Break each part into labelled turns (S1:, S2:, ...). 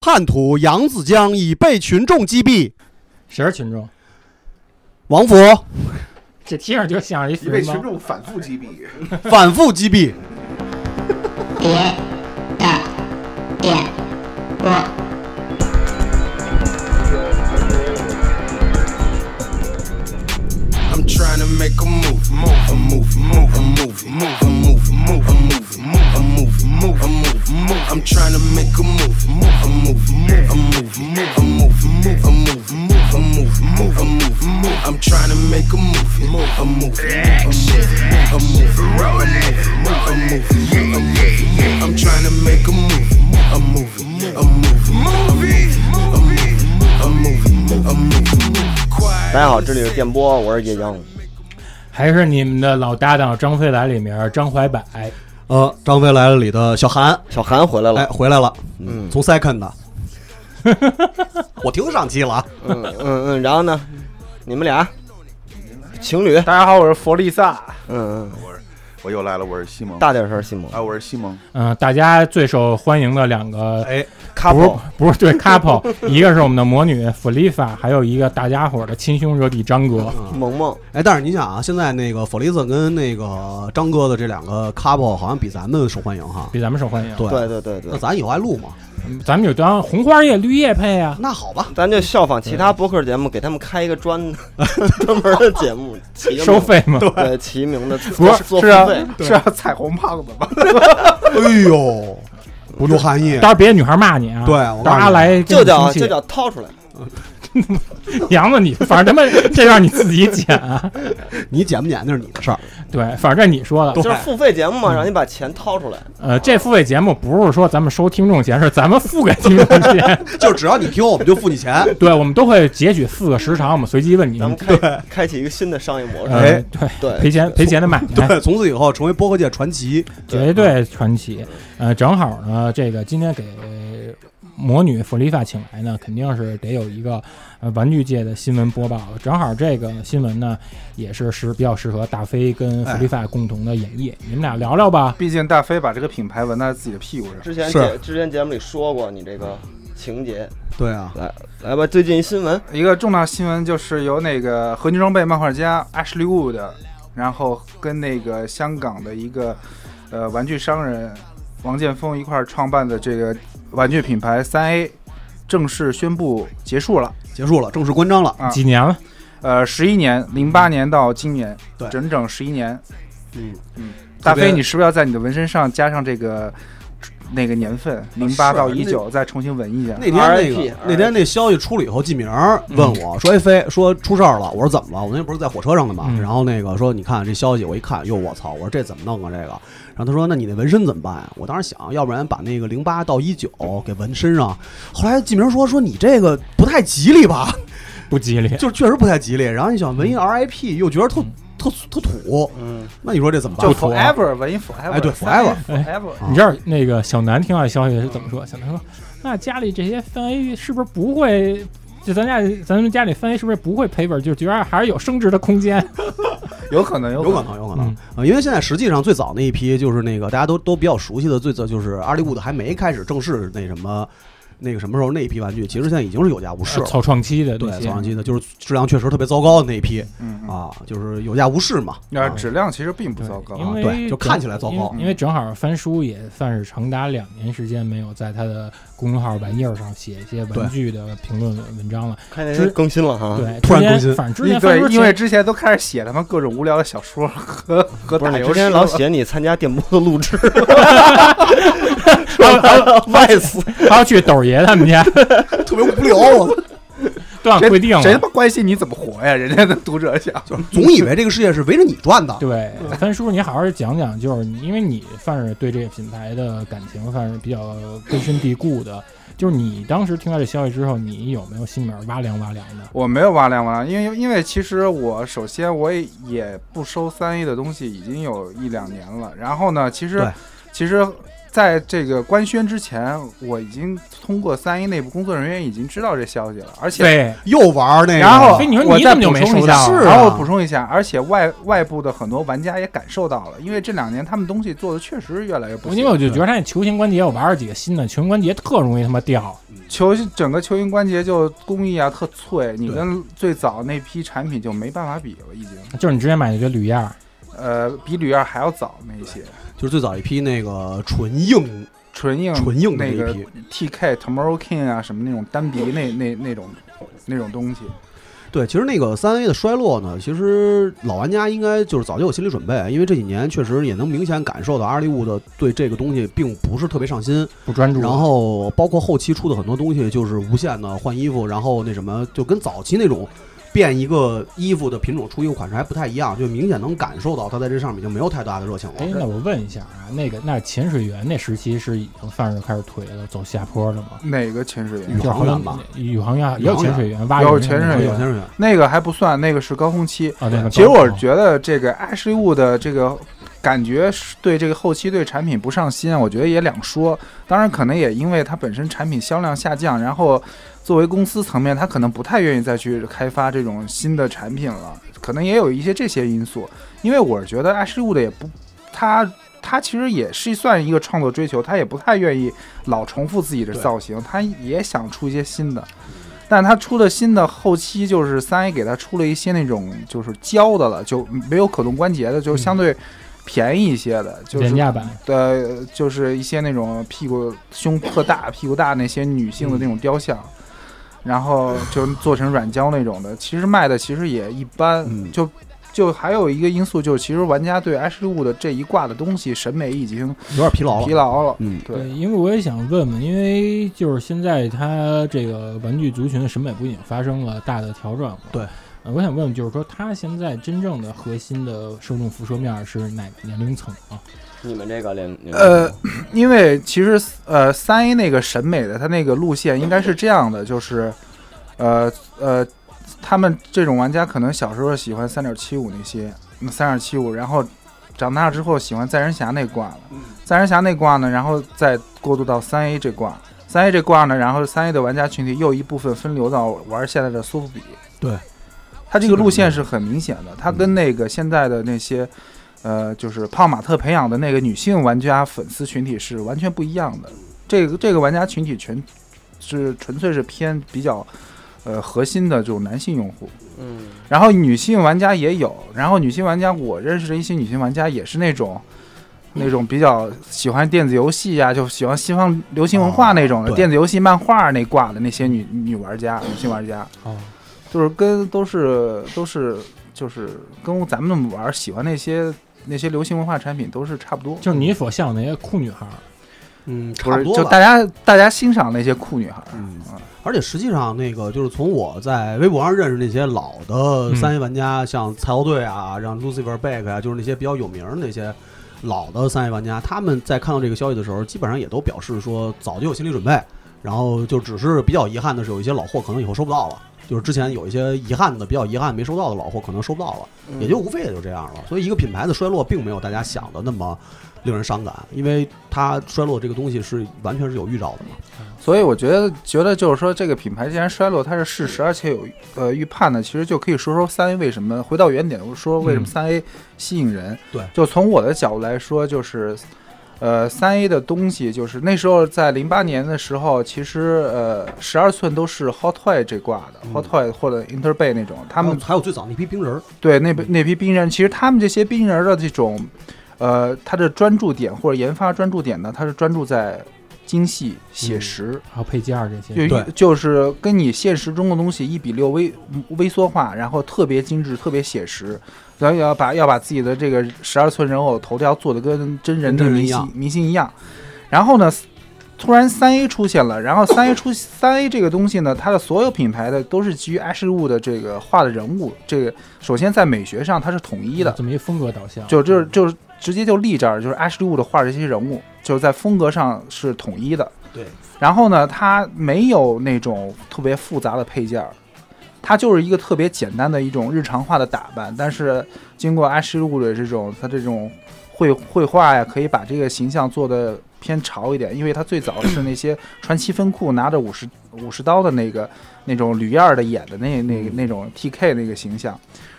S1: 叛徒扬子江已被群众击毙。
S2: 谁是群众？
S1: 王佛
S2: 这听着就像是一
S3: 已
S2: 死
S3: 被
S2: 人
S3: 群
S2: 帮。
S3: 众反复击毙。
S1: 反复击 毙。
S4: 别的点播。
S5: I'm trying to make a move, move, a move, move, a move, move, a move, move, a move, move, a move, move, a move, move. I'm trying to make a move, move, a move, move, a move, move, a move, move, a move, move, a move, move, a move, move. I'm trying to make a move, move, a move, move, a move, a move, roll it, move, a move, move, a move. I'm trying to make a move, a move, a move, movie, movie, a move, a move.
S6: 大家好，这里是电波，我是叶江。
S2: 还是你们的老搭档张飞来里面张怀柏，
S1: 呃，张飞来了里的小韩，
S6: 小韩回来
S1: 哎，
S6: 了，
S1: 回来了，嗯，从 second 的，我听上期了啊，
S6: 嗯嗯嗯，然后呢，你们俩情侣，
S7: 大家好，我是佛利萨。
S6: 嗯嗯，
S3: 我又来了，我是西蒙。
S6: 大点声，西蒙
S3: 啊，我是西蒙。
S2: 嗯，大家最受欢迎的两个
S1: 哎，
S2: 不是不是对 couple，一 个是我们的魔女弗利法，还有一个大家伙的亲兄热弟张哥。
S6: 萌萌，
S1: 哎，但是你想啊，现在那个弗利斯跟那个张哥的这两个 couple 好像比咱们受欢迎哈，
S2: 比咱们受欢迎，
S1: 对，
S6: 对对对
S1: 那
S6: 对，
S1: 咱以后还录吗？
S2: 咱们有当红花叶、绿叶配啊，
S1: 那好吧，
S6: 咱就效仿其他播客节目，给他们开一个专 专门的节目，起一个名
S2: 收，费吗？
S6: 对，齐名的，
S7: 不是
S6: 做
S7: 是
S6: 付费，
S7: 啊是啊，彩虹胖子吗？
S1: 哎 呦，不留含义
S2: 到，时候别的女孩骂你啊。
S1: 对我告诉你
S2: 大家来
S6: 就叫
S2: 跟你
S6: 就
S2: 生气
S6: 叫掏出来，
S2: 杨子你，反正他妈这让你自己剪啊。
S1: 你剪不剪那是你的事 儿，
S2: 对，反正这你说的
S1: 对。
S6: 就是付费节目嘛，让你把钱掏出来，
S2: 呃，这付费节目不是说咱们收听众钱，是咱们付给听众 钱。
S1: 就是只要你听，我们就付你钱。
S2: 对，我们都会截取四个时长，我们随机问你
S6: 咱。们开开启一个新的商业模式，
S2: 呃，对，
S6: 对，
S2: 赔钱赔钱的买卖。哎
S1: 对，从此以后成为播客界传奇。
S2: 绝
S6: 嗯
S2: 对传奇。呃，正好呢，这个今天给魔女弗利萨请来呢，肯定是得有一个呃玩具界的新闻播报。正好这个新闻呢，也是是比较适合大飞跟
S6: 哎
S2: 弗利萨共同的演绎。你们俩聊聊吧。
S7: 毕竟大飞把这个品牌纹在自己的屁股上。
S6: 之前
S1: 是
S6: 节之前节目里说过你这个情节，
S1: 对啊，
S6: 来来吧，最近一新闻，
S7: 一个重大新闻就是由那个合金装备漫画家 Ashley Wood，然后跟那个香港的一个呃玩具商人王剑锋一块儿创办的这个玩具品牌三 A 正式宣布结束了。
S1: 结束了，正式关张了。
S7: 啊
S2: 几年了？
S7: 呃，十一年，零八年到今年，
S1: 对
S7: 整整十一年。
S1: 嗯
S7: 嗯，
S1: 特
S7: 大
S1: 别
S7: 飞，你是不是要在你的纹身上加上这个那个年份，零八到一九，再重新纹一下？
S1: 那天那
S6: RIP
S1: 个那天那消息出了以后，记名儿问我说：“哎，飞，说出事儿了。”我说：“怎么了？”我那天不是在火车上的嘛。
S2: 嗯
S1: 然后那个说：“你看这消息，我一看，哟，我操！我说这怎么弄啊？这个。”然后他说：“那你那纹身怎么办呀、我当时想，要不然把那个零八到一九给纹身上。后来记名说：“说你这个不太吉利吧？
S2: 不吉利。
S1: 就是确实不太吉利。”然后你想纹一 RIP，又觉得特特特土，
S6: 嗯，
S1: 那你说这怎么办
S7: 就
S2: 不？妥
S7: forever 纹一 forever，
S1: 哎对
S7: forever
S2: 哎
S7: forever。
S2: 你知道那个小南听到消息是怎么说？小南说：“那家里这些三 A 是不是不会？就咱家咱们家里三 A 是不是不会赔本？就觉得还是有升值的空 间。
S7: 有可能，有
S1: 有可能，有可能
S2: 嗯
S1: 啊、呃因为现在实际上最早那一批就是那个大家都都比较熟悉的，最早就是阿里伍德还没开始正式那什么那个什么时候那一批玩具，其实现在已经是有价无市了。
S2: 草创期的
S1: 对，
S2: 呃那些嗯
S1: 早上记得就是质量确实特别糟糕的那一批
S7: 嗯，嗯
S1: 啊，就是有价无市嘛。
S7: 那
S1: 啊
S7: 质量其实并不糟糕。啊
S2: 因为
S1: 对就
S2: 正
S1: 看起来糟糕
S2: 因为因为正好翻书也算是长达两年时间没有在他的公众号玩意儿上写一些
S1: 对嗯
S2: 玩具的评论文章了。
S6: 看见更新了哈，
S2: 对，
S1: 突然
S2: 之前
S1: 更新
S2: 反正之
S7: 因
S2: 前翻书
S7: 对，因为
S2: 前
S7: 之前都开始写他妈各种无聊的小说和和
S6: 不是
S7: 打
S6: 你
S7: 油
S6: 之
S7: 诗
S6: 前老
S7: 了。
S6: 写你参加电波的录制，说外死，
S2: 他要去斗爷他们家
S1: 特别无聊，啊我
S2: 断
S7: 谁
S2: 规定
S7: 谁他
S2: 了。
S7: 妈关心你怎么活呀？人家的读者想，
S1: 总以为这个世界是围着你转的。
S2: 对，翻叔，你好好讲讲，就是你因为你算是对这个品牌的感情算是比较根深蒂固的，就是你当时听到这消息之后，你有没有心里面哇凉哇凉的？
S7: 我没有哇凉哇凉，因为因为其实我首先我也也不收三 A 的东西已经有一两年了，然后呢，其实
S1: 对
S7: 其实在这个官宣之前，我已经通过三 A 内部工作人员已经知道这消息了，而且
S2: 对，
S1: 又玩那个，
S7: 然后
S2: 所以你说
S7: 我
S2: 你
S7: 再
S2: 怎么就
S7: 补
S2: 没
S7: 充一
S2: 收
S7: 下，
S2: 到啊
S1: 是
S7: 然后我
S1: 啊
S7: 补充一下，而且外外部的很多玩家也感受到了，因为这两年他们东西做的确实越来越不
S2: 我
S7: 行。
S2: 因为我就觉得他那球形关节，我玩了几个新的，球形关节特容易他妈掉。
S7: 球整个球形关节就工艺啊特脆，你
S1: 对
S7: 跟最早那批产品就没办法比了，已经。
S2: 就是你之前买那个铝样儿，
S7: 呃，比铝二还要早那一些，
S1: 就是最早一批那个纯硬
S7: 纯硬
S1: 纯硬的
S7: 嗯那
S1: 那
S7: 个
S1: 一批。
S7: TK Tomorrow King 啊什么那种单鼻那那那种那种东西，
S1: 对，其实那个三 A 的衰落呢，其实老玩家应该就是早就有心理准备，因为这几年确实也能明显感受到阿里物的对这个东西并不是特别上心，
S2: 不专注。
S1: 然后包括后期出的很多东西就是无限的换衣服，然后那什么就跟早期那种变一个衣服的品种出一个款式还不太一样，就明显能感受到他在这上面已经没有太大的热情
S2: 哎，
S1: 了。
S2: 那我问一下啊，那个那潜水员那时期是已经算是开始颓了，走下坡了吗？
S7: 哪个潜水员？
S1: 宇航员吧，
S2: 宇航员也有潜水员，挖
S7: 有
S2: 人什么的
S7: 潜水
S1: 有
S7: 员
S1: 潜水员，
S7: 那个还不算，那个是高峰期。
S2: 啊，对。
S7: 其实我觉得这个 Ashley Wood 的这个感觉是对这个后期对产品不上心，我觉得也两说。当然，可能也因为它本身产品销量下降，然后作为公司层面，它可能不太愿意再去开发这种新的产品了，可能也有一些这些因素。因为我觉得 Ashley Wood 也不，他他其实也是算一个创作追求，他也不太愿意老重复自己的
S1: 对
S7: 造型，他也想出一些新的。但他出的新的后期就是三 A 给他出了一些那种就是胶的了，就没有可动关节的，就相对便宜一些的，就是
S2: 廉价版，
S7: 呃，就是一些那种屁股胸特大、屁股大那些女性的那种雕像，然后就做成软胶那种的，其实卖的其实也一般。
S1: 嗯
S7: 就就还有一个因素就是，其实玩家对 Ashley Wood 这一挂的东西审美已经
S1: 有点疲劳了。
S7: 疲劳了。
S1: 嗯，
S7: 对，
S2: 因为我也想问问，因为就是现在它这个玩具族群的审美不仅发生了大的调整嘛，
S1: 对
S2: 呃，我想问问，就是说它现在真正的核心的受众辐射面是哪个年龄层啊？
S6: 你们这个连你们
S7: 呃因为其实呃三 A 那个审美的它那个路线应该是这样的，就是呃呃，他们这种玩家可能小时候喜欢三点七五那些，三点七五，然后长大之后喜欢再人侠那挂了，再人侠那挂呢，然后再过渡到三 A 这挂。三 A 这挂呢，然后三 A 的玩家群体又一部分分流到玩现在的苏富比，
S1: 对，
S7: 它这个路线是很明显的，它跟那个现在的那些，呃，就是泡玛特培养的那个女性玩家粉丝群体是完全不一样的。这个这个玩家群体全是纯粹是偏比较，呃，核心的这种男性用户，
S6: 嗯，
S7: 然后女性玩家也有，然后女性玩家我认识的一些女性玩家也是那种。那种比较喜欢电子游戏啊，就喜欢西方流行文化那种的、
S1: 哦对
S7: 电子游戏、漫画那挂的那些女女玩家、女性玩家，
S2: 哦，
S7: 就是跟都是都是就是跟咱们玩儿喜欢那些那些流行文化产品都是差不多，
S2: 就是你所向那些酷女孩儿，
S1: 嗯，差
S7: 不是
S1: 多
S7: 就
S1: 吧
S7: 大家大家欣赏那些酷女孩儿，
S1: 嗯
S7: 啊
S1: 而且实际上，那个就是从我在微博上认识那些老的三 A 玩家，像菜刀队啊，像 Lucifer Beck 啊，就是那些比较有名儿的那些老的三 A 玩家，他们在看到这个消息的时候，基本上也都表示说早就有心理准备，然后就只是比较遗憾的是，有一些老货可能以后收不到了。就是之前有一些遗憾的、比较遗憾没收到的老货，可能收不到了，也就无非也就这样了。所以一个品牌的衰落，并没有大家想的那么令人伤感，因为它衰落这个东西是完全是有预兆的嘛。
S7: 所以我觉得觉得就是说这个品牌既然衰落，它是事
S1: 嗯
S7: 实，而且有呃预判的，其实就可以说说三 A 为什么回到原点，说为什
S2: 嗯
S7: 么三 A 吸引人。
S1: 对
S7: 就从我的角度来说，就是呃三 A 的东西，就是那时候在零八年的时候，其实呃十二寸都是 Hot Toy 这挂的、
S1: 嗯哦
S7: h o t Toy 或者 Interbay 那种，他们
S1: 还有最早那批冰人儿，
S7: 对那边那批冰人，其实他们这些冰人的这种，呃，他的专注点或者研发专注点呢，他是专注在精细写
S1: 嗯
S7: 实，
S2: 还有配件儿这些，
S7: 就
S1: 对
S7: 就是跟你现实中的东西一比六微嗯微缩化，然后特别精致，特别写实，然后要把要把自己的这个十二寸人偶头雕做的跟真人的
S1: 跟真人
S7: 明
S1: 一样
S7: 星明星一样，然后呢，突然三 A 出现了，然后三 A 出 三 A 这个东西呢，它的所有品牌的都是基于 Ash Wood 的这个画的人物，这个首先在美学上它是统一的，
S2: 这么一风格导向，
S7: 就就是就是直接就立这儿，就是 Ashley Wood 画这些人物，就是在风格上是统一的。
S1: 对。
S7: 然后呢，它没有那种特别复杂的配件儿，它就是一个特别简单的一种日常化的打扮。但是经过 Ashley Wood 这种它这种绘绘画呀，可以把这个形象做的偏潮一点，因为它最早是那些穿七分裤拿着武士武士刀的那个那种吕燕儿的演的那那那种 TK 那个形象，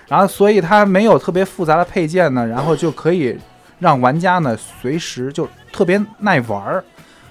S7: 然后所以它没有特别复杂的配件呢，然后就可以让玩家呢随时就特别耐玩儿，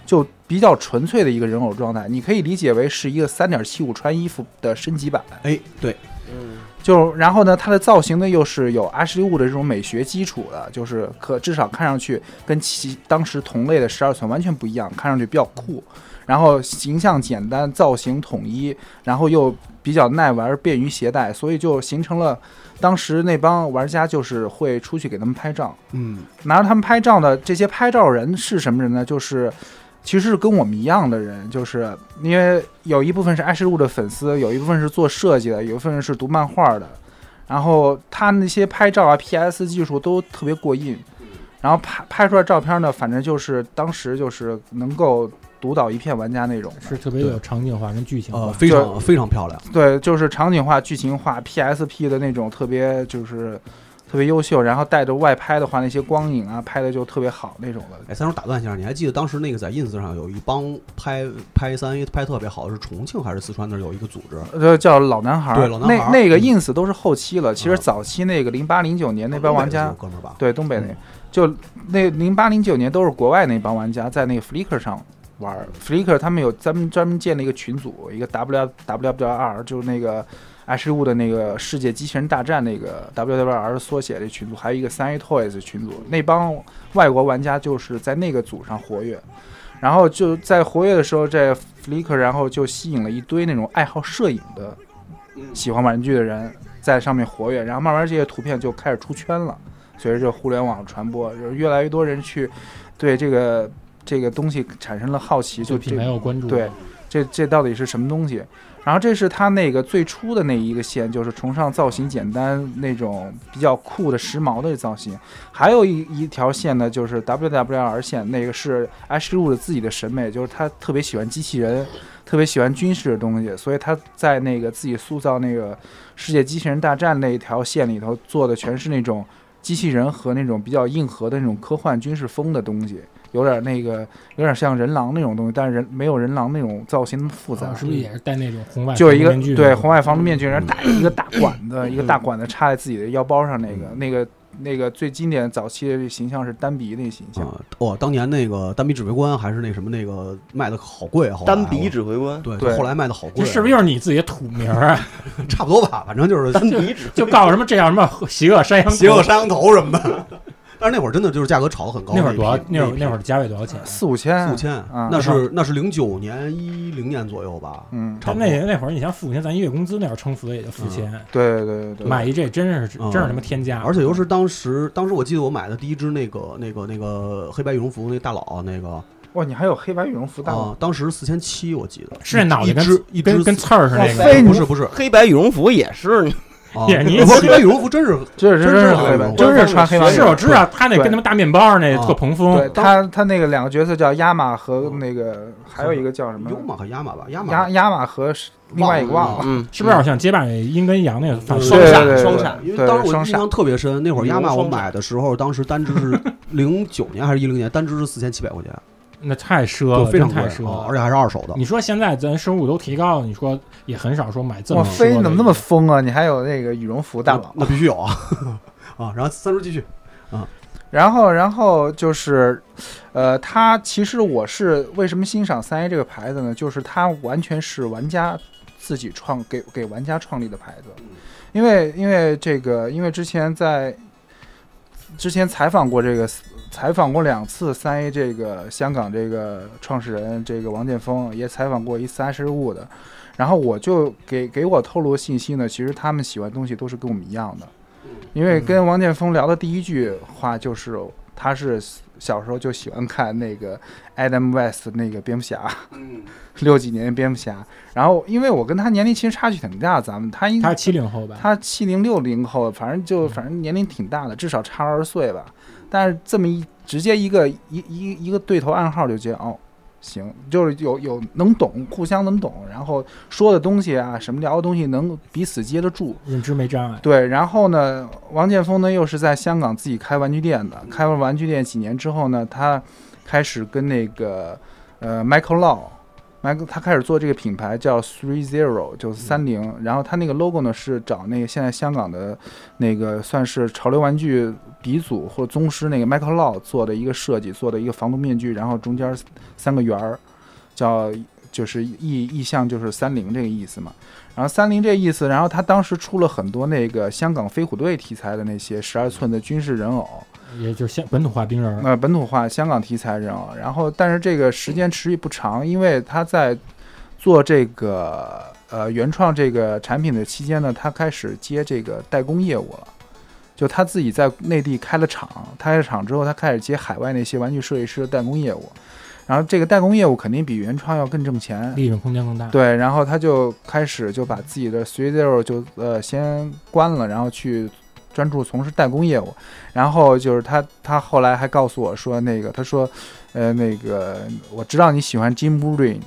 S7: 就比较纯粹的一个人偶状态，你可以理解为是一个三点七五穿衣服的升级版。
S1: 哎，对，
S6: 嗯
S7: 就然后呢，它的造型呢又是有阿什利物的这种美学基础的，就是可至少看上去跟其当时同类的十二寸完全不一样，看上去比较酷。然后形象简单，造型统一，然后又比较耐玩，便于携带，所以就形成了当时那帮玩家就是会出去给他们拍照。
S1: 嗯，
S7: 拿着他们拍照的这些拍照人是什么人呢？就是其实是跟我们一样的人，就是因为有一部分是艾 s 路的粉丝，有一部分是做设计的，有一部分是读漫画的。然后他那些拍照啊、PS 技术都特别过硬，然后拍拍出来照片呢，反正就是当时就是能够独倒一片玩家那种的。
S2: 是特别有场景化跟剧情
S1: 呃，
S2: 化。
S1: 非常非常漂亮，
S7: 对，就是场景化、剧情化、PSP 的那种特别就是特别优秀，然后带着外拍的话，那些光影啊拍的就特别好那种的。
S1: 哎，三叔打断一下，你还记得当时那个在 ins 上有一帮拍拍三 A 拍特别好的是重庆还是四川那儿有一个组织？
S7: 呃，叫老男孩儿，
S1: 对老男孩儿
S7: 那那个
S1: 嗯
S7: ins 都是后期了，其
S1: 啊
S7: 实早期那个零八零九年那帮玩家，
S1: 东北的哥们儿吧，
S7: 对东北那
S1: 嗯
S7: 就那零八零九年都是国外那帮玩家在那个 Flickr 上玩儿，Flickr 他们有咱们专门建了一个群组，一个 W W W R，就是那个 H 物的那个世界机器人大战那个 W W R 缩写这群组，还有一个三 A Toys 群组，那帮外国玩家就是在那个组上活跃。然后就在活跃的时候，这 Flickr 然后就吸引了一堆那种爱好摄影的、喜欢玩具的人在上面活跃，然后慢慢这些图片就开始出圈了。随着这互联网传播，就是越来越多人去对这个这个东西产生了好奇，就
S2: 对
S7: 这
S2: 品牌有关注，
S7: 对，这这到底是什么东西？然后这是他那个最初的那一个线，就是崇尚造型简单那种比较酷的时髦的造型。还有一一条线呢，就是 WWR 线，那个是 Ash Wood 自己的审美，就是他特别喜欢机器人，特别喜欢军事的东西，所以他在那个自己塑造那个世界机器人大战那一条线里头做的全是那种机器人和那种比较硬核的那种科幻军事风的东西。有点那个，有点像人狼那种东西，但是人没有人狼那种造型那么复杂，
S2: 啊是不是
S1: 嗯
S2: 也是戴那种红外
S7: 就有一
S2: 防
S7: 个
S2: 毒面具
S7: 对红外防毒面具，然后打一个大管子，
S1: 嗯
S7: 一个大管子插在自己的腰包上，那个那个那个最经典早期的形象是丹鼻那形象，
S1: 啊，哦，当年那个单鼻指挥官还是那什么那个卖的好贵啊，后来
S6: 单鼻
S1: 我
S6: 指挥官，
S1: 对，
S7: 对
S1: 后来卖的好贵
S2: 这
S1: 啊，
S2: 是不是又是你自己的土名儿啊？
S1: 差不多吧？反正就是
S6: 单鼻指
S2: 就告诉什么这叫什么 邪恶山羊头？
S1: 邪恶山羊头什么的。 但是那会儿真的就是价格炒得很高，
S2: 那会儿多少
S1: 一？批
S2: 那会儿那会
S1: 儿
S2: 儿价位多少钱？啊
S7: 四五千，
S1: 四五，千
S7: 啊，
S1: 那是那是零九年一零年左右吧，
S7: 嗯，
S1: 差不多
S2: 那。那会儿你像付五千，咱一月工资那会儿撑死的也就付千，
S7: 对对对对，
S2: 买一这真是
S1: 嗯
S2: 真是他妈天价，
S1: 而且又是当时，当时我记得我买的第一只那个、那个、那个黑白羽绒服，那大佬那个
S7: 哇，你还有黑白羽绒服大
S1: 啊，当时四千七，我记得
S2: 是那脑袋
S1: 一只一
S2: 跟
S1: 只
S2: 跟跟刺儿似的那
S7: 哇塞
S2: 个，
S7: 你
S1: 不是不是，
S6: 黑白羽绒服也是，
S1: 啊
S2: 也 你
S1: 不是黑白羽绒服真是
S7: 这是
S1: 真是
S7: 是
S1: 黑
S7: 黑
S1: 白
S7: 白
S1: 羽绒，服
S7: 真是穿黑白羽
S2: 是啊
S7: 绒
S2: 我
S7: 服。
S2: 知道他那跟他妈大面包那
S1: 对
S2: 特蓬
S7: 嗯对
S2: 松，
S7: 他他那个两个角色叫亚马和那个还有一个叫什么
S1: 优马和亚马吧，亚马
S7: 亚亚马和是另外一个忘了，
S6: 嗯，
S2: 是不是有点像街霸那鹰跟羊那个反
S6: 双
S2: 双
S7: 嗯对
S6: 闪
S2: 闪？
S7: 对对
S6: 双闪
S1: 因为
S7: 对
S1: 当时我
S7: 双
S1: 印
S7: 闪
S1: 象特别深，那会儿亚马
S6: 羽
S1: 我
S6: 绒双
S1: 买的时候，当时单只 是零九年还是一零年，单只是四千七百块钱，
S2: 那太奢
S1: 就
S2: 了，
S1: 非常
S2: 真
S1: 贵
S2: 太奢
S1: 啊，
S2: 了
S1: 而。且还是二手的。
S2: 你说现在咱收入都提高了，你说也很少说买这
S7: 哇，
S2: 么
S7: 飞
S2: 奢的
S7: 怎么那么疯啊？你还有那个羽绒服大佬
S1: 那。那必须有啊 啊！然后三叔继续，
S7: 然后，然后就是，呃，它其实我是为什么欣赏三 A 这个牌子呢？就是它完全是玩家自己创给给玩家创立的牌子，因为因为这个，因为之前在之前采访过这个采访过两次三 A 这个香港这个创始人这个王建峰，也采访过一次 Ash Wood 的，然后我就给给我透露信息呢，其实他们喜欢的东西都是跟我们一样的，因为跟王建峰聊的第一句话就是，他是小时候就喜欢看那个 Adam West 那个蝙蝠侠， 六几年蝙蝠侠，然后因为我跟他年龄其实差距挺大，咱们他应
S2: 他是七零后吧？
S7: 他七零六零后，反正就反正年龄挺大的，至少差二十岁吧。但是这么一直接一个一一一个对头暗号就觉得哦，行，就是有有能懂，互相能懂，然后说的东西啊，什么聊的东西能彼此接得住。
S2: 认知没障碍，
S7: 对，然后呢，王建峰呢又是在香港自己开玩具店的，开完玩具店几年之后呢，他开始跟那个呃 Michael Law。Michael 他开始做这个品牌叫 Three Zero，就是三零。然后他那个 logo 呢是找那个现在香港的那个算是潮流玩具鼻祖或宗师那个 Michael Law 做的一个设计，做的一个防毒面具，然后中间三个圆儿，叫就是意意象就是三零这个意思嘛。然后三零这意思，然后他当时出了很多那个香港飞虎队题材的那些十二寸的军事人偶，
S2: 也就是像本土化冰人儿，
S7: 呃，本土化香港题材人偶。然后，但是这个时间持续不长，因为他在做这个呃原创这个产品的期间呢，他开始接这个代工业务了。就他自己在内地开了厂，开了厂之后，他开始接海外那些玩具设计师的代工业务。然后这个代工业务肯定比原创要更挣钱，
S2: 利润空间更大。
S7: 对，然后他就开始就把自己的 Three Zero 就呃先关了，然后去专注从事代工业务。然后就是他他后来还告诉我说，那个他说，呃，那个我知道你喜欢 Jim b u r i n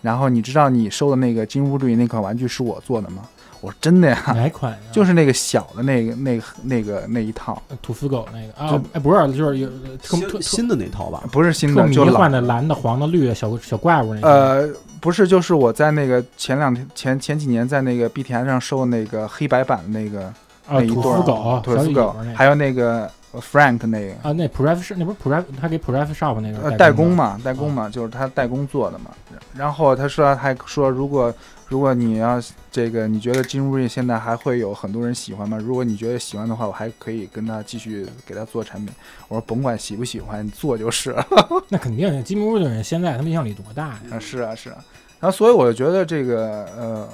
S7: 然后你知道你收的那个 Jim b u r i n 那款玩具是我做的吗？我说真的呀，
S2: 哪款啊呀？
S7: 就是那个小的那个那个那个那一套，
S2: 土司狗那个啊？哎，不是，就是有特特
S1: 新新的那套吧，
S7: 不是新
S2: 特
S7: 的，
S2: 迷
S7: 就老
S2: 幻的蓝的、黄的、绿的小小怪物那个。
S7: 呃，不是，就是我在那个前两天前前几年在那个 BTS 上收的那个黑白版的那个
S2: 啊，
S7: 那一
S2: 土
S7: 段
S2: 司
S7: 儿
S2: 狗、
S7: 土
S2: 小
S7: 司
S2: 尾巴
S7: 狗
S2: 那，个
S7: 还有那个呃 Frank 那个
S2: 啊，那 Pref 是那不是 Pref，他给 Pref Shop 那个
S7: 呃代工
S2: 嘛？
S7: 嘛，代工嘛，
S2: 嗯
S7: 就是他代工做的嘛。然后他说还说，如果如果你要这个，你觉得金瑞现在还会有很多人喜欢吗？如果你觉得喜欢的话，我还可以跟他继续给他做产品。我说甭管喜不喜欢，做就是了。
S2: 那肯定，金木屋的人现在他们影响力多大呀？
S7: 啊，是啊，是啊。然后，所以我就觉得这个呃，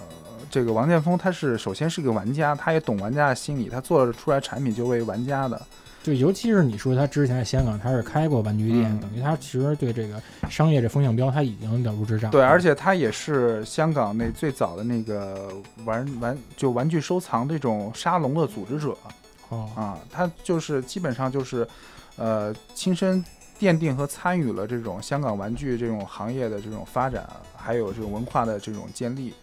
S7: 这个王建锋他是首先是个玩家，他也懂玩家的心理，他做了出来产品就为玩家的。
S2: 就尤其是你说他之前在香港，他是开过玩具店，
S7: 嗯
S2: 等于他其实对这个商业这风向标他已经了如指掌了。
S7: 对，而且他也是香港那最早的那个玩玩就玩具收藏这种沙龙的组织者
S2: 哦，
S7: 啊，他就是基本上就是呃亲身奠定和参与了这种香港玩具这种行业的这种发展，还有这种文化的这种建立。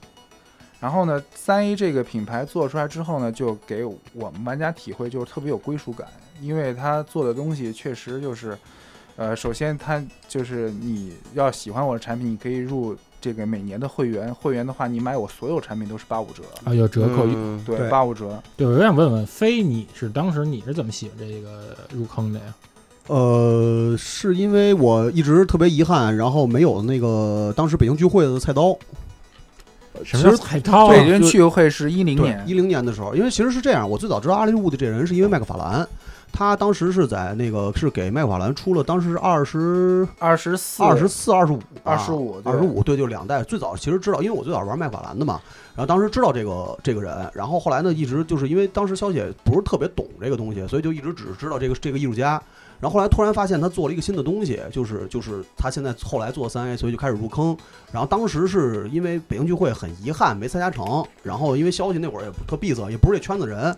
S7: 然后呢，三 A 这个品牌做出来之后呢，就给我们玩家体会就是特别有归属感，因为他做的东西确实就是，呃，首先他就是你要喜欢我的产品，你可以入这个每年的会员，会员的话，你买我所有产品都是八五折，
S2: 啊有折扣。
S6: 嗯
S7: 对，
S1: 对
S7: 八五折。
S2: 对，我想问问飞，你是当时你是怎么喜欢这个入坑的呀？
S1: 呃，是因为我一直特别遗憾，然后没有那个当时北京聚会的菜刀。
S2: 什么叫海涛啊？
S7: 北京趣会是一零
S1: 对
S7: 年，，
S1: 一零年的时候，因为其实是这样，我最早知道阿利·伍迪这人是因为麦克法兰，他当时是在那个是给麦克法兰出了当时二十
S7: 二十四，
S1: 二十四、二十五、
S7: 25对
S1: 啊二十五，对，就两代。最早其实知道，因为我最早玩麦法兰的嘛，然后当时知道这个这个人，然后后来呢，一直就是因为当时肖姐不是特别懂这个东西，所以就一直只知道这个这个艺术家。然后后来突然发现他做了一个新的东西，就是就是他现在后来做三 A，所以就开始入坑。然后当时是因为北京聚会很遗憾没参加成，然后因为消息那会儿也不特闭塞，也不是这圈子人，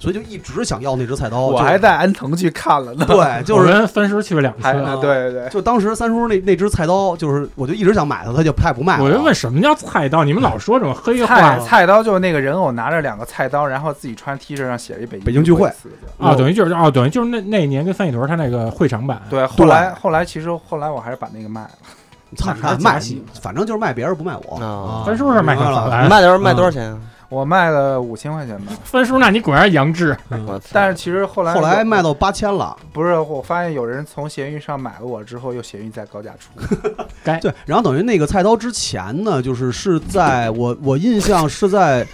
S1: 所以就一直想要那只菜刀。
S7: 我
S1: 就
S7: 还在安藤去 看了呢。
S1: 对，就
S2: 我
S1: 是
S2: 跟分时去了两
S7: 还
S2: 次。
S1: 啊
S7: 对对
S1: 就当时三叔那那只菜刀，就是我就一直想买它，他就他也不卖了。
S2: 我就问什么叫菜刀？你们老说这种黑
S7: 对，
S2: 话
S7: 嗯菜菜刀就是那个人偶拿着两个菜刀，然后自己穿 T 恤上写着一北
S1: 北京聚会
S7: 四个字
S2: 啊，等于就是哦，等于就是那那年跟三里屯他那个会场版，
S7: 对，后来后来其实后来我还是把那个卖了，
S1: 操
S2: 还是
S1: 卖
S2: 假喜，
S1: 反正就是卖别人不卖我。
S6: 啊
S2: 分叔是麦克
S1: 明白
S2: 法
S1: 了
S2: 兰，
S6: 卖的时候卖多少钱啊？
S7: 我卖了五千块钱 吧。
S2: 分叔，那你果然杨志。
S6: 我操
S7: 但是其实后来
S1: 后来卖
S7: 到
S1: 到八千了，
S7: 不是，我发现有人从闲鱼上买了我之后，又闲鱼再高价出，
S1: 对，然后等于那个菜刀之前呢，就是是在我我印象是在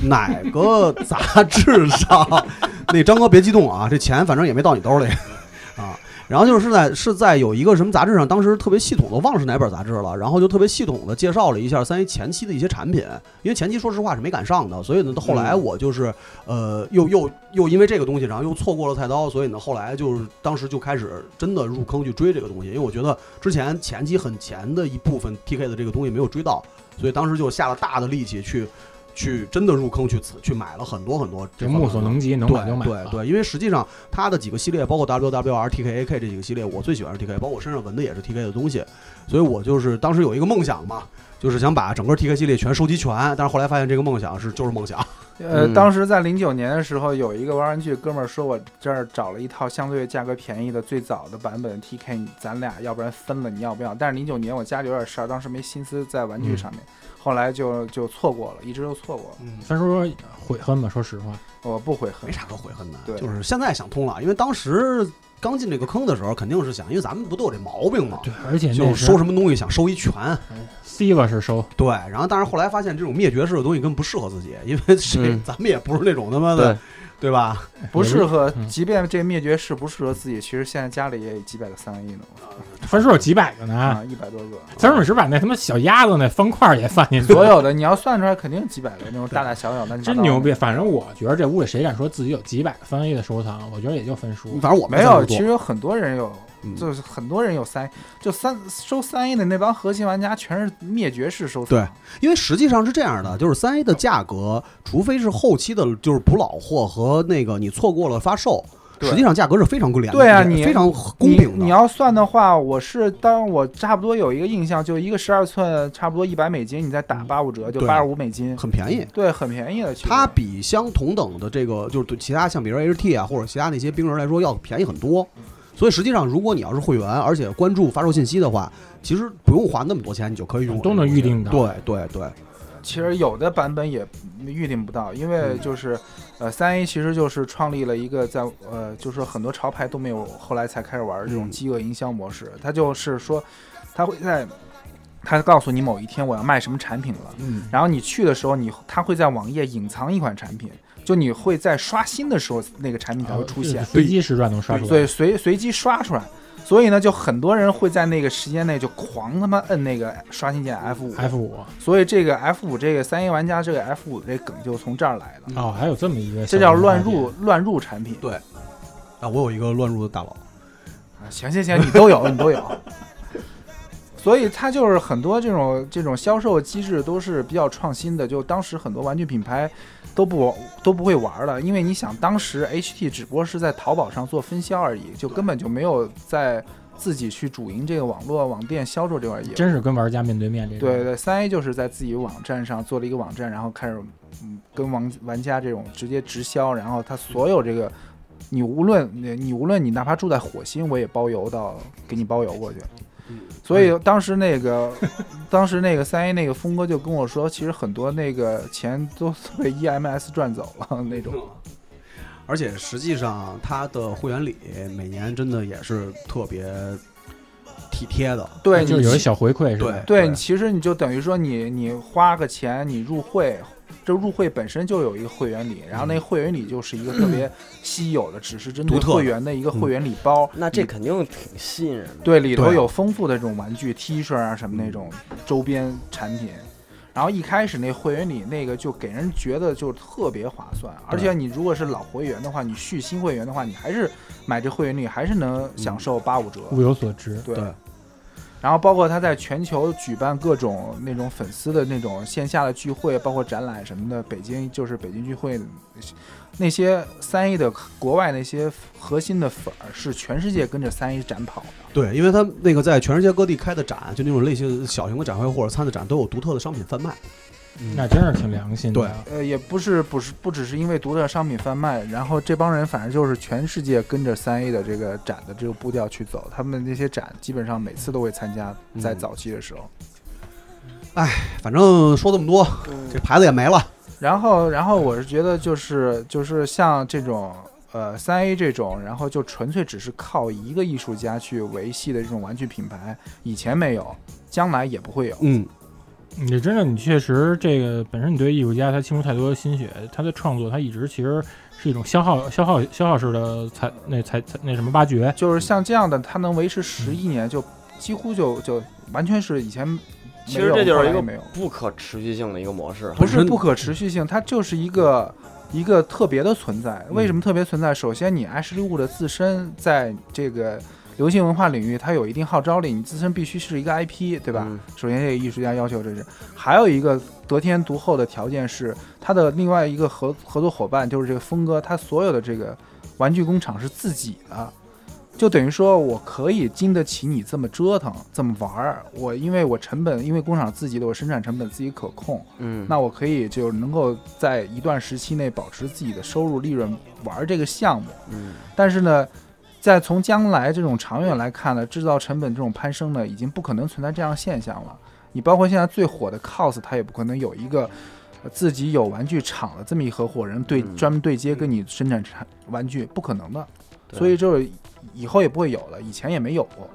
S1: 哪个杂志上？那张哥别激动啊，这钱反正也没到你兜里 啊。然后就是在是在有一个什么杂志上，当时特别系统的，忘了是哪本杂志了，然后就特别系统的介绍了一下三 A 前期的一些产品，因为前期说实话是没赶上的，所以呢，后来我就是呃，又又又因为这个东西，然后又错过了菜刀，所以呢，后来就是当时就开始真的入坑去追这个东西，因为我觉得之前前期很前的一部分 TK 的这个东西没有追到，所以当时就下了大的力气去去真的入坑去去买了很多很多
S2: 这
S1: 方面的
S2: 目所能及，能买就买。
S1: 对对对，因为实际上它的几个系列，包括 WWR、TKAK 这几个系列，我最喜欢是 TK，包括我身上纹的也是 TK 的东西，所以我就是当时有一个梦想嘛，就是想把整个 TK 系列全收集全，但是后来发现这个梦想是就是梦想，
S7: 呃，
S6: 嗯
S7: 当时在零九年的时候，有一个玩玩具哥们儿说，我这儿找了一套相对价格便宜的最早的版本 TK，咱俩要不然分了，你要不要？但是零九年我家里有点事儿，当时没心思在玩具上面，后来就就错过了，一直就错过了。
S1: 嗯，
S2: 虽然说悔恨吧，说实话，
S7: 我不悔恨
S1: 没，啥可悔恨的。
S7: 对
S1: 就是现在想通了，因为当时刚进这个坑的时候，肯定是想，因为咱们不都有这毛病吗？
S2: 对，而且
S1: 就
S2: 那
S1: 收什么东西想收一全，
S2: C 吧是收，
S1: 对，然后但是后来发现这种灭绝式的东西根本不适合自己，因为谁、
S6: 嗯
S1: 咱们也不是那种他妈的，对吧？
S7: 不适合
S2: 嗯。
S7: 即便这灭绝是不适合自己，其实现在家里也有几百个三文鱼呢，
S2: 分数有几百个呢。
S7: 啊，一百多个。
S2: 咱们是把那他妈小鸭子那方块也放进去，
S7: 所有的你要算出来，肯定有几百个那种大大小小的，
S2: 真牛逼！！反正我觉得这屋里谁敢说自己有几百个三 A 的收藏，我觉得也就分数。
S1: 反正我们
S7: 没
S1: 这
S7: 有，
S1: 么
S7: 其
S1: 做
S7: 实有很多人有
S1: 嗯，
S7: 就是很多人有三，就三收三 A 的那帮核心玩家全是灭绝式收藏。
S1: 对因为实际上是这样的，就是三 A 的价格，除非是后期的，就是补老货和那个你错过了发售，
S7: 对
S1: 实际上价格是非常公良的，
S7: 对啊
S1: 也
S7: 你
S1: 非常公平
S7: 你。
S1: 的。
S7: 你要算的话，我是当我差不多有一个印象，就一个十二寸差不多一百美金，你再打八五折
S1: 嗯
S7: 就
S1: 对
S7: 八十五美金，
S1: 很便宜，
S7: 对，很便宜的。其实
S1: 它比相同等的这个，就是对其他像比如 HT 啊，或者其他那些冰人来说要便宜很多。所以实际上，如果你要是会员，而且关注发售信息的话，其实不用花那么多钱，你就可以用
S2: 都能预定到
S1: 对对对，
S7: 其实有的版本也预定不到，因
S2: 嗯
S7: 为就是，呃，三 A 其实就是创立了一个在呃，就是说很多潮牌都没有，后来才开始玩这
S2: 嗯
S7: 种饥饿营销模式。它就是说，它会在，它告诉你某一天我要卖什么产品了，
S1: 嗯，
S7: 然后你去的时候你，它会在网页隐藏一款产品，就你会在刷新的时候那个产品才会出现，
S2: 随机时段能啊刷出来。
S7: 对，随随机刷出来。所以呢，就很多人会在那个时间内就狂他妈摁那个刷新键 F 五
S2: F 五
S7: 所以这个 F 五这个三 A 玩家这个 F 五这梗就从这儿来的，
S2: 哦，还有这么一个，
S7: 这叫乱入。乱入产品。
S1: 啊，我有一个乱入的大佬，
S7: 啊行行行，你都有，你都有。所以它就是很多这种这种销售机制都是比较创新的，就当时很多玩具品牌都不都不会玩了，因为你想当时 HT 只不过是在淘宝上做分销而已，就根本就没有在自己去主营这个网络网店销售这块业务。
S2: 真是跟玩家面对面这种。
S7: 对对，三 A 就是在自己网站上做了一个网站，然后开始嗯跟玩玩家这种直接直销，然后他所有这个你无论你你无论你哪怕住在火星，我也包邮到给你包邮过去。所以当时那个，当时那个三 A 那个峰哥就跟我说，其实很多那个钱都 被 EMS 赚走了那种。
S1: 而且实际上它的会员礼每年真的也是特别体贴的，
S7: 对，
S2: 就
S7: 你
S2: 是有
S7: 其
S2: 一小回馈是吧
S1: 哎对？
S7: 对，你其实你就等于说你你花个钱，你入会，这入会本身就有一个会员礼，然后那会员礼就是一个特别稀有的，只是针对
S1: 嗯独特的嗯
S7: 会员的一个会员礼包。
S6: 那这肯定挺吸引人的。
S7: 对，里头
S1: 对啊嗯
S7: 有丰富的这种玩具、T 恤啊什么那种周边产品。然后一开始那会员礼那个就给人觉得就特别划算，而且你如果是老会员的话，你续新会员的话，你还是买这会员礼还是能
S1: 嗯
S7: 享受八五折。
S2: 物有所值。
S7: 对
S1: 对
S7: 然后包括他在全球举办各种那种粉丝的那种线下的聚会，包括展览什么的。北京就是北京聚会，那些三 A 的国外那些核心的粉儿是全世界跟着三 A 展跑的。
S1: 对，因为它那个在全世界各地开的展，就那种类型小型的展会或者参的展，都有独特的商品贩卖。
S2: 那真是挺良心的。啊
S1: 对
S7: 呃，也不是不是不只是因为独特商品贩卖，然后这帮人反正就是全世界跟着三 A 的这个展的这个步调去走，他们那些展基本上每次都会参加，在
S1: 嗯
S7: 早期的时候。
S1: 反正说这么多，这牌子也没了。
S7: 然后，然后我是觉得就是就是像这种呃三 A 这种，然后就纯粹只是靠一个艺术家去维系的这种玩具品牌，以前没有，将来也不会有。
S1: 嗯，
S2: 你这真的，你确实这个本身你对艺术家他倾注太多的心血，他的创作他一直其实是一种消耗、消耗、消耗式的才那才才那什么挖掘。
S7: 就是像这样的，它能维持十一年，就几乎就就完全是以前没有。
S6: 其实这就是一
S7: 后来也
S6: 个
S7: 没有，
S6: 不可持续性的一个模式。
S7: 不是
S1: 本身
S7: 不可持续性，它就是一个一个特别的存在。为什么特别存在？首先，你 Ashley Wood 自身在这个流行文化领域，它有一定号召力，你自身必须是一个 IP，对吧？
S6: 嗯
S7: 首先，这个艺术家要求这是，还有一个得天独厚的条件是，他的另外一个合合作伙伴就是这个峰哥，他所有的这个玩具工厂是自己的。就等于说我可以经得起你这么折腾、这么玩儿。我因为我成本，因为工厂自己的我生产成本自己可控，
S6: 嗯，
S7: 那我可以就能够在一段时期内保持自己的收入利润，玩儿这个项目。
S6: 嗯
S7: 但是呢，在从将来这种长远来看呢，制造成本这种攀升呢，已经不可能存在这样的现象了。你包括现在最火的 cos，它也不可能有一个呃自己有玩具厂的这么一合伙人对、
S6: 嗯
S7: 专门对接跟你生产产玩具，不可能的。
S6: 对
S7: 所以就是以后也不会有了，以前也没有过。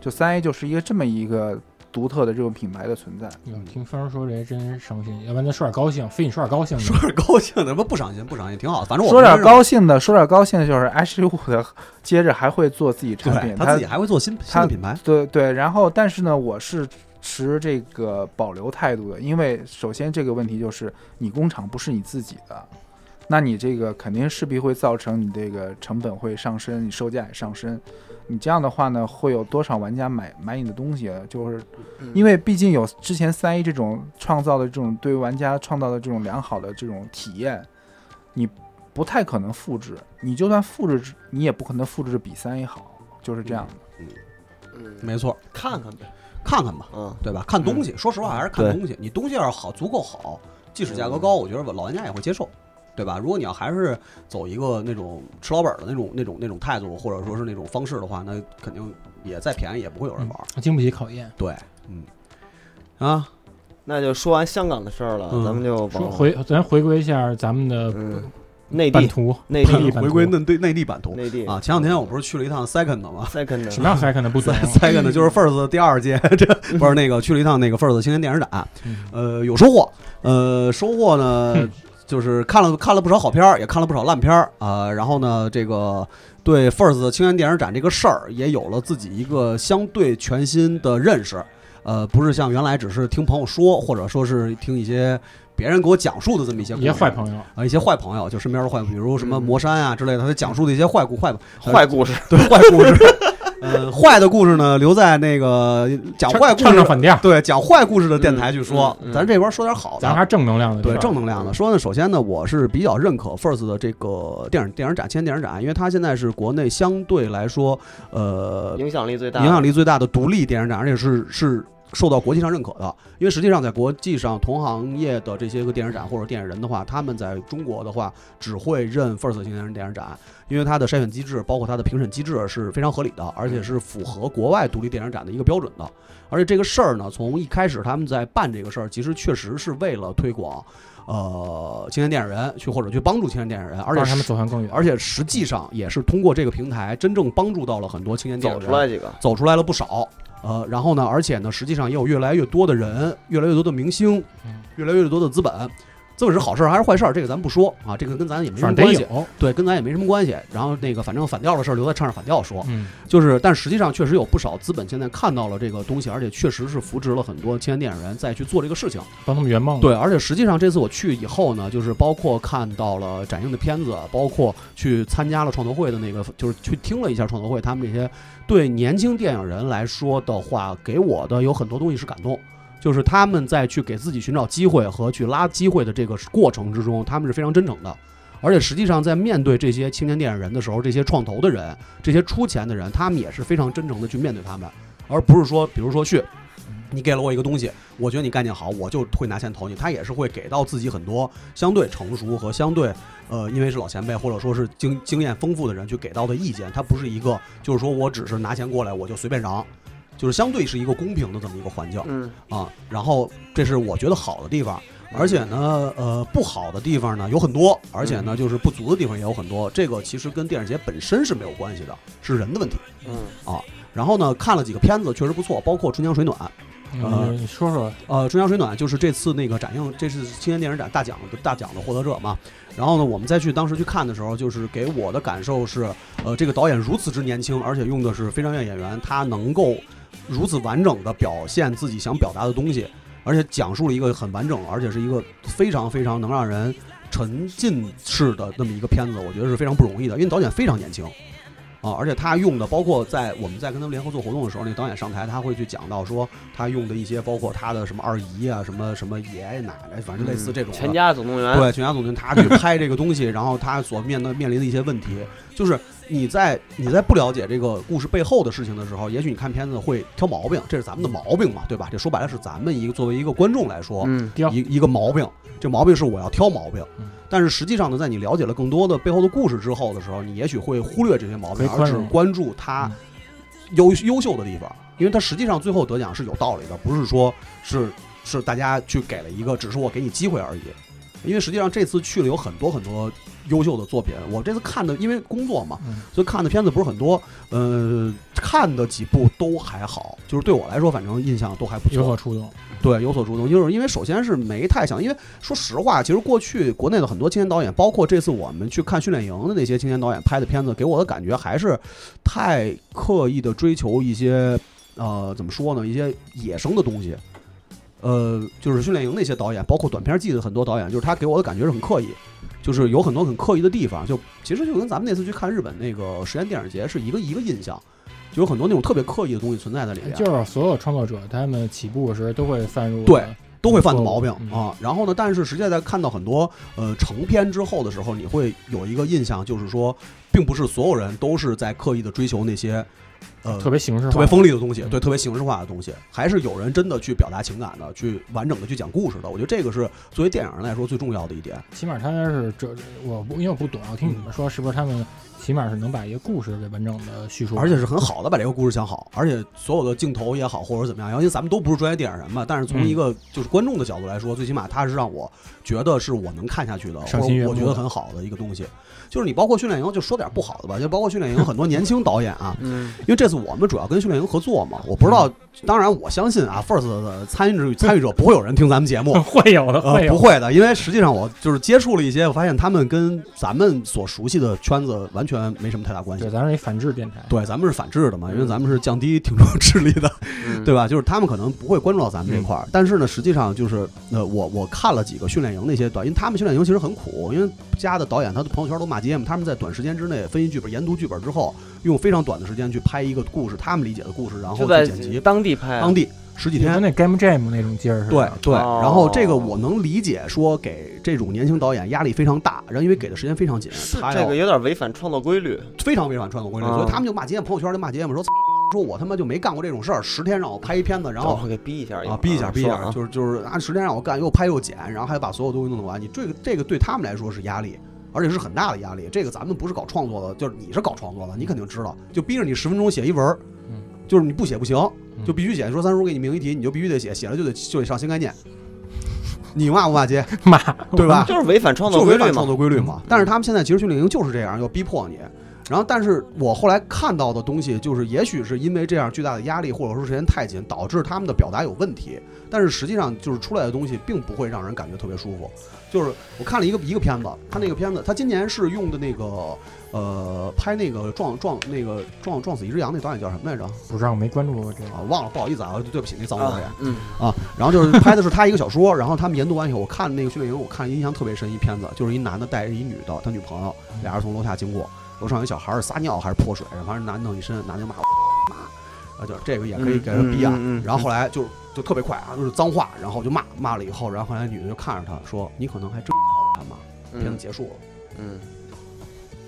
S7: 就三 A 就是一个这么一个独特的这种品牌的存在。
S2: 哟嗯听风儿说这真伤心，要不然咱说点高兴，非你说点高兴的。
S1: 说点高兴的，什么不赏心不赏心，挺好。反正我
S7: 说点
S1: 们
S7: 高兴的，说点高兴的就是 Ashley Wood 接着还会做自己产
S1: 对
S7: 品，，
S1: 他自己还会做新新
S7: 他
S1: 的品牌，
S7: 对对，然后但是呢，我是持这个保留态度的，因为首先这个问题就是你工厂不是你自己的，那你这个肯定势必会造成你这个成本会上升，你售价也上升。你这样的话呢，会有多少玩家买买你的东西？啊就是因为毕竟有之前三 A 这种创造的这种对玩家创造的这种良好的这种体验，你不太可能复制。你就算复制，你也不可能复制比三 A 好，就是这样的。
S6: 嗯，
S1: 没错，
S6: 看看呗，
S1: 看看吧，
S6: 嗯，
S1: 对吧？看东西，说实话还是看
S6: 对
S1: 东西。你东西要是好，足够好，即使价格高，我觉得老玩家也会接受，对吧？如果你要还是走一个那种吃老本的那种、那种、那种态度，或者说是那种方式的话，那肯定也再便宜也不会有人玩儿。
S2: 经不起考验。
S1: 对，嗯，啊，
S6: 那就说完香港的事儿了，
S1: 嗯
S6: 咱们就
S2: 说
S6: 往
S2: 回咱回归一下咱们的
S6: 嗯内
S2: 版
S6: 地
S2: 图，
S6: 内地
S2: 内地版
S1: 回
S2: 图
S1: 归内 对内地版图
S6: 内地
S1: 啊。前两天我不是去了一趟 Second 吗？
S6: second
S2: 什么样才看的不准啊？
S1: Second 呢就是 First 第二届，这不是那个去了一趟那个 First 青年电影展，
S2: 嗯
S1: 呃，有收获，呃，收获呢
S2: 嗯
S1: 就是看了看了不少好片儿，也看了不少烂片儿啊、然后呢，这个对 First 青年电影展这个事儿也有了自己一个相对全新的认识，呃，不是像原来只是听朋友说，或者说是听一些别人给我讲述的这么一 些故
S2: 一些
S1: 事
S2: 坏朋友，嗯
S1: 啊，一些坏朋友，就身边的坏，比如什么魔山啊之类的，他讲述的一些坏故坏
S6: 坏故事，
S1: 对坏故事。呃，坏的故事呢，留在那个讲坏故
S2: 唱唱
S1: 事，
S2: 反调，
S1: 对讲坏故事的电台去说。
S6: 嗯嗯嗯
S1: 咱这边说点好
S2: 咱
S1: 的，
S2: 还是正能量的，
S1: 对
S2: 是吧
S1: 正能量的。说呢，首先呢，我是比较认可 First 的这个电影电影展，青年电影展，因为它现在是国内相对来说，呃，
S6: 影响力最大，
S1: 影响力最大的独立电影展，而且是是受到国际上认可的。因为实际上在国际上同行业的这些个电影展或者电影人的话，他们在中国的话只会认 First 青年电影展，因为它的筛选机制包括它的评审机制是非常合理的，而且是符合国外独立电影展的一个标准的。而且这个事儿呢，从一开始他们在办这个事儿，其实确实是为了推广。呃，青年电影人去或者去帮助青年电影人，而且
S2: 让他们
S1: 实
S2: 走向更远。
S1: 而且实际上也是通过这个平台，真正帮助到了很多青年电
S6: 走
S1: 影人
S6: 出来几个，
S1: 走出来了不少。呃，然后呢，而且呢，实际上也有越来越多的人，越来越多的明星
S2: 嗯，
S1: 越来越多的资本。资本是好事儿还是坏事儿，这个咱不说啊，这个跟咱也没什么
S2: 反正得
S1: 关系，
S2: 有，
S1: 对，跟咱也没什么关系。然后那个，反正反调的事儿留在唱上反调说，
S2: 嗯，
S1: 就是，但实际上确实有不少资本现在看到了这个东西，而且确实是扶植了很多青年电影人再去做这个事情。
S2: 帮他们圆梦。，
S1: 对，而且实际上这次我去以后呢，就是包括看到了展映的片子，包括去参加了创投会的那个，就是去听了一下创投会他们这些对年轻电影人来说的话，给我的有很多东西是感动。就是他们在去给自己寻找机会和去拉机会的这个过程之中，他们是非常真诚的。而且实际上，在面对这些青年电影人的时候，这些创投的人、这些出钱的人，他们也是非常真诚的去面对他们，而不是说，比如说去，你给了我一个东西，我觉得你概念好，我就会拿钱投你。他也是会给到自己很多相对成熟和相对呃，因为是老前辈或者说是经经验丰富的人去给到的意见。他不是一个就是说我只是拿钱过来我就随便嚷，就是相对是一个公平的这么一个环境
S6: 嗯，
S1: 啊。然后这是我觉得好的地方。而且呢，呃，不好的地方呢有很多，而且呢，就是不足的地方也有很多。这个其实跟电影节本身是没有关系的，是人的问题。
S6: 嗯
S1: 然后呢，看了几个片子，确实不错，包括《春江水暖》，呃
S2: 嗯你说说，
S1: 呃，《春江水暖》就是这次那个展映，这次青年电影展大奖的大奖的获得者嘛。然后呢，我们再去当时去看的时候，就是给我的感受是，呃，这个导演如此之年轻，而且用的是非常院演员，他能够如此完整的表现自己想表达的东西，而且讲述了一个很完整，而且是一个非常非常能让人沉浸式的那么一个片子，我觉得是非常不容易的，因为导演非常年轻。啊，而且他用的，包括在我们在跟他们联合做活动的时候，那导演上台，他会去讲到说他用的一些，包括他的什么二姨啊，什么什么爷爷奶奶，反正类似这种的、
S6: 嗯
S1: 啊
S6: 全家总动员，
S1: 对，全家总动员，他去拍这个东西，然后他所面对面临的一些问题，就是你在你在不了解这个故事背后的事情的时候，也许你看片子会挑毛病，这是咱们的毛病嘛，对吧？这说白了是咱们一个作为一个观众来说，
S7: 嗯，
S2: 雕
S1: 一一个毛病，这毛病是我要挑毛病
S2: 嗯。
S1: 但是实际上呢，在你了解了更多的背后的故事之后的时候，你也许会忽略这些毛病，
S2: 会
S1: 而
S2: 宽
S1: 只
S2: 容
S1: 关注它优优秀的地方，因为它实际上最后得奖是有道理的，不是说是是大家去给了一个，只是我给你机会而已。因为实际上这次去了有很多很多优秀的作品，我这次看的，因为工作嘛，
S2: 嗯
S1: 所以看的片子不是很多，呃，看的几部都还好，就是对我来说，反正印象都还不错。
S2: 有所触动。
S1: 对，有所主动，就是因为首先是没太想，因为说实话，其实过去国内的很多青年导演，包括这次我们去看训练营的那些青年导演拍的片子，给我的感觉还是太刻意的追求一些呃怎么说呢，一些野生的东西。呃，就是训练营那些导演，包括短片季的很多导演，就是他给我的感觉是很刻意，就是有很多很刻意的地方，就其实就跟咱们那次去看日本那个实验电影节是一个一个印象，就有很多那种特别刻意的东西存在在里面。
S2: 就是所有创作者他们起步时都会犯入
S1: 对都会犯的毛病
S2: 嗯
S1: 啊。然后呢，但是实际在看到很多呃成片之后的时候，你会有一个印象，就是说，并不是所有人都是在刻意的追求那些呃
S2: 特别形式化，
S1: 特别锋利的东西，
S2: 嗯
S1: 对，特别形式化的东西，还是有人真的去表达情感的，去完整的去讲故事的。我觉得这个是作为电影人来说最重要的一点。
S2: 起码他是这我不因为我不懂，我听你们说是不是他们起码是能把一个故事给完整的叙述，
S1: 而且是很好的把这个故事讲好，而且所有的镜头也好，或者怎么样，因为咱们都不是专业电影人嘛，但是从
S2: 嗯
S1: 一个就是观众的角度来说，最起码它是让我觉得是我能看下去的，
S2: 赏
S1: 或
S2: 心悦
S1: 者
S2: 目
S1: 我觉得很好的一个东西。就是你包括训练营，就说点不好的吧，就包括训练营很多年轻导演啊，
S7: 嗯，
S1: 因为这次我们主要跟训练营合作嘛，我不知道，
S2: 嗯
S1: 当然我相信啊，First 的参与者参与者不会有人听咱们节目，
S2: 会有的，
S1: 呃
S2: 会，有
S1: 不会的，因为实际上我就是接触了一些，我发现他们跟咱们所熟悉的圈子完全没什么太大关系
S2: 对，。咱是一反制电台，
S1: 对，咱们是反制的嘛，因
S6: 嗯
S1: 为咱们是降低听众智力的，对吧？就是他们可能不会关注到咱们
S6: 嗯
S1: 这块儿，但是呢，实际上就是呃，我我看了几个训练营那些短，因为他们训练营其实很苦，因为家的导演他的朋友圈都骂街嘛，他们在短时间之内分析剧本、研读剧本之后，用非常短的时间去拍一个故事，他们理解的故事，然后
S6: 就
S1: 去
S6: 在
S1: 剪辑，
S6: 当地拍啊，
S1: 当地十几
S2: 就
S1: 天
S2: 跟。那 Game Jam 那种劲儿似
S1: 对
S2: 的，
S1: 对，
S6: 哦
S1: 然后这个我能理解，说给这种年轻导演压力非常大，然后因为给的时间非常紧，
S6: 是
S1: 他
S6: 这
S1: 要
S6: 个有点违反创作规律。
S1: 非常违反传统规律，
S6: 啊
S1: 所以他们就骂街，朋友圈就骂街嘛，说说我他妈就没干过这种事儿，十天让我拍一片子，然
S6: 正
S1: 后
S6: 好给逼一下
S1: 啊逼一下逼一下，
S6: 就
S1: 就是就是啊十天让我干，又拍又剪，然后还把所有东西弄完，你这个这个对他们来说是压力。而且是很大的压力，这个咱们不是搞创作的，就是你是搞创作的，你肯定知道，就逼着你十分钟写一文儿，
S2: 嗯
S1: 就是你不写不行，
S2: 嗯
S1: 就必须写。说三叔给你明一题，你就必须得写，写了就得就得上新概念，你骂不骂街，
S2: 骂
S1: 对吧？
S6: 嗯就是违反创
S1: 就
S6: 作
S1: 是
S6: 规
S1: 违
S6: 律
S1: 反
S6: 嘛嗯
S1: 创。作规律嘛。但是他们现在其实训练营就是这样，要逼迫你。然后，但是我后来看到的东西，就是也许是因为这样巨大的压力，或者说时间太紧，导致他们的表达有问题。但是实际上，就是出来的东西并不会让人感觉特别舒服。就是我看了一个一个片子，他那个片子，他今年是用的那个呃，拍那个撞撞那个撞撞死一只羊那导演叫什么来着？
S2: 不知道我没关注过这个，
S1: 啊，忘了，不好意思啊，对不起那脏导演。
S6: 嗯，
S1: 啊，然后就是拍的是他一个小说，然后他们研读完以后，我看那个训练营，我看印象特别深一片子，就是一男的带着一女的，他女朋友，
S6: 嗯
S1: 俩人从楼下经过，楼上有一小孩儿撒尿还是泼水，反正男弄一身，男的就骂我妈，啊，就是这个也可以给他逼啊，
S6: 嗯嗯嗯嗯
S1: 然后后来就就特别快啊，就是脏话，然后就骂骂了以后，然后后来女的就看着他说，你可能还真他妈，片子
S6: 嗯
S1: 结束了，
S6: 嗯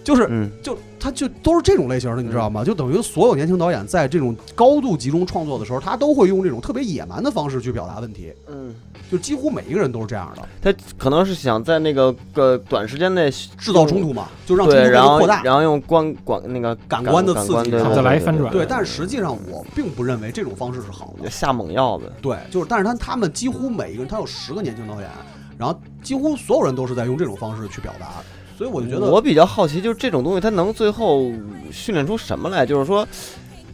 S1: 就是
S6: 嗯，
S1: 就他就都是这种类型的，你知道吗？就等于所有年轻导演在这种高度集中创作的时候，他都会用这种特别野蛮的方式去表达问题。
S6: 嗯，
S1: 就几乎每一个人都是这样的，
S6: 他可能是想在那个个短时间内
S1: 制造冲，突嘛，就让冲突
S6: 对，
S1: 变
S6: 然
S1: 得
S6: 后
S1: 扩大。
S6: 然后用观管那个
S1: 感官的刺激
S6: 感官对
S1: 然后
S6: 对
S2: 再来
S6: 对
S2: 翻转
S1: 对，但是实际上我并不认为这种方式是好的。
S6: 下猛药子，
S1: 对，就是，但是他他们几乎每一个人，他有十个年轻导演，然后几乎所有人都是在用这种方式去表达，所以我就觉得
S6: 我比较好奇，就是这种东西它能最后训练出什么来？就是说。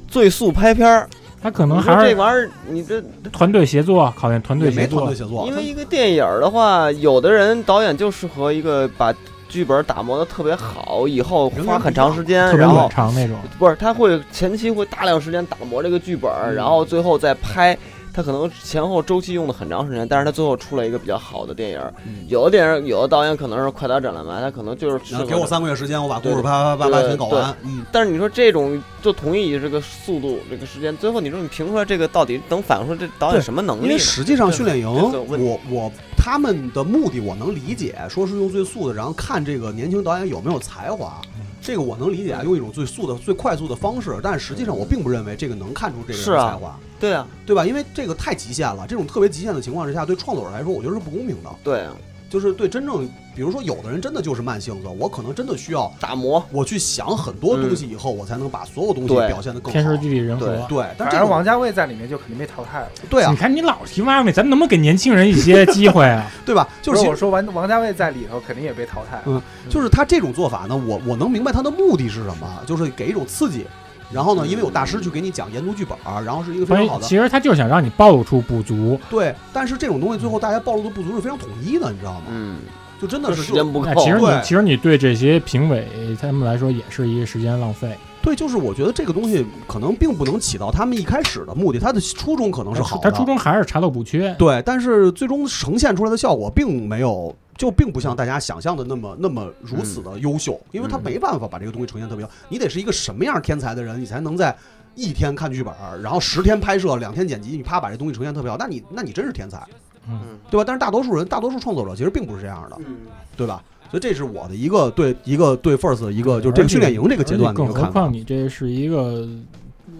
S6: 最速拍片儿，
S2: 他可
S6: 你
S2: 能
S6: 说
S2: 还
S6: 这
S2: 是
S6: 玩意儿，你这
S2: 团队协作，考验团
S1: 也
S2: 队
S1: 没
S2: 协
S1: 团
S2: 作
S1: 队，协作，
S6: 因为一个电影儿的话，有的人导演就适合一个把剧本打磨的特别好，以后
S1: 人
S6: 花
S1: 人
S6: 很
S1: 不
S6: 长
S1: 一
S6: 时
S1: 样
S6: 间
S2: 特，别
S6: 然
S2: 冗
S6: 后
S2: 长那种，
S6: 不是他会前期会大量时间打磨这个剧本，
S1: 嗯
S6: 然后最后再拍。他可能前后周期用的很长时间，但是他最后出了一个比较好的电影。
S1: 嗯
S6: 有的电影，有的导演可能是快刀斩乱麻，他可能就是适
S1: 然
S6: 合
S1: 后给我三个月时间，我把故事啪啪啪啪全搞完，嗯，
S6: 但是你说这种就同意这个速度、这个时间，最后你说你评出来这个到底能反映出这导演
S1: 对
S6: 什么能
S1: 因
S6: 力
S1: 为
S6: 呢？
S1: 实际上
S6: 对
S1: 训练营，
S6: 这个问题
S1: 我我他
S6: 嗯
S1: 们的目的我能理解，说是用最速的，然后看这个年轻导演有没有才华。这个我能理解啊，用一种最速的、最快速的方式，但实际上我并不认为这个能看出这个人
S6: 是
S1: 的
S6: 啊
S1: 才华，
S6: 对啊，
S1: 对吧？因为这个太极限了，这种特别极限的情况之下，对创作者来说，我觉得是不公平的。
S6: 对啊，
S1: 就是对真正，比如说有的人真的就是慢性子，我可能真的需要
S6: 打磨，
S1: 我去想很多东西以后，我才能把所有东西
S6: 嗯对
S1: 表现得更
S2: 天时
S1: 好
S2: 地。利人和。啊
S6: 对
S1: 对，但
S7: 反
S1: 是这
S7: 正
S1: 种
S7: 王家卫在里面就肯定被淘汰了。
S1: 对啊
S6: 嗯
S2: 你，看你老提妈咪，咱们能不能给年轻人一些机会 啊？
S1: 对吧？
S7: 不
S1: 就是是其
S7: 我说王王家卫在里头肯定也被淘汰了。
S1: 就是他这种做法呢，我我能明白他的目的是什么，就是给一种刺激。然后呢，因为有大师去给你讲研读剧本儿，然后是一个非
S2: 所
S1: 常
S2: 以
S1: 好的
S2: 哎其实他就是想让你暴露出不足，
S1: 对。但是这种东西最后大家暴露的不足是非常统一的，你知道吗？
S6: 嗯，
S1: 就真的
S6: 就是时
S1: 就
S6: 间不
S2: 那
S6: 够，
S2: 其实你
S1: 对
S2: 其实你对这些评委他们来说也是一个时间浪费，
S1: 对，就是我觉得这个东西可能并不能起到他们一开始的目的，他的初衷可能是好的，
S2: 他初衷还是查漏补缺。
S1: 对，但是最终呈现出来的效果并没有，就并不像大家想象的那么那么如此
S2: 嗯
S1: 的优秀，因为他没办法把这个东西呈现特别好。你得是一个什么样天才的人，你才能在一天看剧本儿，然后十天拍摄，两天剪辑，你啪把这东西呈现特别好，那你那你真是天才，
S2: 嗯，
S1: 对吧？但是大多数人，大多数创作者其实并不是这样的，
S6: 嗯
S1: 对吧？所以这是我的一个对一个对 first 的一个就是这个训练营这个阶段
S2: 而且
S1: 的一
S2: 更
S1: 个
S2: 何
S1: 看法
S2: 况。你这是一个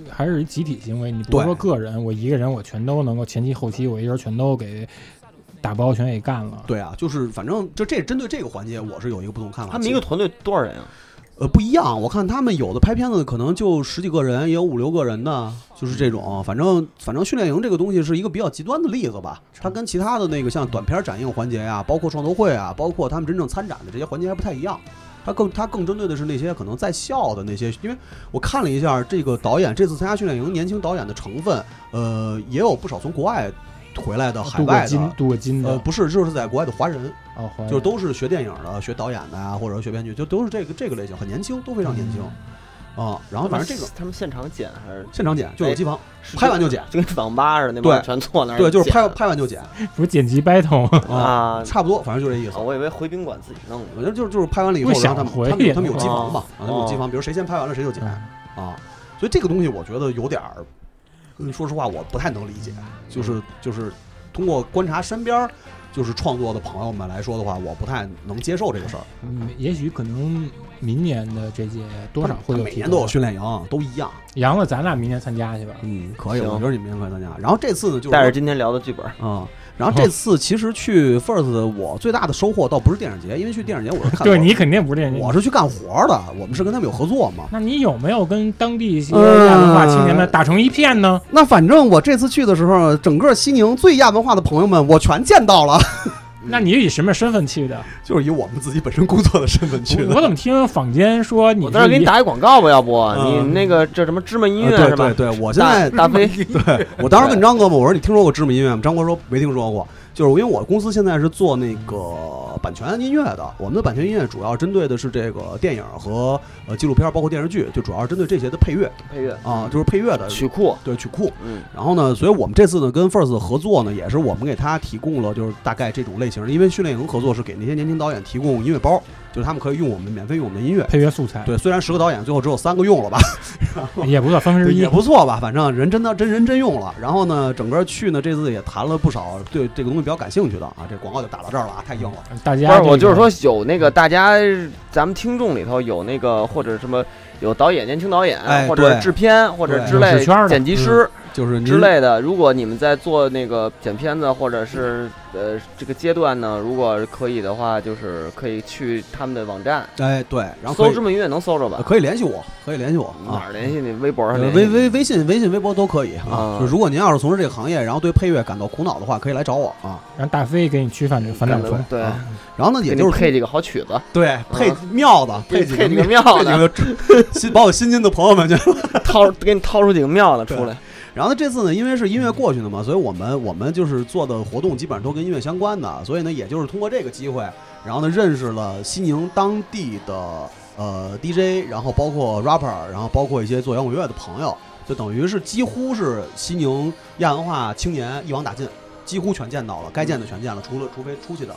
S2: 还是一集体行为，你不
S1: 对
S2: 是说个人，我一个人我全都能够前期后期我一人全都给打包全给干了。
S1: 对啊，就是反正就这针对这个环节，我是有一个不同看法。
S6: 他们一个团队多少人啊？
S1: 呃，不一样。我看他们有的拍片子可能就十几个人，也有五六个人的，就是这种。反正反正训练营这个东西是一个比较极端的例子吧。它跟其他的那个像短片展映环节啊，包括创投会啊，包括他们真正参展的这些环节还不太一样。它更它更针对的是那些可能在校的那些，因为我看了一下这个导演这次参加训练营年轻导演的成分，呃，也有不少从国外回来的海
S2: 啊镀过
S1: 外
S2: 金
S1: 的，
S2: 镀过金的
S1: 呃，不是，就是在国外的华人。
S2: 哦，怀
S1: 就是都是学电影的、学导演的啊，或者学编剧，就都是这个这个类型，很年轻，都非常年轻啊。然后反正这个
S6: 他们现场剪还是
S1: 现场剪，就有机房，
S6: 是
S1: 拍完就剪，
S6: 就跟网吧似的，那帮人
S1: 对
S6: 全坐那儿
S1: 对，就是
S6: 剪
S1: 拍拍完就剪
S2: 不是剪辑 battle
S1: 啊，
S2: 吗？
S6: 啊。
S1: 差不多，反正就这意思
S6: 啊。我以为回啊宾馆自己弄的，
S1: 反正就是就是拍完了以后，
S2: 不
S1: 然
S2: 想
S1: 后他们
S2: 回
S1: 他们有他们有机房嘛
S6: 哦，
S1: 啊，他们有机房，比如谁先拍完了谁就剪
S2: 嗯
S1: 啊。所以这个东西我觉得有点儿，嗯说实话我不太能理解，就是就是通过观察身边儿就是创作的朋友们来说的话，我不太能接受这个事儿。
S2: 嗯，也许可能明年的这届多少会有
S1: 每
S2: 提
S1: 年
S2: 高
S1: 都有训练营，都一样。
S2: 阳了，咱俩明年参加去吧。
S1: 嗯，可以，
S6: 行
S1: 我觉得你们应该参加。然后这次呢，就是
S6: 带着今天聊的剧本，
S1: 啊、然后这次其实去 First，我最大的收获倒不是电影节，因为去电影节我是看
S2: 对
S1: 活
S2: 你肯定不是这
S1: 我是去干活的，我们是跟他们有合作嘛。
S2: 那你有没有跟当地一些亚文化青年们打成一片呢？
S1: 那反正我这次去的时候，整个西宁最亚文化的朋友们，我全见到了， 嗯
S2: 那你是以什么身份去的？
S1: 就是以我们自己本身工作的身份 去的。
S2: 我我怎么听坊间说你
S6: 我在这儿
S2: 是
S6: 给你
S2: 以
S6: 打一广告吧，要不你
S1: 嗯
S6: 那个这什么芝麻音乐
S1: 呃
S6: 是
S1: 对对
S6: 吧？
S1: 对，我现
S6: 大
S1: 在
S6: 大飞
S1: 我当时问张哥嘛，我说你听说过芝麻音乐吗？张哥说没听说过，就是因为我公司现在是做那个版权音乐的，我们的版权音乐主要针对的是这个电影和呃纪录片，包括电视剧，就主要是针对这些的配乐
S6: 配乐
S1: 啊，就是配乐的
S6: 曲库，
S1: 对曲库。
S6: 嗯，
S1: 然后呢，所以我们这次呢跟 First 合作呢，也是我们给他提供了就是大概这种类型的，因为训练营合作是给那些年轻导演提供音乐包，就是他们可以用我们免费用我们的音乐。
S2: 配乐素材，
S1: 对，虽然十个导演最后只有三个用了吧，
S2: 也不算三分之
S1: 对
S2: 一
S1: 也。不错吧，反正人真的真人真用了。然后呢，整个去呢，这次也谈了不少对这个东西比较感兴趣的啊。这广告就打到这儿了啊，太硬了。
S2: 大
S6: 不
S2: 家、
S6: 是我就是，说有那个大家咱们听众里头有那个或者什么有导演年轻导演啊
S1: 哎
S6: 或者
S1: 对
S6: 制片或者
S1: 对
S6: 之
S2: 影
S6: 类
S2: 视圈的
S6: 剪辑师
S1: 就是您
S6: 之，类的，如果你们在做那个剪片子或者是呃这个阶段呢，如果可以的话，就是可以去他们的网站
S1: 哎，对，然后可
S6: 搜
S1: 以
S6: 芝麻音乐能搜着吧
S1: 呃？可以联系我，可以联系我
S6: 哪
S1: 啊。
S6: 儿联系你？微博上
S1: 呃
S6: 联系
S1: 微
S6: 你
S1: 微微信、微信、微博都可以啊
S6: 啊。
S1: 就如果您要是从事这个行业，然后对配乐感到苦恼的话，可以来找我啊。
S2: 让大飞给你驱反这个反
S6: 干
S2: 党
S6: 得
S2: 风。
S6: 对，
S1: 然后呢，啊
S6: 给
S1: 也
S6: 你
S1: 就是
S6: 配几个好曲子，
S1: 对配妙的，
S6: 给
S1: 配几个
S6: 你配几个
S1: 妙
S6: 妙
S1: 配
S6: 的，
S1: 几个新把我新进的朋友们去
S6: 掏给你掏出几个妙的出来。
S1: 然后呢，这次呢，因为是音乐过去的嘛，所以我们我们就是做的活动基本上都跟音乐相关的，所以呢，也就是通过这个机会，然后呢，认识了西宁当地的呃 DJ，然后包括 rapper，然后包括一些做摇滚乐的朋友，就等于是几乎是西宁亚文化青年一网打尽，几乎全见到了，该见的全见了，除了除非出去的，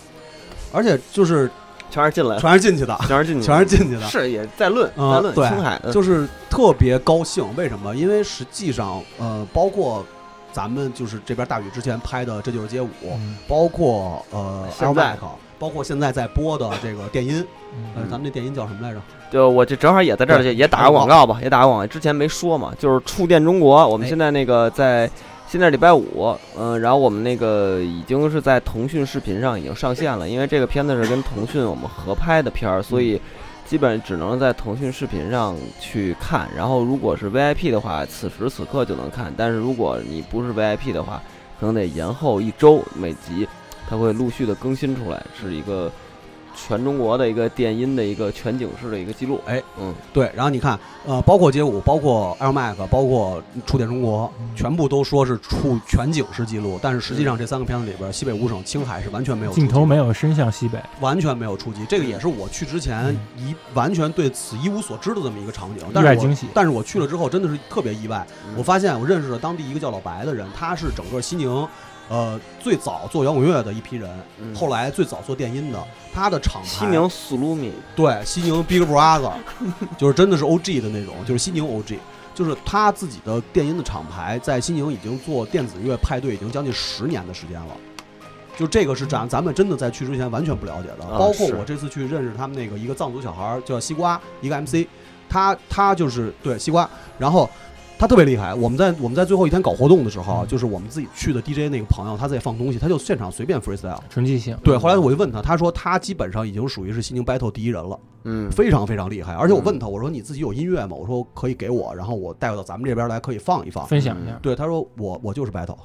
S1: 而且就是
S6: 全是进来，
S1: 全是进去的，
S6: 全是进去，
S1: 啊全是进去的，
S6: 是也在论，
S1: 嗯
S6: 在论
S1: 对
S6: 青海，嗯
S1: 就是特别高兴。为什么？因为实际上，呃，包括咱们就是这边大宇之前拍的《这就是街舞》，
S2: 嗯
S1: 包括呃 L
S6: 现在
S1: Mac，包括现在在播的这个电音，呃，
S2: 嗯
S1: 咱们这电音叫什么来着？
S6: 就我这正好也在这儿，也也打个广告吧，也打个广告。之前没说嘛，就是触电中国，我们
S1: 哎
S6: 现在那个在现在礼拜五，嗯，然后我们那个已经是在腾讯视频上已经上线了，因为这个片子是跟腾讯我们合拍的片儿，所以基本只能在腾讯视频上去看。然后如果是 VIP 的话，此时此刻就能看，但是如果你不是 VIP 的话，可能得延后一周，每集它会陆续的更新出来，是一个。全中国的一个电音的一个全景式的一个记录，
S1: 哎，
S6: 嗯，
S1: 对，然后你看，呃，包括街舞，包括 Air Mac，包括触电中国，
S2: 嗯
S1: 全部都说是触全景式记录，但是实际上这三个片子里边，西北五省、青海是完全没有触及
S2: 镜头没有伸向西北，
S1: 完全没有触及，这个也是我去之前一完全对此一无所知的这么一个场景，但
S2: 嗯意
S1: 是
S2: 外
S1: 我
S2: 惊喜
S1: 但是我去了之后真的是特别意外，
S6: 嗯
S1: 我发现我认识了当地一个叫老白的人，他是整个西宁，呃，最早做摇滚乐的一批人，
S6: 嗯
S1: 后来最早做电音的，他的厂牌
S6: 西宁苏鲁米，
S1: 对西宁 Big Brother，就是真的是 OG 的那种，就是西宁 OG。就是他自己的电音的厂牌，在西宁已经做电子乐派对已经将近十年的时间了，就这个是咱咱们真的在去之前完全不了解的。
S6: 嗯啊
S1: 包括
S6: 是
S1: 我这次去认识他们那个一个藏族小孩儿叫西瓜，一个 MC，他他就是对西瓜，然后他特别厉害。我们在我们在最后一天搞活动的时
S6: 嗯
S1: 候，啊就是我们自己去的 DJ 那个朋友，他在放东西，他就现场随便 freestyle。
S2: 纯即兴。
S6: 嗯
S1: 对，后来我就问他，他说他基本上已经属于是西宁 battle 第一人了。
S6: 嗯，
S1: 非常非常厉害。而且我问他，我说你自己有音乐吗？我说可以给我，然后我带到咱们这边来，可以放一放。
S2: 嗯分享一下，
S1: 对，他说我我就是 battle，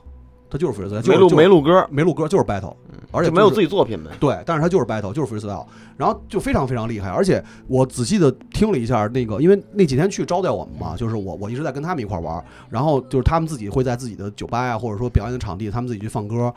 S1: 他就是 freestyle，就
S6: 没
S1: 是
S6: 录
S1: 就是
S6: 没录歌，
S1: 没录歌，就是 battle，而且
S6: 就没有自
S1: 己。
S6: 己作品呗。
S1: 对，但是他就是 battle，就是 freestyle，然后就非常非常厉害。而且我仔细的听了一下那个，因为那几天去招待我们嘛，就是我我一直在跟他们一块儿玩儿，然后就是他们自己会在自己的酒吧呀、或者说表演的场地，他们自己去放歌，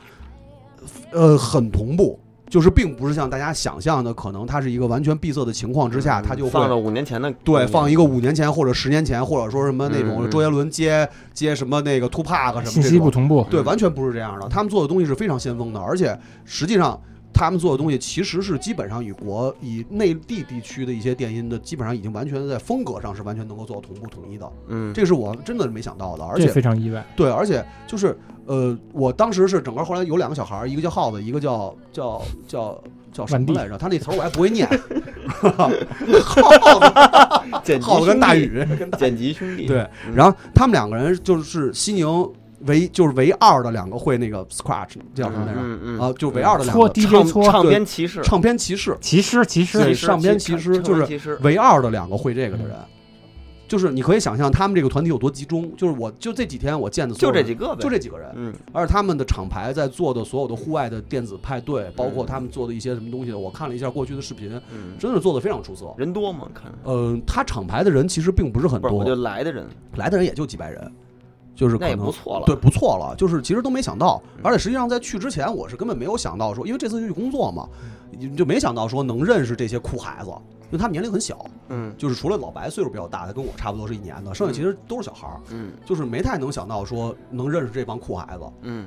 S1: 呃，很同步。就是并不是像大家想象的，可能它是一个完全闭塞的情况之下，它就会
S6: 嗯放了五年前的，
S1: 对，放一个五年前或者十年前，或者说什么那
S6: 嗯
S1: 种
S6: 嗯
S1: 周杰伦接接什么那个 Tupac 什
S2: 信
S1: 么这
S2: 息不
S1: 种，
S2: 同步，
S1: 对，完全不是这样的。他们做的东西是非常先锋的，而且实际上他们做的东西其实是基本上与国以内地地区的一些电音的，基本上已经完全在风格上是完全能够做到同步统一的。
S6: 嗯，
S1: 这个是我真的是没想到的，而
S2: 这
S1: 且
S2: 非常意外。
S1: 对，而且就是呃，我当时是整个后来有两个小孩儿，一个叫耗子，一个叫叫叫叫什
S2: 万
S1: 么
S2: 地
S1: 来着？他那词儿我还不会念， 耗子
S6: 剪辑
S1: 耗子跟大
S6: 兄弟，
S1: 宇跟大
S6: 剪辑兄弟，
S1: 对，
S6: 嗯
S1: 然后他们两个人就是西宁唯就是唯二的两个会那个 scratch 叫什么来着？
S6: 嗯嗯，
S1: 啊，就唯二的两
S2: 搓
S1: 个
S2: DJ
S6: 唱
S2: 搓，
S6: 唱片骑士，
S1: 唱片骑士，
S2: 骑师骑
S1: 对
S2: 师，
S1: 上边骑士
S6: 唱
S1: 就是
S6: 唱片骑士
S1: 唯二的两个会这个的人，就是你可以想象他们这个团体有多集中。就是我就这几天我见的所
S6: 就
S1: 有
S6: 这
S1: 人，
S6: 几个呗，
S1: 就这几个人，
S6: 嗯，
S1: 而且他们的厂牌在做的所有的户外的电子派对，包括他们做的一些什么东西，我看了一下过去的视频，
S6: 嗯
S1: 真的做的非常出色。
S6: 人多吗？看着，
S1: 嗯、他厂牌的人其实并不是很
S6: 不是，我
S1: 多，
S6: 就来的人，
S1: 来的人也就几百人，就是可
S6: 那也
S1: 能
S6: 不错了，嗯
S1: 对，，不错了，就是其实都没想到，而且实际上在去之前，我是根本没有想到说，因为这次去工作嘛，
S6: 嗯
S1: 就没想到说能认识这些酷孩子，因为他们年龄很小，
S6: 嗯
S1: 就是除了老白岁数比较大，他跟我差不多是一年的，剩下其实都是小孩儿，
S6: 嗯
S1: 就是没太能想到说能认识这帮酷孩子，
S6: 嗯，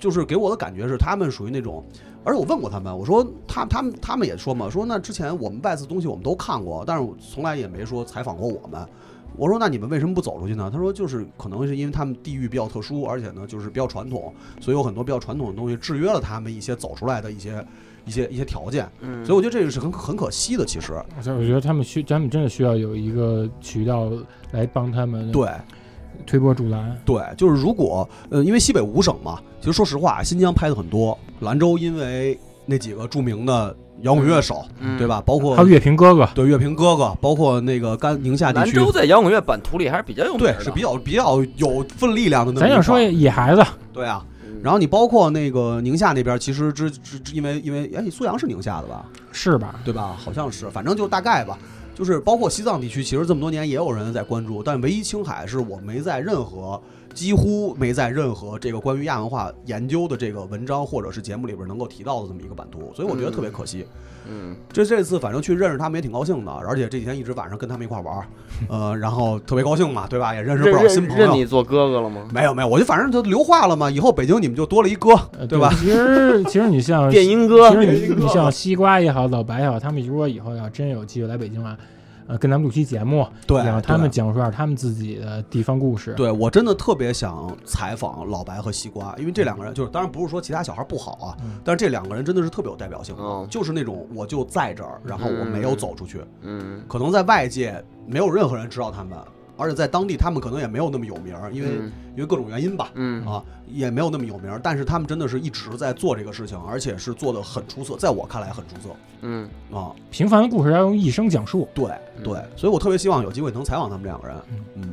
S1: 就是给我的感觉是他们属于那种，而且我问过他们，我说他他们他们也说嘛，说那之前我们外次东西我们都看过，但是我从来也没说采访过我们。我说那你们为什么不走出去呢？他说就是可能是因为他们地域比较特殊，而且呢就是比较传统，所以有很多比较传统的东西制约了他们一些走出来的一些一些一些条件。
S6: 嗯
S1: 所以我觉得这个是很很可惜的，其实
S2: 所以我觉得他们需，咱们真的需要有一个渠道来帮他们
S1: 对。
S2: 推波助澜。
S1: 对，就是如果呃，因为西北五省嘛，其实说实话，新疆拍的很多，兰州因为那几个著名的摇滚乐手，
S6: 嗯
S1: 对吧？包括
S2: 还有乐评哥哥，
S1: 对乐评哥哥，包括那个甘宁夏地
S6: 兰
S1: 区，
S6: 州在摇滚乐版图里还是比较有名
S1: 对
S6: 的，
S1: 是比较比较有份力量的那么
S2: 咱
S1: 一
S2: 想说
S1: 块儿
S2: 野孩子，
S1: 对啊。
S6: 嗯
S1: 然后你包括那个宁夏那边，其实之之之因为因为哎，苏阳是宁夏的吧？
S2: 是吧？
S1: 对吧？好像是，反正就大概吧。就是包括西藏地区，其实这么多年也有人在关注，但唯一青海是我没在任何，几乎没在任何这个关于亚文化研究的这个文章或者是节目里边能够提到的这么一个版图，所以我觉得特别可惜。
S6: 嗯，
S1: 这这次反正去认识他们也挺高兴的，而且这几天一直晚上跟他们一块玩儿，呃，然后特别高兴嘛，对吧？也认识
S6: 认
S1: 不少
S6: 认
S1: 新朋
S6: 认
S1: 友。
S6: 你做哥哥了吗？
S1: 没有没有，我就反正就留话了嘛，以后北京你们就多了一哥，
S2: 呃
S1: 对吧？
S2: 其实其实你像
S6: 电音哥，
S2: 呃其实
S6: 电音
S2: 你
S6: 哥
S2: 你像西瓜也好，老白也好，他们如果以后要真有机会来北京啊，呃跟咱们录期节目，
S1: 对
S2: 然后他们
S1: 对
S2: 讲述一下他们自己的地方故事。
S1: 对我真的特别想采访老白和西瓜，因为这两个人就是，当然不是说其他小孩不好啊，
S2: 嗯
S1: 但是这两个人真的是特别有代表性的，
S6: 哦
S1: 就是那种我就在这儿，然后我没有走出去，
S6: 嗯
S1: 可能在外界没有任何人知道他们，而且在当地他们可能也没有那么有名儿，因为、
S6: 嗯
S1: 因为各种原因吧。
S6: 嗯
S1: 啊，也没有那么有名儿，但是他们真的是一直在做这个事情，而且是做的很出色，在我看来很出色
S6: 嗯
S1: 啊。
S2: 平凡的故事要用一生讲述。
S1: 对对，所以我特别希望有机会能采访他们两个人。嗯，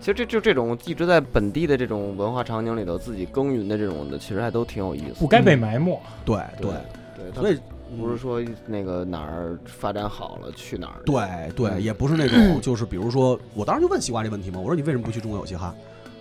S6: 其实这就这种一直在本地的这种文化场景里头自己耕耘的这种的，其实还都挺有意思
S2: 不。该被
S1: 嗯
S2: 埋没，
S1: 对对，
S6: 对，它
S1: 所以嗯
S6: 不是说那个哪儿发展好了去哪儿。
S1: 对对，也不是那种就是比如说，我当时就问西瓜这问题嘛，我说你为什么不去中国有嘻哈？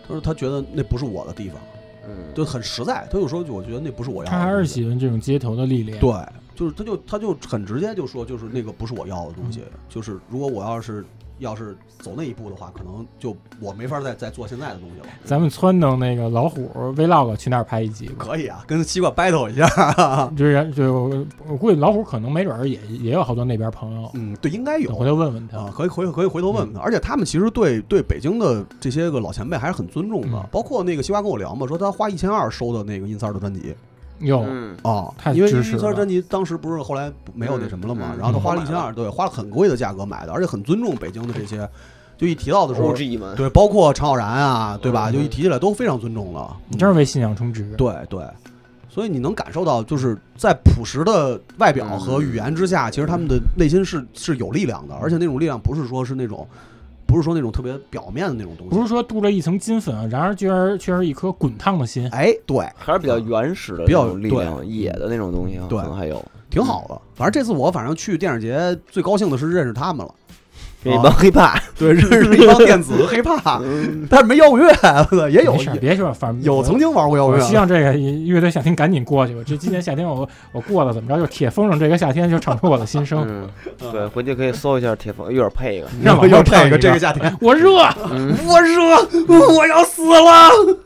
S1: 他说他觉得那不是我的地方，
S6: 嗯，
S1: 就很实在。他就说我觉得那不是我要的
S2: 他还
S1: 东
S2: 是
S1: 西。
S2: 喜欢这种街头的历练。
S1: 对，就是他就他就很直接就说，就是那个不是我要的东西。
S2: 嗯
S1: 就是如果我要是要是走那一步的话，可能就我没法再再做现在的东西了。
S2: 咱们撺掇那个老虎 vlog 去那儿拍一集吧。
S1: 可以啊，跟西瓜 battle 一下。 啊
S2: 就是就我估计老虎可能没准儿也也有好多那边朋友，
S1: 嗯，对，应该有
S2: 我回头嗯问问他。
S1: 啊，可以回可以回头问问他，而且他们其实对对北京的这些个老前辈还是很尊重的
S2: 嗯，
S1: 包括那个西瓜跟我聊嘛，说他花一千二收的那个印三儿的专辑
S2: 哟、
S6: 嗯
S1: 啊
S2: 太，
S1: 因为
S2: 支
S1: 印
S2: 持
S1: 三儿
S2: 了
S1: 专辑当时不是后来没有那什么了嘛，
S6: 嗯嗯
S1: 然后他花了
S6: 嗯
S1: 一千二，对，花了很贵的价格买的，而且很尊重北京的这些，就一提到的时候，
S6: ，OG 嘛，
S1: 对，包括常浩然啊，对吧？
S6: 嗯
S1: 就一提起来都非常尊重了，嗯
S2: 你真是为信仰充值。
S1: 对对。所以你能感受到，就是在朴实的外表
S2: 嗯
S1: 和语言之下，其实他们的内心是是有力量的，而且那种力量不是说是那种，不是说那种特别表面的那种东
S2: 不是
S1: 西。
S2: 说镀了一层金粉，啊然而居然却是一颗滚烫的心。
S1: 哎，对，
S6: 还是比较原始的，
S1: 比较
S6: 力量，野的那种东西啊，
S1: 对
S6: 可能还有
S1: 挺好
S2: 嗯
S1: 的。反正这次我反正去电影节最高兴的是认识他 们了，
S6: 那帮黑怕，
S1: 对，认 识一帮电子 hiphop，但是没摇滚乐，我操 哎也有
S2: 嗯没事儿，别说，反正
S1: 有曾经玩过摇啊
S2: 我
S1: 滚
S2: 希
S1: 乐，
S2: 望这个乐队夏天赶紧过去吧。这今年夏天我我过了怎么着，就铁风筝这个夏天就唱出我的心声，
S6: 嗯，对，回去可以搜一下铁风，一会儿配一个，
S2: 让我
S1: 要
S2: 唱
S1: 这
S2: 一
S1: 个这个夏天，
S2: 我热，
S6: 嗯
S1: 我热，我要死了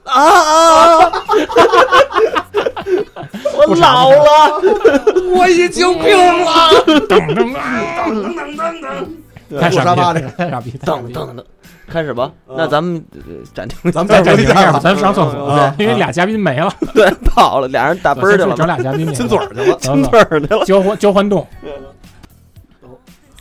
S1: 啊啊！
S6: 我老了，
S1: 我已经病了。
S2: 噔噔噔噔，太
S1: 坐
S2: 傻
S1: 沙
S2: 逼
S1: 发
S2: 了
S1: 里，
S2: 太傻逼，太傻
S6: 等
S2: 逼了。
S6: 等等，开始吧，那咱们呃暂停，
S1: 咱们再
S2: 暂
S1: 整
S2: 停
S1: 一
S2: 一下
S1: 下
S2: 吧，
S1: 吧，
S2: 咱们上厕所
S1: 啊，
S2: 因为俩嘉宾没了，
S6: 对，跑了，俩人打
S2: 打
S6: 奔儿去了
S2: 找
S6: 嘛，
S2: 俩嘉宾去
S1: 亲
S2: 了，
S1: 嘴儿去了。
S2: 走，走
S6: 奔儿 去了，
S2: 交换交换洞。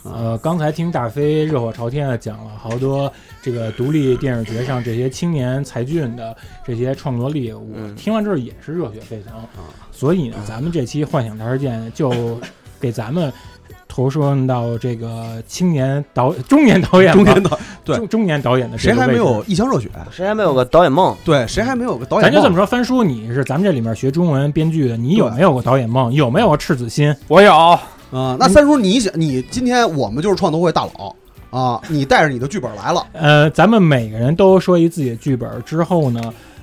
S2: 呃，刚才听大飞热火朝天的讲了好多这个独立电影节上这些青年才俊的这些创作力，我
S6: 嗯
S2: 听完之后也是热血沸腾。
S1: 啊
S2: 所以呢，咱们这期幻想大事件就给咱们投射到这个青年导 中年导演吧
S1: 中间的对
S2: 中中年导演的这
S1: 谁
S2: 个
S1: 还
S2: 位
S1: 没
S2: 置
S1: 有一腔热血？
S6: 谁还没有个导演梦？
S1: 对，谁还没有个导演
S2: 咱
S1: 梦？
S2: 就这么说，翻叔，你是咱们这里面学中文编剧的，你有
S1: 对
S2: 没有过导演梦？有没有过赤子心？
S7: 我有，
S1: 啊、
S2: 嗯
S1: 那三叔，你想，你今天我们就是创投会大佬啊，你带着你的剧本来了，
S2: 呃，咱们每个人都说一自己的剧本之后呢，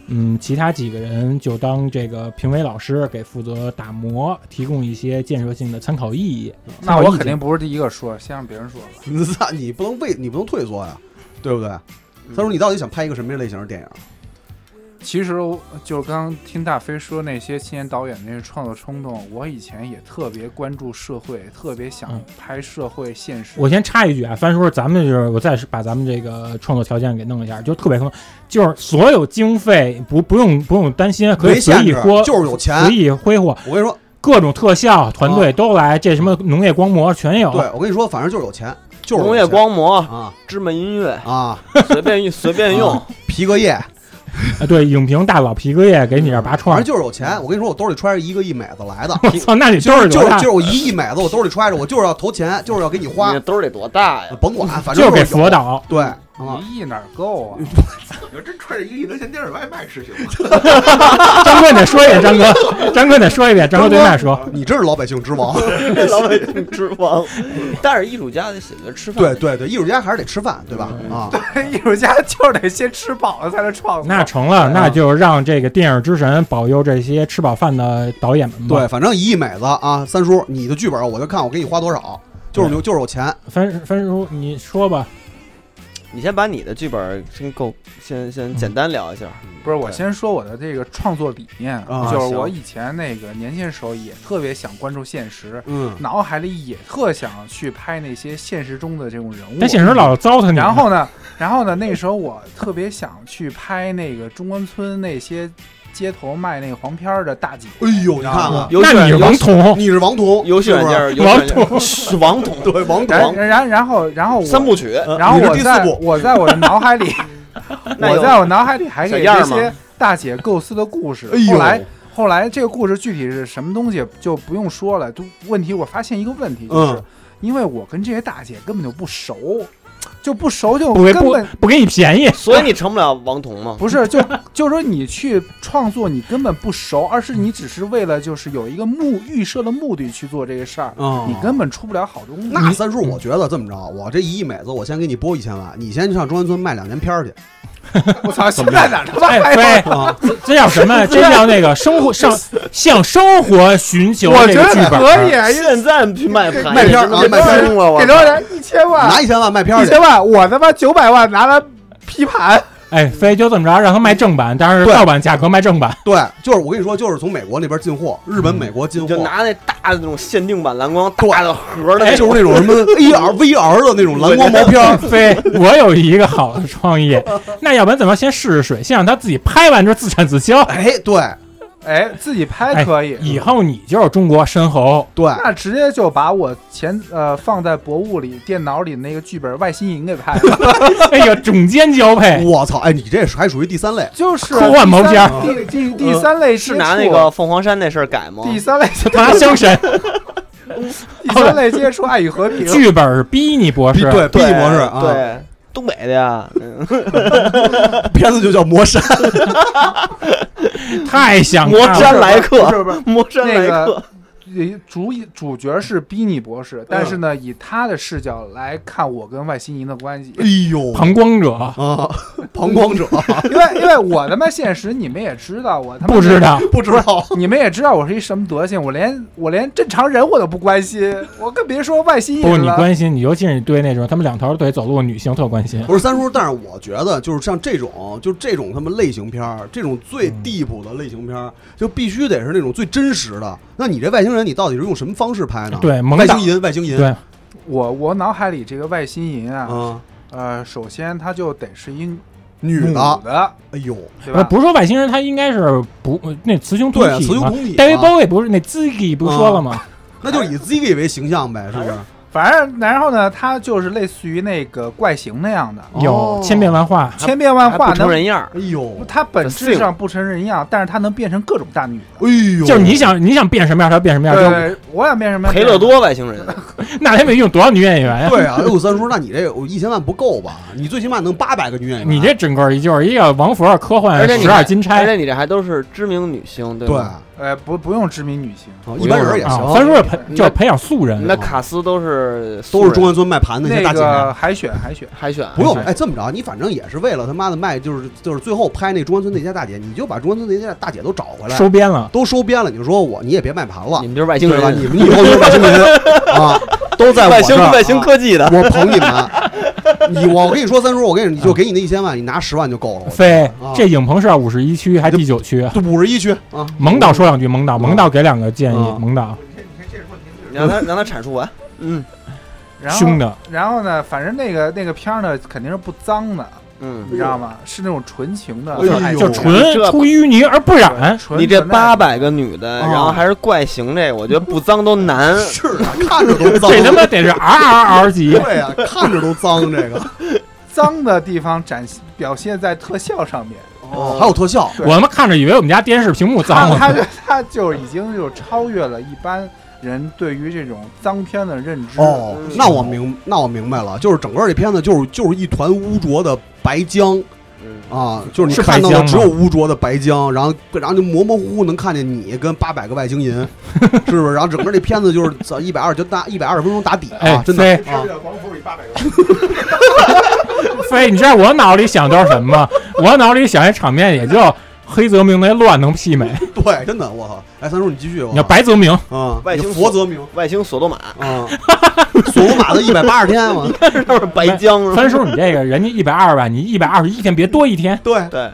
S2: 嗯，其他几个人就当这个评委老师给负责打磨，提供一些建设性的参考意义。
S1: 嗯
S7: 那
S2: 参考意
S7: 我
S2: 见
S7: 肯定不是第一个说，先让别人说吧。
S1: 你操，你不能畏，你不能退缩呀，对不对？三叔，你到底想拍一个什么类型的电影？
S7: 其实我就是刚刚听大飞说那些青年导演那些创作冲动，我以前也特别关注社会，特别想
S2: 嗯
S7: 拍社会现实。
S2: 我先插一句啊，翻叔，咱们就是我再把咱们这个创作条件给弄一下，就特别坑，就是所有经费不不用不用担心，可以
S1: 没
S2: 随
S1: 限
S2: 意
S1: 制
S2: 挥，，
S1: 就是有钱
S2: 随。意挥霍，
S1: 我跟你说，
S2: 各种特效团队都来，这什么农业光魔全有。
S1: 对我跟你说，反正就是有钱， 就是有
S6: 农业
S1: 钱
S6: 光魔，
S1: 啊
S6: 芝麻音乐，
S1: 啊，
S6: 随便用随便用，
S1: 皮革业，
S2: 啊，对，影评大佬皮哥也给你这儿拔
S1: 反
S2: 创
S1: 正，就是有钱。我跟你说，我兜里揣着一个亿美子来的，
S2: 我操，那你
S1: 就
S2: 真
S1: 是
S2: 是
S1: 就
S2: 多
S1: 是
S2: 大
S1: 就是我一亿美子，我兜里揣着，我就是要投钱，就是要给你花
S6: 你，兜儿得多大 呀？
S1: 甭管，反
S2: 就
S1: 正
S2: 是给
S1: 有
S2: 佛。导。
S1: 对啊，
S7: 一亿哪儿够 啊？
S3: 你要真揣着一个亿能嫌电视外卖吃行吗？
S2: 张哥，你再说一遍，张 哥，张哥，你再说一遍，张哥对麦说，
S1: 你这是老百姓之 王。
S6: 老百 姓之王，但是艺术家得写着吃饭。
S1: 对，对对，艺术家还是得吃饭，对吧？啊，
S7: 艺术家就是得先吃饱了才能创作。
S2: 那成了，那就让这个电影之神保佑这些吃饱饭的导演们吧。
S1: 对，，反正一亿美子啊，三叔，你的剧本我就看我给你花多少，就是牛，就是有钱。
S2: 分分叔，你说吧，
S6: 你先把你的剧本先够，先先简单聊一下。
S1: 嗯
S7: 不是，我
S6: 对
S7: 先说我的这个创作理念，
S1: 啊
S7: 就是
S6: 行
S7: 我以前那个年轻时候也特别想关注现实，
S1: 嗯，
S7: 脑海里也特想去拍那些现实中的这种人物。嗯
S2: 但现实老糟蹋你。
S7: 然后呢，然后呢，那时候我特别想去拍那个中关村那些街头卖那个黄片儿的大姐。
S1: 哎呦，你
S7: 知道
S1: 看
S7: 吗
S1: 看，
S6: 游戏
S2: 那你是王彤，
S1: 你是王彤，
S6: 游戏
S1: 是
S6: 软
S1: 不是
S6: 件，
S2: 王
S6: 彤是 王 彤，
S1: 对王
S7: 然
S1: 彤，
S7: 然然后然后
S6: 三
S7: 我，
S6: 部曲，
S1: 呃
S7: 然后
S1: 你是
S7: 我
S1: 第
S7: 在
S1: 四部，
S7: 我在我的 脑海里，
S6: 那
S7: 我
S6: 有
S7: 在我脑海里还给
S6: 小样
S7: 这
S6: 儿吗
S7: 些大姐构思的故事
S1: 哎。呦
S7: 后来后来这个故事具体是什么东西就不用说了。就问题，我发现一个问题，就是
S1: 嗯
S7: 因为我跟这些大姐根本就不熟，就不熟就
S2: 不给
S7: 根
S2: 不
S7: 本
S2: 不给你便宜，
S6: 所以你成不了王 彤嘛？
S7: 不是就就是说你去创作你根本不熟，而是你只是为了就是有一个目预设的目的去做这个事儿，
S1: 嗯
S7: 你根本出不了好东西。
S1: 那三叔，我觉得这么着，我这一亿美子，我先给你拨一千万，你先去上中关村卖两年片儿去。
S7: 我操，现在哪儿他妈
S2: 哎，
S7: 还有？
S2: 对，
S1: 啊，
S2: 这这叫什么？这叫那个生活上向生活寻求
S7: 我
S2: 这
S7: 觉
S2: 个
S7: 得
S2: 剧本。
S7: 可以，
S6: 现在去卖牌，
S1: 卖片儿啊
S6: 真的
S1: 卖片儿
S6: 疯了我
S7: 给多少人？一千万，
S1: 拿一千万卖片儿
S7: 一
S1: 去。
S7: 千万，我他妈九百万拿来批盘，
S2: 哎，非就这么着，让他卖正版，但是
S1: 对
S2: 盗版价格卖正版。
S1: 对，就是我跟你说，就是从美国那边进货，日本、
S2: 嗯
S1: 美国进
S6: 就
S1: 货，哎
S6: 拿那大的那种限定版蓝光大的盒的，
S1: 就是那种什么 AR、VR 的那种蓝光毛 片儿。
S2: 非，我有一个好的创意，那要不然怎么先试试水，先让他自己拍完之后自产自销。
S1: 哎，对
S7: 哎，自己拍可哎以。
S1: 嗯
S2: 以后你就是中国申猴，
S1: 对，
S7: 那直接就把我前呃放在博物里电脑里那个剧本《外星人》给 拍了，
S2: 哎呦，种间交 配，
S1: 我操，哎，你这是还属于第三类。
S7: 就是
S2: 科幻毛片儿呃
S7: 第第第第三类
S6: 是拿那个哦凤凰山那事儿改吗？
S7: 第三类接
S2: 他妈 香神，
S7: 第三类接触爱与和平，
S2: 剧本是逼你博
S1: 比
S2: 士，
S1: 对 B
S6: 对
S1: 模式啊，
S6: 对，东北的呀，嗯
S1: 片子就叫《魔山》，
S2: 太想
S6: 魔
S2: 看了。
S6: 山来客
S7: 不是不是
S6: 魔山来客，
S7: 主主角是比尼博士，但
S6: 嗯
S7: 是呢，以他的视角来看我跟外星人的 关系，
S1: 哎呦
S2: 膀胱者
S1: 啊，膀胱者
S7: 因为因为我他妈现实你们也知道，我他妈
S2: 不知，道，
S1: 不知道，
S7: 你们也知道我是一什么德行，我连我连正常人我都不关心，我更别说外星
S2: 不，
S7: 人
S2: 你
S7: 了。
S2: 关心，你尤其是对那种他们两条腿走路的女性特关心。
S1: 不是三叔。但是我觉得，就是像这种，就这种他们类型片儿，这种最
S2: 嗯
S1: deep 的类型片儿，就必须得是那种最真实的。那你这外星人，你到底是用什么方式拍呢？，
S2: 对，蒙
S1: 外
S2: 打
S1: 星银，外星银，
S2: 对
S7: 我我脑海里这个外星人啊，
S1: 啊，
S7: 呃，首先他就得是一
S1: 女的，
S7: 的，
S1: 哎呦，
S2: 不
S7: 对
S2: 是
S7: 吧？
S2: 不是说外星人，他应该是不那雌雄同
S1: 对啊，雌
S2: 体
S1: 雄
S2: 嘛。
S1: 同体嘛，
S2: David Bowie 不是那 Ziggy 不是说了吗？
S1: 那就以 Ziggy 为形象呗，是不是？
S7: 反正然后呢，他就是类似于那个怪形那样的，
S1: 啊哦
S2: 有千变万化，
S7: 千变万化
S6: 还不成
S7: 能
S6: 人样儿，
S1: 哎呦，
S7: 它本质上不成人样，但是它能变成各种大女的。
S1: 哎呦，
S2: 就是你想你想变什么样，他变什么样。就
S7: 对，我想变什么？
S6: 赔乐。多外星人，
S2: 那他们用多少女演员呀？
S1: 对啊，哎 呦，三叔，那你这我一千万不够吧？你最起码弄八百个女演员，
S2: 你这整个一就是一个王佛科幻
S6: 而且你
S2: 哎十二金
S6: 而
S2: 钗
S6: 且你这还都是知名女星，对
S1: 对
S6: 吧？
S1: 啊，
S7: 呃，不，不用知名女星，
S1: 一般人也
S2: 啊
S1: 行，，
S2: 三叔培
S7: 那
S2: 就是培养素人，
S6: 那卡斯都是素
S1: 都是
S6: 人
S1: 中关村卖盘的那些大
S7: 那
S1: 姐。
S7: 个海选海选，
S6: 海选，
S1: 不用，
S6: 海选
S1: 哎，这么着，你反正也是为了他妈的卖，就是就是最后拍那中关村那些大姐，你就把中关村那些大姐都找回来，
S2: 收编了。
S1: 都收编了，你就说我你也别卖盘了
S6: 你，们就是外星
S1: 对吧？
S6: 人，
S1: 你们以后就是外星人啊，都在我
S6: 外
S1: 这
S6: 星
S1: 儿
S6: 外星
S1: 啊
S6: 科技的，
S1: 我捧你们。你我跟你说，三叔，我跟你你就给你那一千万，你拿十万就够了。
S2: 飞
S1: 啊，
S2: 这影棚是五十一区还是第九区？
S1: 就哦五十一区啊，
S2: 蒙导说两句，蒙导，蒙导给两个建议，
S1: 嗯
S2: 蒙导
S6: 你让他让他阐述完，嗯
S7: 然后
S2: 凶
S1: 哦
S2: 的，
S7: 然后呢，反正那个那个片儿呢，肯定是不脏的，
S6: 嗯
S7: 你。知道吗？是那种纯情的
S1: 哎呦，
S7: 爱情
S2: 就纯
S6: 这
S2: 出淤泥而不染
S7: 对，纯
S6: 你这
S7: 纯的
S6: 八百个女的，
S1: 啊
S6: 然后还是怪形这，我觉得不脏 都难。
S1: 是啊，看着都脏。
S2: 这他妈得是 R R R 级。
S1: 对呀、看着都脏这个。
S7: 脏的地方展现表现在特效上面，
S1: 哦，还有特效，
S7: 对
S2: 我他妈看着以为我们家电视屏幕脏
S7: 他他
S2: 了，
S7: 就他就已经就超越了一般人对于这种脏片的认知。
S1: 哦
S6: 嗯，
S1: 那我明那我明白了，就是整个这片子就是就是一团污浊的白浆
S6: 嗯
S1: 啊，就是你
S2: 是
S1: 看到
S2: 白浆
S1: 的
S2: 吗
S1: 只有污浊的白浆，然后然后就模模糊糊能看见你跟八百个外星 人，是不是？然后整个这片子就是早一百二就打一百二十分钟打底
S2: 哎
S1: 啊，，真的
S2: 飞
S1: 啊，
S3: 王府里八百个，
S2: 飞，你知道我脑里想都是什么吗？我脑里想一场面也就黑泽明那乱能媲美，
S1: 对，真的，我靠！哎，三叔，你继续。我
S2: 你要白泽明，
S1: 啊，
S6: 外
S1: 你
S6: 星
S1: 佛泽明
S6: 外星索多玛，
S1: 啊，索罗马的一百八十天嘛，
S6: 那是白江是吧？
S2: 三叔你这个人家一百二吧，你一百二十一天，别多一天。
S1: 对，
S6: 对，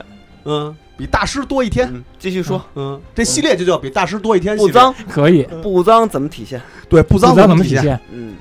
S1: 嗯，比大师多一天，
S6: 嗯，继续说，
S1: 嗯，这系列就叫比大师多一天系
S6: 不
S1: 列，
S6: 脏
S2: 可以，
S6: 不脏怎么体现？
S1: 对，不脏
S2: 不知道
S1: 怎
S2: 怎
S1: 么
S2: 么体
S1: 现？
S2: 现？
S6: 嗯，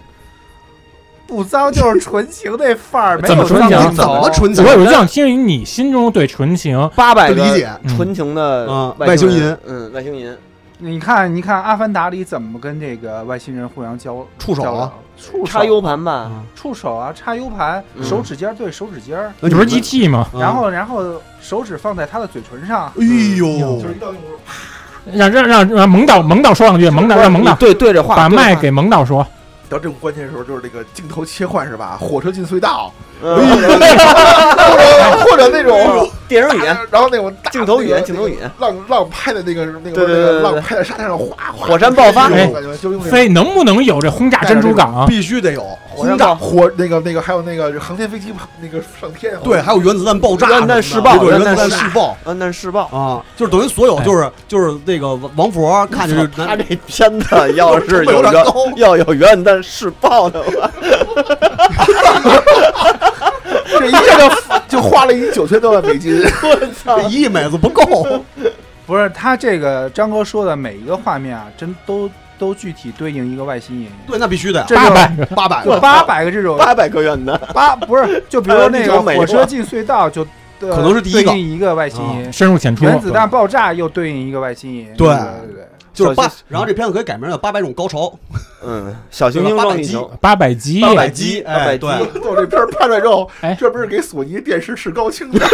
S7: 不脏就是纯情那范儿，没
S2: 怎么
S7: 有
S2: 纯 情
S7: 脏不
S1: 怎
S7: 走
S1: 么纯情
S2: 我有想听你心中对纯情，
S6: 八百
S1: 不
S6: 个
S1: 理解？
S6: 纯情的
S1: 嗯外星
S6: 人
S1: 人，
S6: 嗯，外星人，
S7: 你看，你看《阿凡达》里怎么跟这个外星人互相交
S1: 触手啊嗯
S7: 交流触
S6: 插
S7: 手
S6: U 盘吧，
S7: 触手啊，插 U 盘，
S6: 嗯
S7: 手指尖儿对手指尖儿，
S1: 那
S2: 你不是
S1: 们
S2: GT 吗？
S1: 嗯
S7: 然后然后手指放在他的嘴唇上，
S1: 哎呦
S2: 就，
S3: 就是一到用户
S2: 让让让让蒙导蒙导说两句，蒙导让蒙
S6: 你
S2: 导
S6: 对对着话，
S2: 把
S6: 对着
S2: 麦
S6: 话
S2: 给蒙导说，
S3: 到这种关键时候，就是这个镜头切换是吧？火车进隧道，
S6: 嗯
S3: 或者 或者那
S7: 哎
S3: 种
S6: 电影语言，，
S3: 然后那种大
S6: 镜头语言
S3: 那个
S6: 镜头语言，
S3: 浪浪拍的那个那个
S6: 对对对
S3: 那个
S6: 对对
S3: 浪拍在沙滩上哗哗，
S6: 火哎山爆发
S3: 就
S7: 哎
S3: 那种感觉就用那种
S2: 飞能不能有这轰炸珍珠港？
S1: 必须得有，
S6: 火山
S3: 轰炸
S6: 爆
S3: 火那个那个还有那个航天飞机那个上天，
S1: 对，还有原子弹爆炸什
S6: 原
S1: 么的，
S6: 子弹试爆
S1: 对原
S6: 原子
S1: 子
S6: 弹
S1: 弹
S6: 试
S1: 试爆
S6: 嗯，那是试爆。
S1: 啊，就是等于所有
S2: 哎
S1: 就是就是那个王王佛看着就
S6: 他这片子要是有
S3: 有点
S6: 原
S3: 高
S6: 要有原子弹试爆的话，
S3: 这一下就就花了一九千多万美金，
S6: 我操！
S1: 这一亿美子不够，
S7: 不是他这个张哥说的每一个画面啊，真都都具体对应一个外星人。
S1: 对，那必须的，
S7: 这
S2: 八
S7: 就
S2: 百个
S1: 八百
S7: 就
S1: 个，
S7: 八百个这种
S6: 八百个原子弹，
S7: 八不是，就比如说那
S6: 还
S7: 个
S6: 有那呃种美国
S7: 火车进隧道就可
S1: 可能是第一个
S7: 一个外
S6: 啊
S7: 星人，
S2: 深入浅出。
S7: 原子弹爆炸又对应一个外星人，
S1: 对
S7: 对对。
S1: 就是八
S6: 小心，
S1: 然后这片子可以改名叫《八百种高潮》，
S6: 嗯，小行星撞地球，
S2: 八百级，
S1: 八
S6: 百
S1: 集，
S6: 集八百
S1: 哎，
S6: 集
S1: 对，
S3: 我这片儿拍出来之后
S2: 哎，
S3: 这不是给索尼电视视高清的，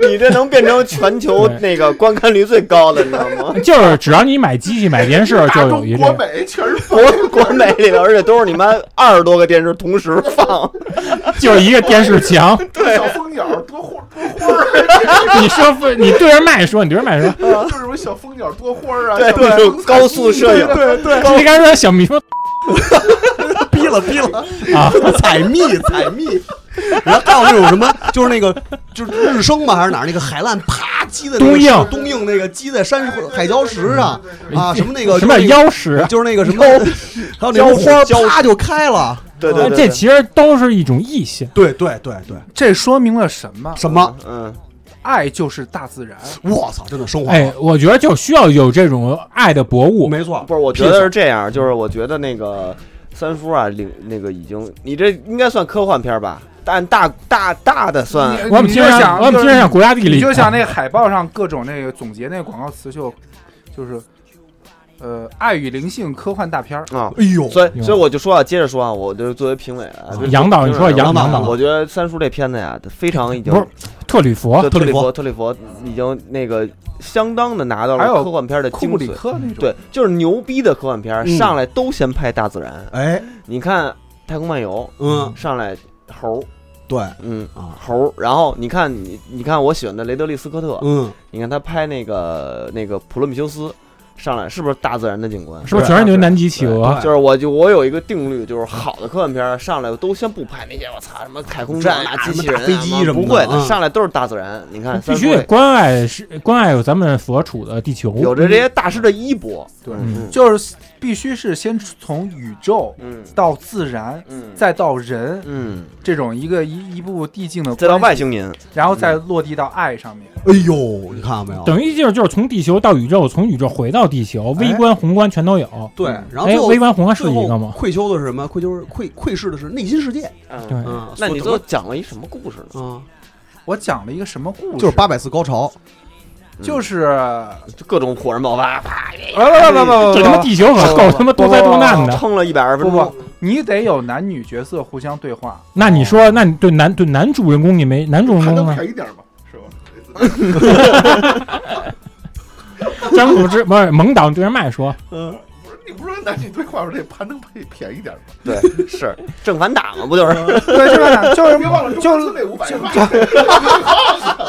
S6: 你这能变成全球
S2: 对
S6: 那个观看率最高的，你知道吗？
S2: 就是只要你买机器 买电视就
S3: 大
S2: 有
S3: 中
S2: 一
S3: 国
S2: 个。
S3: 美全 是
S6: 国国美里边，而且都是你妈二十多个电视同时放，
S2: 就是一个电视 墙。
S3: 小蜂鸟，多花多花儿
S2: 你说不？你对着麦说，你对着麦说，
S3: 啊，就是什么小蜂鸟多花儿啊，
S6: 嗯对
S3: 小
S6: 对
S3: 虫子
S6: 高速摄影
S3: 对对
S2: 这应该说小蜜蜂
S1: 逼了逼 了
S2: 啊，
S1: 采蜜采蜜。然后还有那种什么，就是那个，就是日升吧，还是哪儿那个海浪啪击在那个
S2: 东映
S1: 东映那个击在山海礁石上
S6: 嗯
S1: 啊，什么那个
S2: 什么哎
S1: 就是那个
S2: 妖石，啊
S1: 就是那个什么，还有那种花
S6: 礁石
S1: 啪就开了。
S6: 对对对，
S2: 啊这其实都是一种意象。
S1: 对对对对，
S7: 这说明了什么？
S1: 什么？
S6: 嗯，
S7: 爱就是大自然。
S1: 我操，真的升华了，
S2: 哎，我觉得就需要有这种爱的博物。
S1: 没错，
S6: 不是，我觉得是这样，就是我觉得那个三叔啊，领那个已经，你这应该算科幻片吧？但大大大的算，
S7: 你
S2: 我们
S7: 嗯呃你
S2: 平
S7: 就
S2: 时
S7: 想，
S2: 我们平时像国家地理，啊
S7: 你就像那个海报上各种那个总结那个广告词，就就是呃，爱与灵性科幻大片儿。
S6: 啊。
S1: 哎呦，
S6: 所以，所以我就说啊，接着说啊，我就作为评委啊，就是
S2: 杨导，你说
S6: 就是
S2: 杨
S1: 杨导
S2: 杨导
S6: 我觉得三叔这片子呀，非常已经
S2: 不是哦特吕弗
S6: 对，特
S1: 特里
S6: 佛
S1: 弗
S6: 特里弗已经那个相当的拿到
S7: 还
S6: 了
S7: 有
S6: 科幻片的
S7: 库
S6: 精
S7: 布里
S6: 髓。
S7: 克那种，
S6: 对，就是牛逼的科幻片儿，
S1: 嗯
S6: 上来都先拍大自然。
S1: 哎，
S6: 你看《太空漫游
S1: 嗯》，，
S6: 上来猴儿，
S1: 对
S6: 嗯，
S1: 啊，
S6: 猴儿。然后你看你，你看我喜欢的雷德利·斯科特，
S1: 嗯，
S6: 你看他拍那个那个《普罗米修斯》，上来是不是大自然的景观？
S2: 是不是全是
S6: 对
S2: 牛南极企
S1: 对
S2: 鹅？
S6: 就是我就我有一个定律，就是好的科幻片儿上来都先不拍那些我操什么太空站啊、
S1: 这
S6: 机器
S1: 什么大
S6: 人啊、
S1: 飞机什么的
S6: 不会
S1: 嗯
S6: 上来都是大自然。你看，
S2: 啊必
S6: 三
S2: 须
S6: 叔
S2: 得
S6: 也
S2: 关爱是关爱有咱们所处的地球，
S6: 有着这些大师的衣钵。
S7: 对
S6: 嗯
S7: 就是必须是先从宇宙
S6: 嗯
S7: 到自然，
S6: 嗯
S7: 再到人
S6: 嗯，
S7: 这种一个一一步递进的，
S6: 再到外，星人，
S7: 然后再落地到爱上面。
S1: 哎呦，你看到没有？
S2: 等于就是就是从地球到宇宙，从宇宙回到地球，微观宏观全都有。
S1: 对，
S6: 嗯
S7: 嗯
S1: 然后
S2: 哎
S1: 最，后
S2: 微观宏观是
S1: 最
S2: 一
S1: 后
S2: 个吗？
S1: 愧疚的是什么？愧疚是愧愧视的是内心世界，
S6: 嗯，
S2: 对，
S1: 嗯，
S6: 那你嗯
S1: 所
S6: 都
S1: 以
S6: 讲了一什么故事呢？
S1: 整个啊，
S7: 我讲了一个什么故事？
S1: 就是八嗯百次高潮，
S7: 就是
S6: 就各种火山爆发，啪，
S7: 不不不不
S2: 这他妈地球
S6: 哦
S2: 可够他妈多灾多难的。
S6: 撑了一百二十
S7: 不
S6: 分
S7: 不
S6: 钟。，
S7: 你得有男女角色互相对话。
S2: 那你说，那你对男对男主人公你没男主人
S3: 还
S2: 公
S3: 能
S2: 呢？
S3: 便宜点吗？是吧？
S2: 张鲁之不是蒙导，你对着麦说，
S1: 嗯，
S3: 不是你不是说男女对话吗？这还能配便宜点吗？
S6: 对，是正反打嘛，不就是？
S7: 对，是吧？就是
S3: 别忘了，
S7: 就是
S3: 那五百块。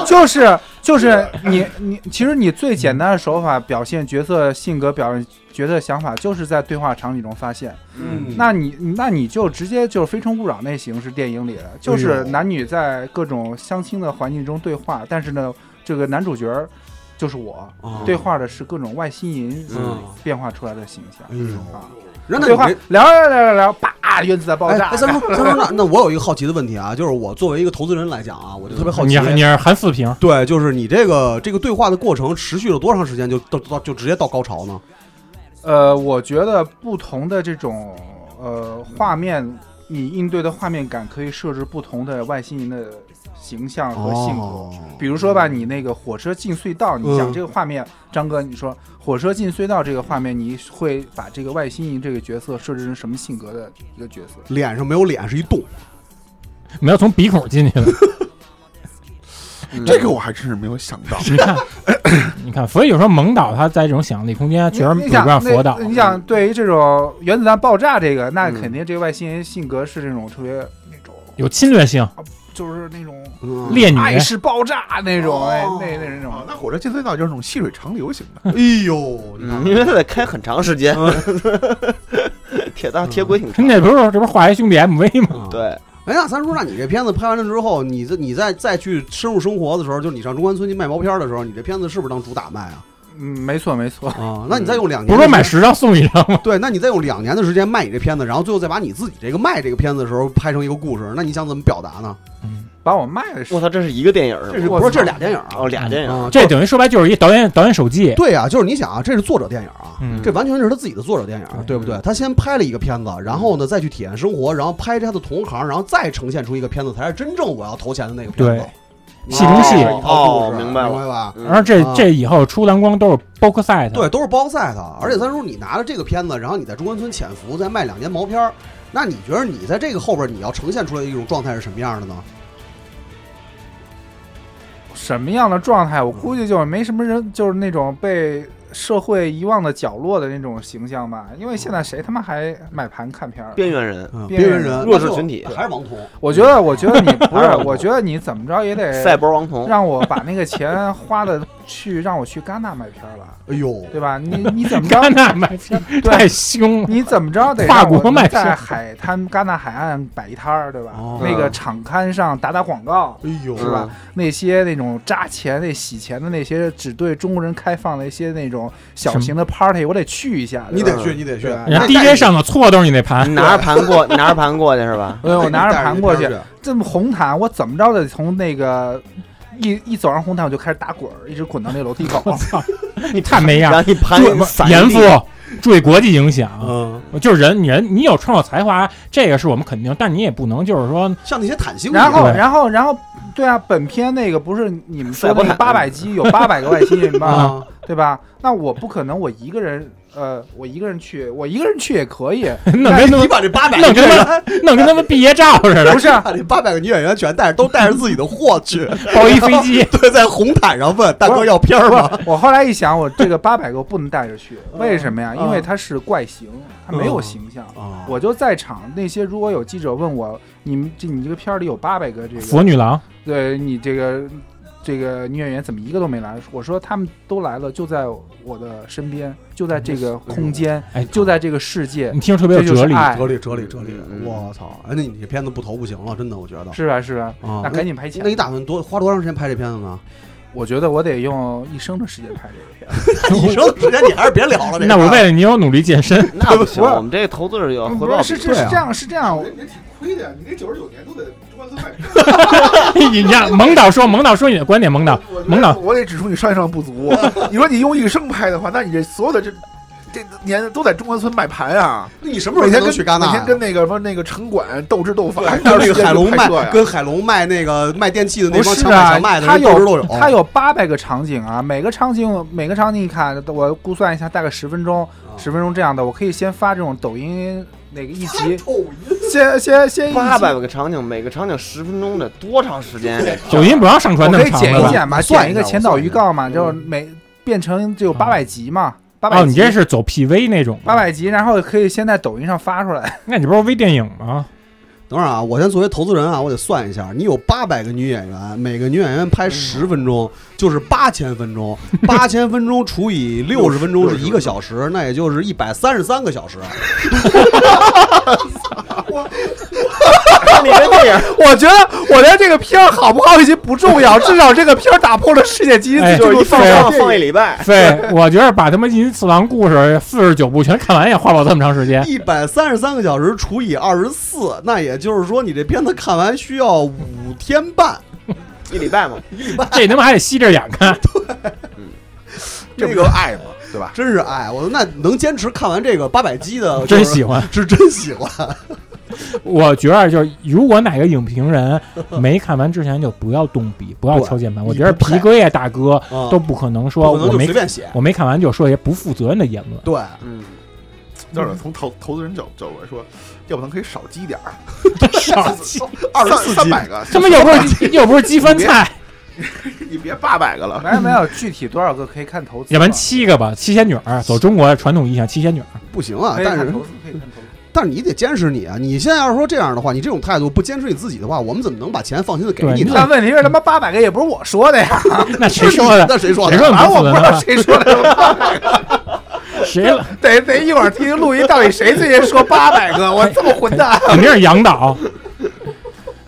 S7: 就是就是你你，其实你最简单的手法表现角色性格、表现角色想法，就是在对话场景中发现。
S1: 嗯
S7: 那你那你就直接就是《非诚勿扰》那形式电影里的，
S1: 嗯
S7: 就是男女在各种相亲的环境中对话，但是呢，这个男主角儿就是我，
S1: 啊
S7: 对话的是各种外星人
S1: 嗯
S7: 变化出来的形象。
S1: 哎呦
S7: 啊，
S1: 然后那
S7: 对
S1: 你
S7: 话
S1: 这
S7: 聊聊聊聊聊，叭，原子弹爆
S1: 哎，
S7: 炸
S1: 哎，三叔，三叔，那那我有一个好奇的问题啊，就是我作为一个投资人来讲啊，我就特别好奇
S2: 你，你是含四瓶，
S1: 对，就是你这个这个对话的过程持续了多长时间就，到到就直接到高潮呢？
S7: 呃，我觉得不同的这种呃画面，你应对的画面感可以设置不同的外星人的形象和性格。
S1: 哦
S7: 比如说吧，你那个火车进隧道，你
S1: 嗯
S7: 想这个画面，张哥，你说火车进隧道这个画面，你会把这个外星人这个角色设置成什么性格的一个角色？
S1: 脸上没有脸是一洞，
S2: 你要从鼻孔进去的。
S3: 这个我还真是没有想到。
S2: 你看， 你看，所以有时候蒙导他在这种想象力空间，确实比
S7: 你
S2: 不上
S7: 想
S2: 佛嗯导
S7: 那。你想，对于这种原子弹爆炸这个，那
S2: 嗯
S7: 肯定这个外星人性格是这种特别那种，
S2: 有侵略性，
S7: 就是那种
S1: 嗯
S2: 烈女，
S7: 爱是爆炸那种，哎
S1: 哦
S7: 那那那种。
S3: 啊那火车进隧道就是那种细水长流型的，
S1: 哎 呦，你看
S7: 嗯
S6: 嗯因为他得开很长时间， 铁道铁轨挺长。
S2: 那不是这不是画一兄弟 MV
S1: 啊，
S2: 吗？
S6: 对，
S1: 哎，那三叔，那你这片子拍完了之后，你这你再再去深入生活的时候，就你上中关村去卖毛片儿的时候，你这片子是不是当主打卖啊？
S7: 嗯，没错没错。
S1: 啊，那你再用两年，
S2: 不是说买十张送一张吗？
S1: 对，那你再用两年的时间卖你这片子，然后最后再把你自己这个卖这个片子的时候拍成一个故事，那你想怎么表达呢？
S7: 把我卖的是
S6: 我操，这是一个电影儿
S7: 这
S6: 吗？
S7: 是
S1: 不是，这是俩电影啊
S6: 哦，俩电影儿。
S1: 啊，
S2: 这
S1: 就
S2: 等于说白就是一导演导演手记。
S1: 对啊，就是你想啊，这是作者电影啊，
S2: 嗯
S1: 这完全是他自己的作者电影，啊对不对？他先拍了一个片子，然后呢再去体验生活，然后拍他的同行，然后再呈现出一个片子，才是真正我要投钱的那个片子
S2: 对。戏中戏
S1: 哦一套故事
S6: 哦明白了
S1: 明白吧？
S6: 嗯
S2: 然后这
S1: 啊
S2: 这以后出蓝光都是 box set，
S1: 对，都是包赛的。而且三叔，你拿着这个片子，然后你在中关村潜伏，再卖两年毛片儿，那你觉得你在这个后边你要呈现出来的一种状态是什么样的呢？
S7: 什么样的状态？我
S2: 嗯
S7: 估计就是没什么人，就是那种被社会遗忘的角落的那种形象吧。因为现在谁他妈还买盘看片儿？
S6: 边缘人
S1: 嗯
S7: 边
S1: 边
S7: 缘
S1: 缘
S7: 人
S1: 人、
S6: 弱势群体
S1: 还是王彤？
S7: 我觉得，我 觉得你不
S6: 还
S7: 是
S6: 是，
S7: 我觉得你怎么着也
S6: 赛
S7: 得
S6: 博王彤，
S7: 嗯让我把那个钱花的去让我去戛纳买片儿吧，
S1: 哎呦，
S7: 对吧？你你怎么着
S2: 戛？纳买票 太凶了。
S7: 你怎么着得
S2: 跨
S7: 让我
S2: 国卖
S7: 能
S2: 片
S7: 在
S2: 儿
S7: 海滩戛纳海岸摆一摊儿，对吧
S1: 哦？
S7: 那
S2: 嗯
S7: 个场刊上打打广告，
S1: 哎呦，
S6: 嗯
S7: 是吧？那些那种扎钱、那洗钱的那些只对中国人开放的一些那种小型的 party，我得去一下。
S1: 你
S7: 对吧
S1: 得去，你得去
S7: 对啊。
S1: 那
S2: 人家
S1: 嗯带
S2: DJ
S1: 你
S2: 上头错都是你那
S6: 你
S2: 盘，
S6: 拿着盘过，拿着盘过去是吧？
S7: 我哎我拿着盘过
S1: 带
S7: 去
S1: 着，这片儿
S7: 这么红毯，我怎么着得从那个一一走上红毯，我就开始打滚儿，一直滚到那楼梯口。
S2: 你太没样
S6: 然
S2: 儿。
S6: 后你
S7: 嗯
S6: 盘
S2: 对
S6: 散
S2: 严
S6: 地
S2: 父注意国际影响，
S1: 嗯，
S2: 就是人人你有创造才华，这个是我们肯定，但你也不能就是 说
S1: 像那些坦星一
S7: 然
S1: 样，
S7: 后，
S2: 对
S7: 然后，然后，对啊，本片那个不是你们说
S6: 赛博
S7: 那
S6: 坦
S7: 八百集有八百个外星人吗？
S1: 啊，
S7: 对吧？那我不可能我一个人，呃，我一个人去，我一个人去也可以，
S2: 弄跟
S1: 你
S2: 他们
S1: 把这八百
S2: 弄
S1: 个
S2: 跟
S1: 演
S2: 他
S1: 员，
S2: 们弄跟他们毕业照似的
S7: 不，是？啊
S1: 把这八百个女演员全带着，都带着自己的货去，
S2: 包一飞机，
S1: 对，在红毯上问大哥要片儿吗？
S7: 我后来一想，我这个八百个我不能带着去，为什么呀？因为它是怪形，它没有形象。
S1: 啊
S7: 我就在场，那些如果有记者问我，你们这你这个片儿里有八百个这
S2: 佛
S7: 个，
S2: 女郎，
S7: 对你这个这个女演员怎么一个都没来？我说他们都来了，就在我的身边，就在这个空间，
S2: 哎，
S7: 就在这个世界，
S2: 你听着特嗯别有哲理，
S7: 爱
S1: 哲理哲理哲理
S6: 哎嗯，嗯
S1: 我操！哎，那你这片子不投不行了，真的，我觉得
S7: 是吧？是吧？
S1: 啊
S7: 那，赶紧拍钱
S1: 那。你打算多花多长时间拍这片子呢？
S7: 我觉得我得用一生的时间拍这个片儿。
S1: 你说的时间你还是别聊了。这
S2: 那
S1: 事儿
S2: 我为了你有努力健 身，
S6: 那不行，
S7: 不是
S6: 我们这投资者有回
S7: 不
S6: 报
S7: 是，
S6: 比
S7: 是是
S1: 对啊
S7: 是这样，是这样。
S3: 人挺亏的呀，你那九十九年都得中关村买票。
S2: 你让蒙导说，蒙导说你的观点，蒙导，
S3: 我觉得
S2: 蒙导
S3: 我得指出你商业上不足。你说你用一生拍的话，那你这所有的这这年都在中关村买盘啊，
S1: 那你什么时
S3: 每
S1: 候才
S3: 天跟
S1: 能去戛纳
S3: 每
S1: 呀？
S3: 天跟那个什么那个城管斗智 斗法，
S1: 跟那个海龙
S3: 拍摄呀
S1: 卖，跟海龙卖那个卖电器的那
S7: 不
S1: 帮
S7: 是
S1: 强买
S7: 啊
S1: 强，卖的
S7: 他
S1: 人都知都
S7: 有
S1: 有。
S7: 他有八百个场景啊，每个场景每个场景你看，我估算一下，大概十分钟，
S1: 啊
S7: 十分钟这样的，我可以先发这种抖音那个一集，先先先一集
S6: 八百个场景，每个场景十分钟得多长时间？
S2: 抖音不让上传
S7: 我
S2: 那么
S7: 可以
S2: 长
S7: 剪
S2: 的
S7: 一
S2: 吧？
S7: 剪嘛，
S1: 我算一下嗯啊
S7: 剪一个前导预告嘛，就是每变成就
S2: 嗯
S7: 八百集嘛，八百
S2: 哦，
S7: 集，
S2: 你这是走 PV 那种吗
S7: 八，百集，然后可以先在抖音上发出来。
S2: 那你不是微电影吗？
S1: 等会儿啊，我先作为投资人啊，我得算一下，你有八百个女演员，每个女演员拍十分钟，就是八千分钟，八千分钟除以六十分钟是一个小时，那也就是一百三十三个小时。
S3: 你这电影， 我觉得，我觉得这个片儿好不好已经不重要，至少这个片儿打破了世界级
S2: 哎
S3: 纪录
S2: 就是一放上
S3: 放一礼拜，
S2: 对，我觉得把他妈《银次郎故事》四十九部全看完也花不了这么长 时间。
S1: 一百三十三个小时除以二十四，那也就是说你这片子看完需要五天半。
S8: 一礼拜嘛，
S2: 这他妈还得吸着眼看，
S1: 那
S3: 这不
S1: 个
S3: 就爱吗？对吧？
S1: 真是爱我，那能坚持看完这个八百集的，
S2: 真喜欢。
S1: 是真喜欢。
S2: 我觉得就是，如果哪个影评人没看完之前就不要动笔，不要敲键盘。我觉得皮哥业大哥
S1: 啊
S2: 都不可能说
S1: 不能
S2: 我
S1: 就
S2: 没
S1: 随便写。
S2: 我没看完就说一些不负责任的言论。
S1: 对，
S3: 但
S7: 嗯
S3: 是从投投资人角角度来说，要不咱可以少积点儿，
S2: 少鸡，
S3: 二
S1: 24集
S3: 三百个，
S2: 他妈又不是又不是鸡翻菜，
S3: 你别八百个了。
S7: 没有没有，具体多少个可以看投 资嘛？
S2: 要不然七个吧，七仙女儿，走中国传统意义上七仙女儿。
S1: 不行啊
S7: 可，以
S1: 但
S7: 看
S1: 是
S7: 投资，可以看投资。
S1: 但是你得坚持你啊！你现在要是说这样的话，你这种态度不坚持你自己的话，我们怎么能把钱放心的给
S2: 对
S1: 你
S2: 你
S1: 呢？
S7: 但问题是他妈八百个也不是我说的呀，
S2: 那谁说的？
S1: 那谁说
S2: 谁
S1: 的？
S2: 说
S3: 啊
S7: 反正
S2: 你
S7: 我
S2: 不
S7: 不
S2: 负
S7: 知
S2: 责
S7: 道
S2: 任？啊
S7: 谁说的，
S2: 谁了？
S7: 得得一会儿听录音，到底谁最近说八百个？我这么混 蛋，
S2: 肯定是杨导。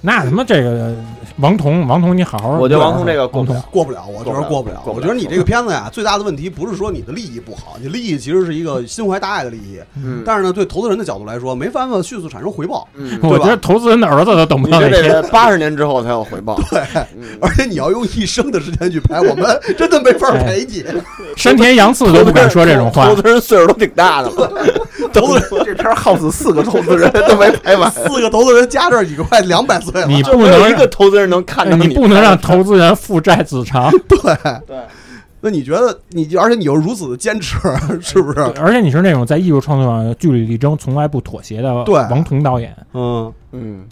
S2: 那他妈这个王彤，王彤你好好，
S8: 我觉得王彤这个过
S2: 王
S8: 不
S2: 彤
S8: 了，
S1: 过不了，我觉得过
S8: 过
S1: 不
S8: 不
S1: 了
S8: 了。
S1: 我觉得你这个片子啊呀，最大的问题不是说你的利益不好，你利益其实是一个心怀大爱的利益，
S8: 嗯
S1: 但是呢，对投资人的角度来说，没办法迅速产生回报。
S8: 嗯，
S2: 我觉得投资人的儿子都等不
S8: 你
S2: 到那
S8: 这
S2: 天。
S8: 得八十年之后才有 回报。嗯
S1: 而且你要用一生的时间去拍，我们真的没法 陪你。
S2: 山田洋次都不敢说这种话
S8: 投。资人岁数都挺大的了，
S1: 投资
S3: 这片儿耗死四个投资人都没拍 完，
S1: 四个投资人加这儿已经快两百岁了。
S2: 你
S8: 就
S2: 不
S8: 没有一
S2: 能哎
S8: 个投资人能看到
S2: 让，你不能让投资人负债自偿。
S1: 那你觉得你，而且你又如此的坚持，是不是？
S2: 而且你是那种在艺术创作上据理力争、从来不妥协的
S1: 对
S2: 王彤导演。
S1: 嗯，
S8: 嗯，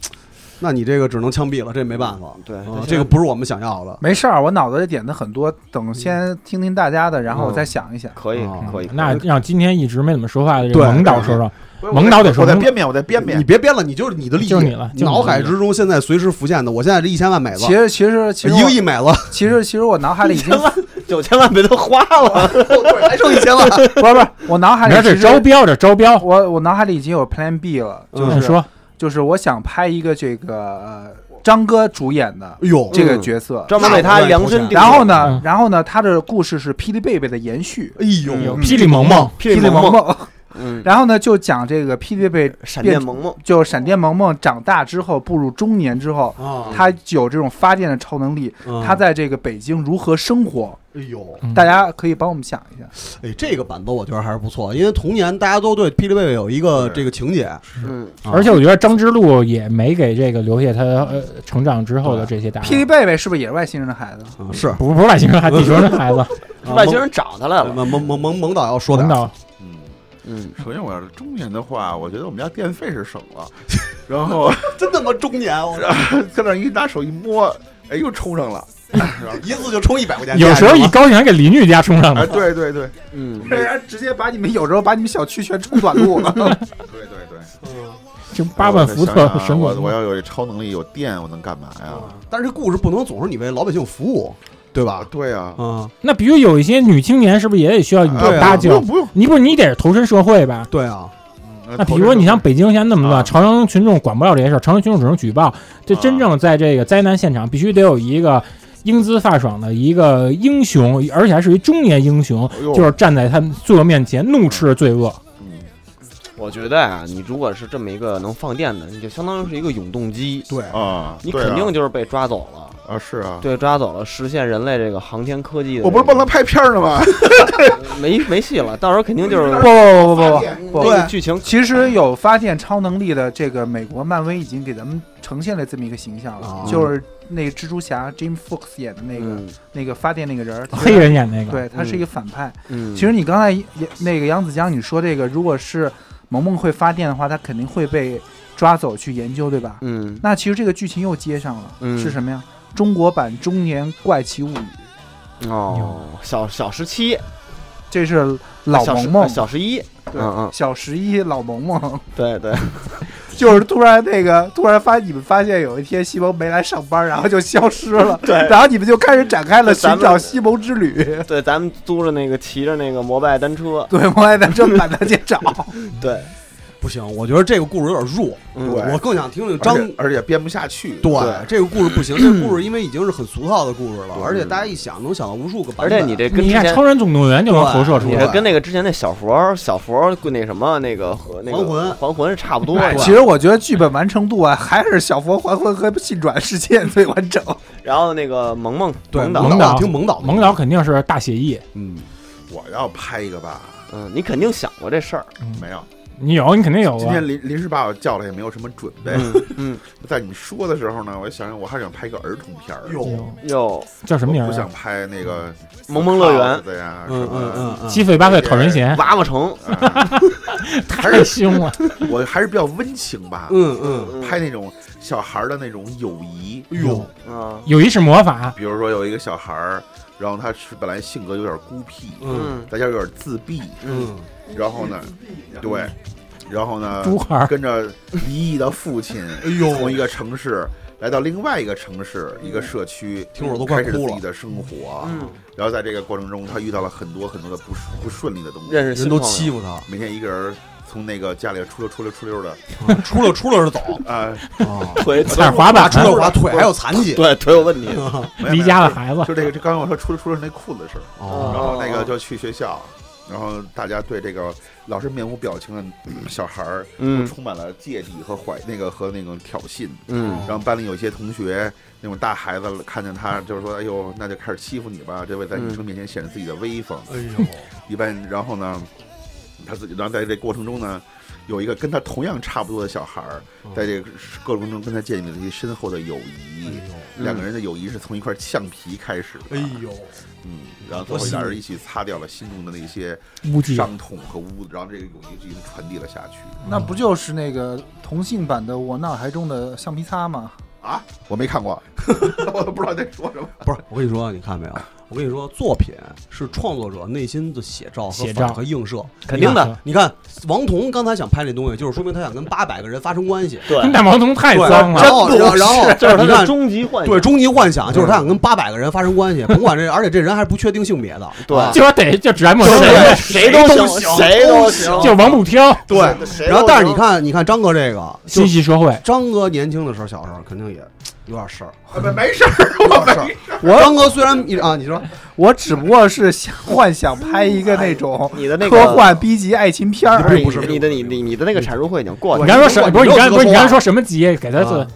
S1: 那你这个只能枪毙了，这没办法。
S8: 对，
S2: 哦
S1: 啊，这个不是我们想要的。
S7: 没事儿，我脑子里点子很多，等先听听大家的，然后我再想一想。
S8: 可以
S1: 嗯
S8: 可以，
S2: 哦那让今天一直没怎么说话的这
S1: 对
S2: 个蒙导说说，蒙
S3: 蒙
S2: 导
S3: 导
S2: 得说
S3: 我在
S2: 蒙
S3: 编编，我在编
S1: 你
S3: 编。
S1: 别编了，你就是你的利益，
S2: 就是你了就是你了
S1: 脑海之中现在随时浮现的，我现在这一千万美了
S7: 其，实其实其实
S1: 一
S7: 我哦
S1: 个亿美了，
S7: 其实其实我脑海里已经
S8: 九千万别都花 了，
S1: 对还剩一 千万。
S7: 不是不是，我脑海
S2: 你
S7: 里
S2: 看这
S7: 其实
S2: 招标，这招标，
S7: 我我脑海里已经有 Plan B 了，就
S2: 你
S7: 是、
S2: 说
S7: 就是我想拍一个这个、呃、张哥主演的
S1: 哎呦，
S7: 这个角色，
S8: 专门为他量身定制。
S7: 然后呢，
S2: 嗯
S7: 然后呢，他的故事是霹雳贝贝的延续，
S1: 哎
S8: 哎
S1: 呦
S8: 呦，
S2: 霹雳萌萌，
S8: 霹雳
S7: 雳
S8: 萌
S7: 萌
S8: 萌，
S7: 梦，
S8: 嗯，
S7: 然后呢就讲这个霹雳贝贝
S8: 闪电萌萌，
S7: 就闪电萌萌长大之后步入中年之后，
S1: 啊，
S7: 他有这种发电的超能力，
S1: 嗯
S7: 他，在这个北京如何生活，
S1: 哎呦，
S2: 嗯
S7: 大家可以帮我们想一下。
S1: 哎，这个版本我觉得还是不错，因为童年大家都对霹雳贝贝有一个这个情节，
S8: 嗯，
S2: 而且我觉得张之路也没给这个留下他呃成长之后的这些答
S7: 霹雳
S2: 案。
S7: 贝贝是不是也是外星人的孩子？
S1: 啊是
S2: 不不是外星人，还地球人的孩 子。
S1: 啊
S8: 外星人找他来了，
S1: 蒙蒙蒙蒙蒙导要说
S2: 蒙
S1: 点儿，
S2: 导，
S3: 嗯，
S8: 嗯，
S3: 首先我要是中年的话，我觉得我们家电费是省了， 然后
S1: 真他妈中年，我
S3: 在那儿一拿手一摸，哎，又充上了。
S1: 一次就充一百块钱，
S2: 有时候
S1: 一
S2: 一高兴还给邻居家冲上
S3: 哎，
S2: 了。
S3: 对对对
S8: 嗯，
S7: 人家直接把你们有时候把你们小区全冲短路了。
S3: 对对对，
S2: 就八万伏特
S3: 我在想啊
S2: 神
S3: 我我
S2: 魔，
S3: 要有超能力，有电，我能干嘛呀？
S1: 但是这故事不能总是你为老百姓服务，对吧？
S3: 对啊，
S1: 嗯，
S2: 那比如有一些女青年，是不是也得需要你
S1: 对
S2: 这
S1: 啊
S2: 搭
S3: 不
S2: 救
S3: 用？不用。
S2: 你不是你得投身社会吧？
S1: 对啊，
S3: 嗯
S2: 那比如说，你像北京现在那么
S3: 啊
S2: 乱，朝阳群众管不了这些事儿，朝阳群众只能举报。这
S3: 啊
S2: 真正在这个灾难现场，必须得有一个英姿飒爽的一个英雄，而且还是一中年英雄，
S3: 哎呦
S2: 就是站在他们罪恶面前怒斥罪恶。
S3: 嗯
S6: 我觉得啊，你如果是这么一个能放电的，你就相当于是一个永动机，
S1: 对，
S3: 啊，
S6: 你
S3: 对啊
S6: 肯定就是被抓走了。
S3: 啊是啊，
S6: 对，抓走了，实现人类这个航天科技的这个。
S3: 我不是帮他拍片儿呢 吗？
S6: 没没戏了，到时候肯定就是
S7: 不不不不不，
S6: 那个剧情
S7: 其实有发电超能力的这个美国漫威已经给咱们呈现了这么一个形象了，
S1: 啊
S7: 就是那个蜘蛛侠 Jim Fox 演的那个、
S6: 嗯
S7: 那个发电那个人儿，
S2: 黑人演那个，
S7: 对他是一个反派。
S6: 嗯，
S7: 其实你刚才也那个杨子江你说这个，如果是萌萌会发电的话，他肯定会被抓走去研究，对吧？
S6: 嗯
S7: 那其实这个剧情又接上了，
S6: 嗯
S7: 是什么呀？中国版《中年怪奇物语》。
S6: 哦，小小时期
S7: 这是老
S8: 小
S7: 萌
S8: 十
S7: 萌，
S8: 小十一，
S7: 对
S8: 嗯嗯
S7: 小十一老萌萌，
S8: 对对，
S7: 就是突然那个突然发你们发现有一天西蒙没来上班，然后就消失了，
S8: 对
S7: 然后你们就开始展开了寻
S8: 咱们
S7: 找西蒙之旅，
S8: 对，咱们租着那个骑着那个摩拜单车，
S7: 对，我也在这满大街找，
S8: 对，
S1: 不行，我觉得这个故事有点弱，
S8: 嗯
S3: 对
S1: 我更想听听
S3: 而
S1: 张
S3: 且而且编不下去。
S1: 对，这个故事不 行，这个故事因为已经是很俗套的故事了，而且大家一想能想到无数个版
S8: 而
S1: 本。
S8: 且你这跟
S2: 你
S8: 之
S2: 看《
S8: 前啊
S2: 超。人总动员》就能投射出
S8: 你
S2: 来
S8: 这
S1: 对，
S8: 跟那个之前那小佛小佛那什么那个和那个
S1: 还魂
S8: 还魂差不多，
S1: 哎
S8: 是吧
S7: 其实我觉得剧本完成度啊，还是小佛还魂和信转事件最完整。
S8: 然后那个萌萌
S1: 对
S8: 萌
S1: 导
S8: 导，
S2: 萌导
S1: 听萌导的
S2: 萌导肯定是大协议，
S1: 嗯，
S3: 我要拍一个吧，
S8: 嗯，你肯定想过这事儿，
S3: 没有，
S2: 你有你肯定有
S3: 今
S2: 啊。
S3: 天临临时把我叫来，也没有什么准备。
S8: 嗯，
S3: 在你说的时候呢，我想想，我还想拍个儿童片儿，
S1: 哟，
S2: 有
S8: 哟，
S2: 叫 什么名
S3: 我
S2: 儿
S8: 嗯
S2: 啊
S3: 不想？拍那个
S8: 萌萌乐园，
S3: 对呀，什
S1: 嗯嗯
S3: 么
S1: 嗯嗯，
S2: 七岁八岁讨人嫌，
S8: 娃娃城，
S3: 啊，
S2: 太凶了。
S3: 我还是比较温情吧，
S1: 嗯嗯，
S3: 拍那种小孩儿的那种友谊，
S1: 哎呦，
S8: 嗯
S2: 有一是魔法，
S3: 比如说有一个小孩儿，然后他是本来性格有点孤僻，
S1: 嗯
S3: 大家有点自闭，
S1: 嗯，
S3: 然后呢，对，然后呢，
S2: 猪孩儿
S3: 跟着离异的父亲， 哎呦，从一个城市来到另外一个城市，一个社区，
S1: 嗯听着我都快
S3: 开始
S1: 哭
S3: 自
S1: 了
S3: 己的生活，
S8: 嗯，
S3: 然后在这个过程中，他遇到了很多很多的不顺不顺利的东西，
S8: 认识
S1: 嗯人
S8: 新
S1: 都
S8: 朋友
S1: 欺负他，
S3: 每天一个人从那个家里出溜出溜出溜的，
S1: 啊出了出了是走
S3: 啊，
S1: 啊，
S8: 腿
S2: 踩滑板
S1: 出了滑腿还有残疾，
S8: 对腿有问题，
S1: 啊
S3: 没有
S2: 离家的孩子
S3: 就，这个，这刚刚我说出溜出溜那裤子的事儿，然
S1: 哦，
S3: 后那个就去学校。然后大家对这个老是面无表情的嗯小孩儿，
S8: 嗯
S3: 充满了芥蒂和怀那个和那种挑衅，
S8: 嗯，
S3: 然后班里有一些同学，那种大孩子看见他，就是说：“哎呦，那就开始欺负你吧！”这位在女生面前显示自己的威风。
S1: 哎呦，
S3: 一般，然后呢，他自己，然后在这过程中呢，有一个跟他同样差不多的小孩儿，
S1: 哦
S3: 在这个过程中跟他建立了一些深厚的友谊。两个人的友谊是从一块橡皮开始的。
S1: 嗯哎呦，
S3: 嗯，然后最后俩人一起擦掉了心中的那些
S2: 估计
S3: 伤痛和污，然后这个友谊就一直传递了下去。
S7: 那不就是那个同性版的《我脑海中的橡皮擦》吗？
S3: 啊，我没看 过，我都不知道在说什么。
S1: 不是，我跟你说，你看没有？我跟你说，作品是创作者内心的写照和
S2: 写
S1: 反
S2: 照
S1: 和映射，
S8: 肯定的，
S1: 你看，王彤刚才想拍这东西，就是说明他想跟八百个人发生关系。
S8: 对，
S2: 大毛童太
S1: 对，
S2: 脏
S1: 然
S2: 了，
S1: 后，然后，然后，
S8: 这是他
S1: 你
S8: 的
S1: 看，
S8: 终极幻想，
S1: 对，终极幻想就是他想跟八百个人发生关系，甭管这，而且这人还不确定性别的。
S8: 对
S1: 啊
S2: 就说得就只爱陌生人，
S8: 谁谁都行，谁都行，
S2: 就王不挑。
S1: 对。
S8: 谁都行
S1: 然后，但是你，看，你看张哥这个，就
S2: 信息社会，
S1: 张哥年轻的时候，小时候肯定也有点事儿。
S3: 没没事儿，我没
S1: 张哥虽然一啊，你说
S7: 我只不过是想幻想拍一个 那种
S8: 你的那个
S7: 科幻 B 级爱情片儿而已，
S8: 你的你你你的那个阐述会已经过去
S2: 你
S8: 了，
S2: 刚说什？不是你刚
S1: 你
S2: 不是你
S1: 没有资格说
S2: 刚
S1: 话
S2: 说什么级？给他
S1: 啊
S2: 字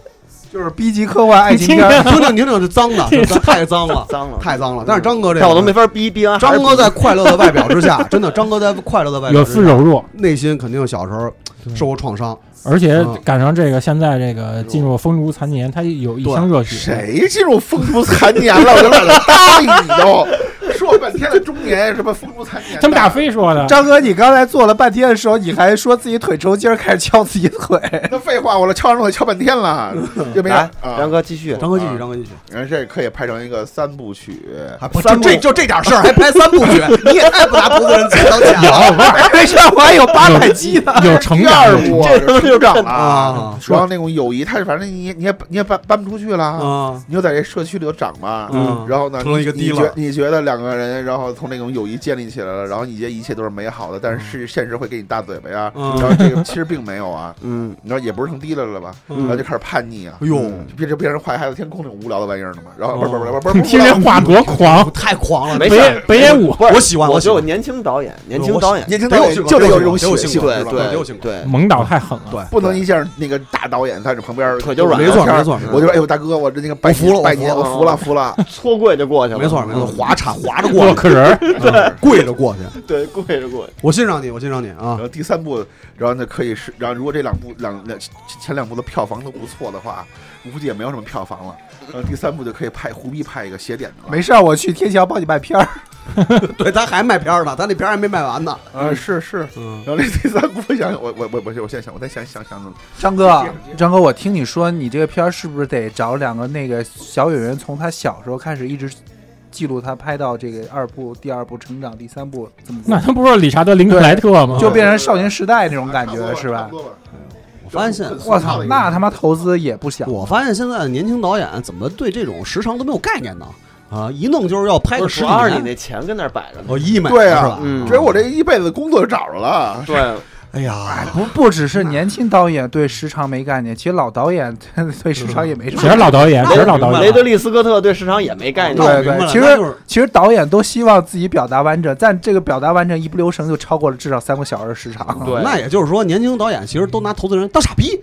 S7: 就是 B 级科幻爱情片
S2: 你
S7: 儿。
S1: 听听听听这脏的，这太脏了，
S8: 脏了，
S1: 太脏了。但是张哥这个，
S8: 但我都没法逼逼完。
S1: 张哥在快乐的外表之下，真的，张哥在快乐的外表
S2: 有
S1: 之
S2: 丝
S1: 下，
S2: 柔弱，
S1: 内心肯定小时候受过创伤。
S2: 而且
S1: 嗯
S2: 赶上这个现在这个进入风烛残年，他有一腔热血。
S3: 谁进入风烛残年了？我就懒得搭理你 都。说半天的中年什么风烛残年 的，
S2: 他们大飞说的，
S7: 张哥，你刚才做了半天的时候，你还说自己腿抽筋儿，开始敲自己腿。
S3: 那废话，我了敲完了我敲半天 了，这没
S8: 来
S3: 啥，啊。
S8: 张哥继续，
S1: 张哥继续，张哥继续，
S3: 然后这可以拍成一个三部曲，
S1: 还不就
S8: 三部
S1: 这就这点事儿还拍三部曲， 你也 太不拿不做人自当钱了。
S7: 没事，我还有八百 G 呢。
S2: 有成
S3: 第
S2: 长
S3: 二
S2: 有
S1: 嗯
S2: 成
S3: 部
S8: 这他妈就
S3: 成长
S1: 啊
S3: 了，主要那种友谊，他反正你也你也你也搬搬不出去了，
S1: 啊，
S3: 你就在这社区里头长嘛，
S1: 嗯
S3: 然后呢，
S1: 成了一个
S3: 你你
S1: dealer
S3: 觉你觉得两个人，然后从那种友谊建立起来了，然后你觉得一切都是美好的，但是现实会给你大嘴巴呀，
S1: 嗯
S3: 然后这个其实并没有啊，
S8: 嗯，
S3: 你知道也不是成低了了吧，
S1: 嗯
S3: 然后就开始叛逆啊，
S1: 哎呦
S3: 嗯就变成变成坏孩子天空那种无聊的玩意儿了嘛，然后
S1: 哦
S3: 不是不是不是不是
S2: 你
S3: 不
S2: 听这
S3: 是
S2: 话多狂！
S1: 太狂了，
S8: 没
S2: 北
S8: 事
S2: 野
S8: 儿
S2: 北野武
S8: 不是
S1: 哎我喜欢
S8: 我
S1: 我
S8: 觉
S1: 喜
S8: 得我
S1: 欢
S8: 年轻导演，年轻导演，
S3: 年轻
S1: 得
S3: 导
S1: 有
S3: 演
S1: 性格
S3: 就得有
S1: 得
S3: 这
S1: 有
S3: 种
S1: 性格
S3: 血性，
S8: 对
S3: 是吧
S1: 得有
S8: 对
S1: 性格
S8: 对，
S2: 蒙导太狠了，
S1: 对
S3: 不能一下那个大导演在这旁边
S8: 腿就软了
S1: 没错
S3: 聊天
S1: 没错没错
S3: 我就哎呦大哥，我这那个拜
S1: 我服了我服了
S3: 拜年，我服了服了，
S8: 搓跪就啊过去了，
S1: 没错没错，
S8: 嗯，
S1: 滑铲滑着
S2: 洛
S1: 过去，
S2: 克人儿，
S1: 嗯跪着过去。
S8: 对跪着过去，
S1: 我欣赏你，我欣赏你啊
S3: 然！后第三部，然后呢可以是，然后如果这两部两两前前两部的票房都不错的话，估计也没有什么票房了。然后第三部就可以拍胡逼拍一个邪点的了。
S7: 没事儿，我去天桥帮你卖片儿。
S1: 对他还卖片儿呢，他那片儿还没卖完呢。
S3: 啊，是是。
S1: 嗯
S3: 然，后这第三部我想我我我我我现在想我再想想想怎么
S7: 张哥，张哥，我听你说你这个片儿是不是得找两个那个小演员，从他小时候开始一直记录他拍到这个二部、第二部成长、第三部这么多
S2: 那他不是理查德·林克莱特吗？
S7: 就变成少年时代那种感觉了，是
S3: 差
S7: 吧
S3: 不？多吧？
S1: 我发现，
S7: 我操，那他妈投资也不小。
S1: 我发现现在的年轻导演怎么对这种时长都没有概念呢？啊，一弄就是要拍个十
S8: 主
S1: 几
S8: 要是你
S1: 年，
S8: 那钱跟那儿摆着呢。
S1: 哦，一美
S3: 对
S1: 是
S3: 啊
S1: 吧？
S8: 嗯
S3: 这我这一辈子工作就找着了，
S8: 对，
S1: 哎呀，
S7: 不不只是年轻导演对时长没概念，其实老导演 对时长也没什么
S2: 谁是老导演？谁是老导
S8: 雷
S2: 演？
S8: 德利·斯科特对市场也没概
S1: 那我
S8: 念。
S7: 对
S1: 明白
S7: 对，
S1: 了
S7: 其
S1: 那就是
S7: 实其实导演都希望自己表达完整，但这个表达完整一不留神就超过了至少三个小时时长。
S8: 对
S1: 嗯那也就是说，年轻导演其实都拿投资人当傻逼，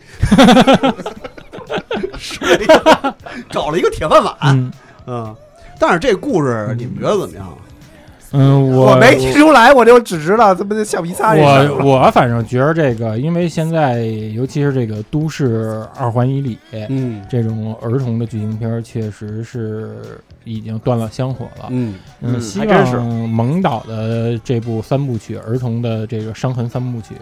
S1: 是这意思找了一个铁饭碗。
S2: 嗯
S1: 嗯，但是这故事你们觉得怎么样？
S2: 嗯，
S7: 我
S2: 我
S7: 没听出来，我就只知道这不就橡皮擦这事儿
S2: 我
S7: 吗。
S2: 我反正觉得这个，因为现在尤其是这个都市二环以里，
S1: 嗯
S2: 这种儿童的剧情片儿确实是已经断了香火了。
S1: 嗯，
S8: 嗯
S2: 希
S8: 还真是
S2: 望蒙导的这部三部曲，儿童的这个伤痕三部曲，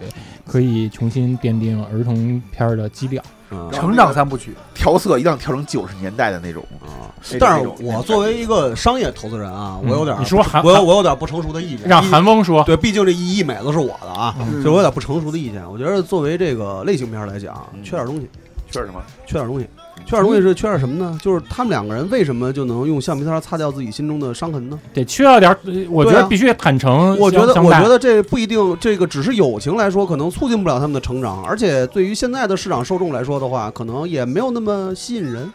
S2: 可以重新奠定儿童片儿的基调。
S1: 嗯
S3: 然后
S7: 成长三部曲，
S3: 调色一定要调成九十年代的那种。
S1: 啊
S3: 那
S1: 但是
S3: 那种
S1: 我作为一个商业投资人啊，我有点儿
S2: 嗯你说韩
S1: 我有我有点儿不成熟的意见，
S2: 让
S1: 毕
S2: 韩风说，
S1: 对，毕竟这一亿美子是我的啊，所
S2: 嗯
S1: 以我有点不成熟的意见。我觉得作为这个类型片儿来讲，
S3: 嗯
S1: 缺点东西，
S3: 确实什么？
S1: 缺点东西，缺点东西是缺点什么呢？就是他们两个人为什么就能用橡皮擦擦掉自己心中的伤痕呢？
S2: 得缺了点儿，呃我觉
S1: 对
S2: 得
S1: 啊
S2: 必须坦诚。
S1: 我觉得，
S2: 相
S1: 我
S2: 待
S1: 觉得这不一定，这个只是友情来说，可能促进不了他们的成长，而且对于现在的市场受众来说的话，可能也没有那么吸引人，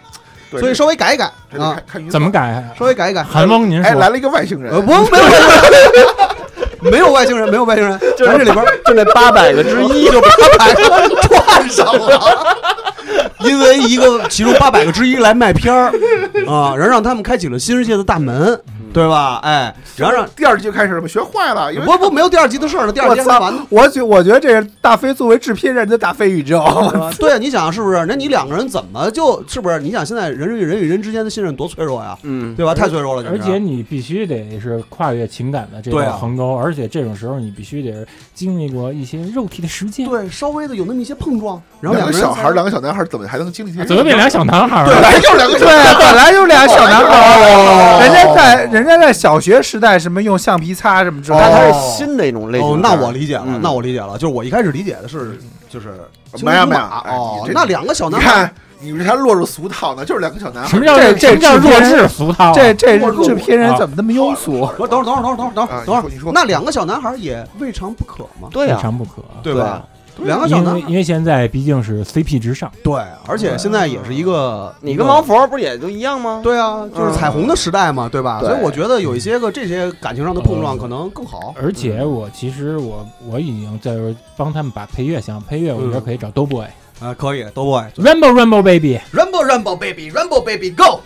S3: 对
S1: 所以稍微改一改
S3: 这得
S1: 啊
S3: 看，看
S2: 怎么改？
S1: 稍微改一改。
S2: 韩风，您
S3: 哎，
S2: 说
S3: 来了一个外星人
S1: 呃，，不，没有外星人，没有外星人，没有外星人，咱这里边儿
S8: 就那八百个之一，
S1: 就八百个 赚上了，因为一个其中八百个之一来卖片儿啊，然后让他们开启了新世界的大门，对吧？哎，然后让
S3: 第二季就开始什么学坏了，因为
S1: 不不没有第二集的事儿了，第二
S7: 我
S1: 集还没完呢
S7: 操。！我觉我觉得这是大飞作为制片人的大飞宇宙。
S1: 哦 对，啊你想是不是？那你两个人怎么就是不是？你想现在人与人与人之间的信任多脆弱呀，
S8: 嗯，
S1: 对吧？太脆弱了，
S2: 而
S1: 简直
S2: 且你必须得是跨越情感的这
S1: 对
S2: 个
S1: 啊
S2: 鸿沟，而且这种时候你必须得经历过一些肉体的实践。
S1: 对稍微的有那么一些碰撞，然后
S3: 两
S1: 两
S3: 个
S1: 个人
S3: 小孩儿，
S1: 才
S3: 两个小男孩儿怎么还能经历这些？
S2: 啊怎么变俩小男孩儿啊
S3: 本
S2: 了？
S3: 来就是两个小
S7: 对啊
S3: 男，孩儿，
S7: 本来就是俩小男孩
S3: 哦
S7: 儿，人家在人家在小学时代什么用橡皮擦什么之类
S8: 那
S7: 的，
S8: 它是新的一种类型
S1: 哦，
S8: 片
S1: 那
S8: 儿。
S1: 我理解了，
S8: 嗯
S1: 那我理解了，就是我一开始理解的是就是
S3: 嗯没有没有哎
S1: 哦
S3: 你，这
S1: 那两个小
S3: 你
S1: 男孩。
S3: 看你这还落入俗套呢，就是两个小男孩
S2: 什
S3: 儿
S2: 么叫
S7: 这这
S2: 什么叫
S7: 制
S2: 弱
S7: 片人
S2: 智俗套啊？
S7: 这这
S3: 我
S7: 制片人怎么那么庸俗？
S1: 不是，等会儿，等会儿，等会儿，等会
S3: 啊
S1: 儿，等会
S3: 你
S1: 儿，
S3: 说你说
S1: 那两个小男孩也未尝不可嘛，
S8: 对
S6: 啊
S2: 非
S8: 呀，
S2: 常不可。啊
S1: 对吧？
S3: 对
S1: 两个小
S2: 因
S1: 男
S2: 为
S1: 孩，
S2: 因为现在毕竟是 CP 至上，
S1: 对，而且现在也是一个
S6: 啊
S8: 你跟王，佛不是也都一样吗？
S1: 对啊，
S3: 嗯
S1: 就是彩虹的时代嘛，对吧？
S8: 对
S1: 所以我觉得有一些个这些感情上的碰撞可能更好。
S2: 而且我其实我我已经在帮他们把配乐想配乐，我觉得可以找 Doughboy、
S1: 啊，可以，都 boy
S2: Rambo Rambo Baby，
S1: Rumble Rumble Baby Rumble Baby Go，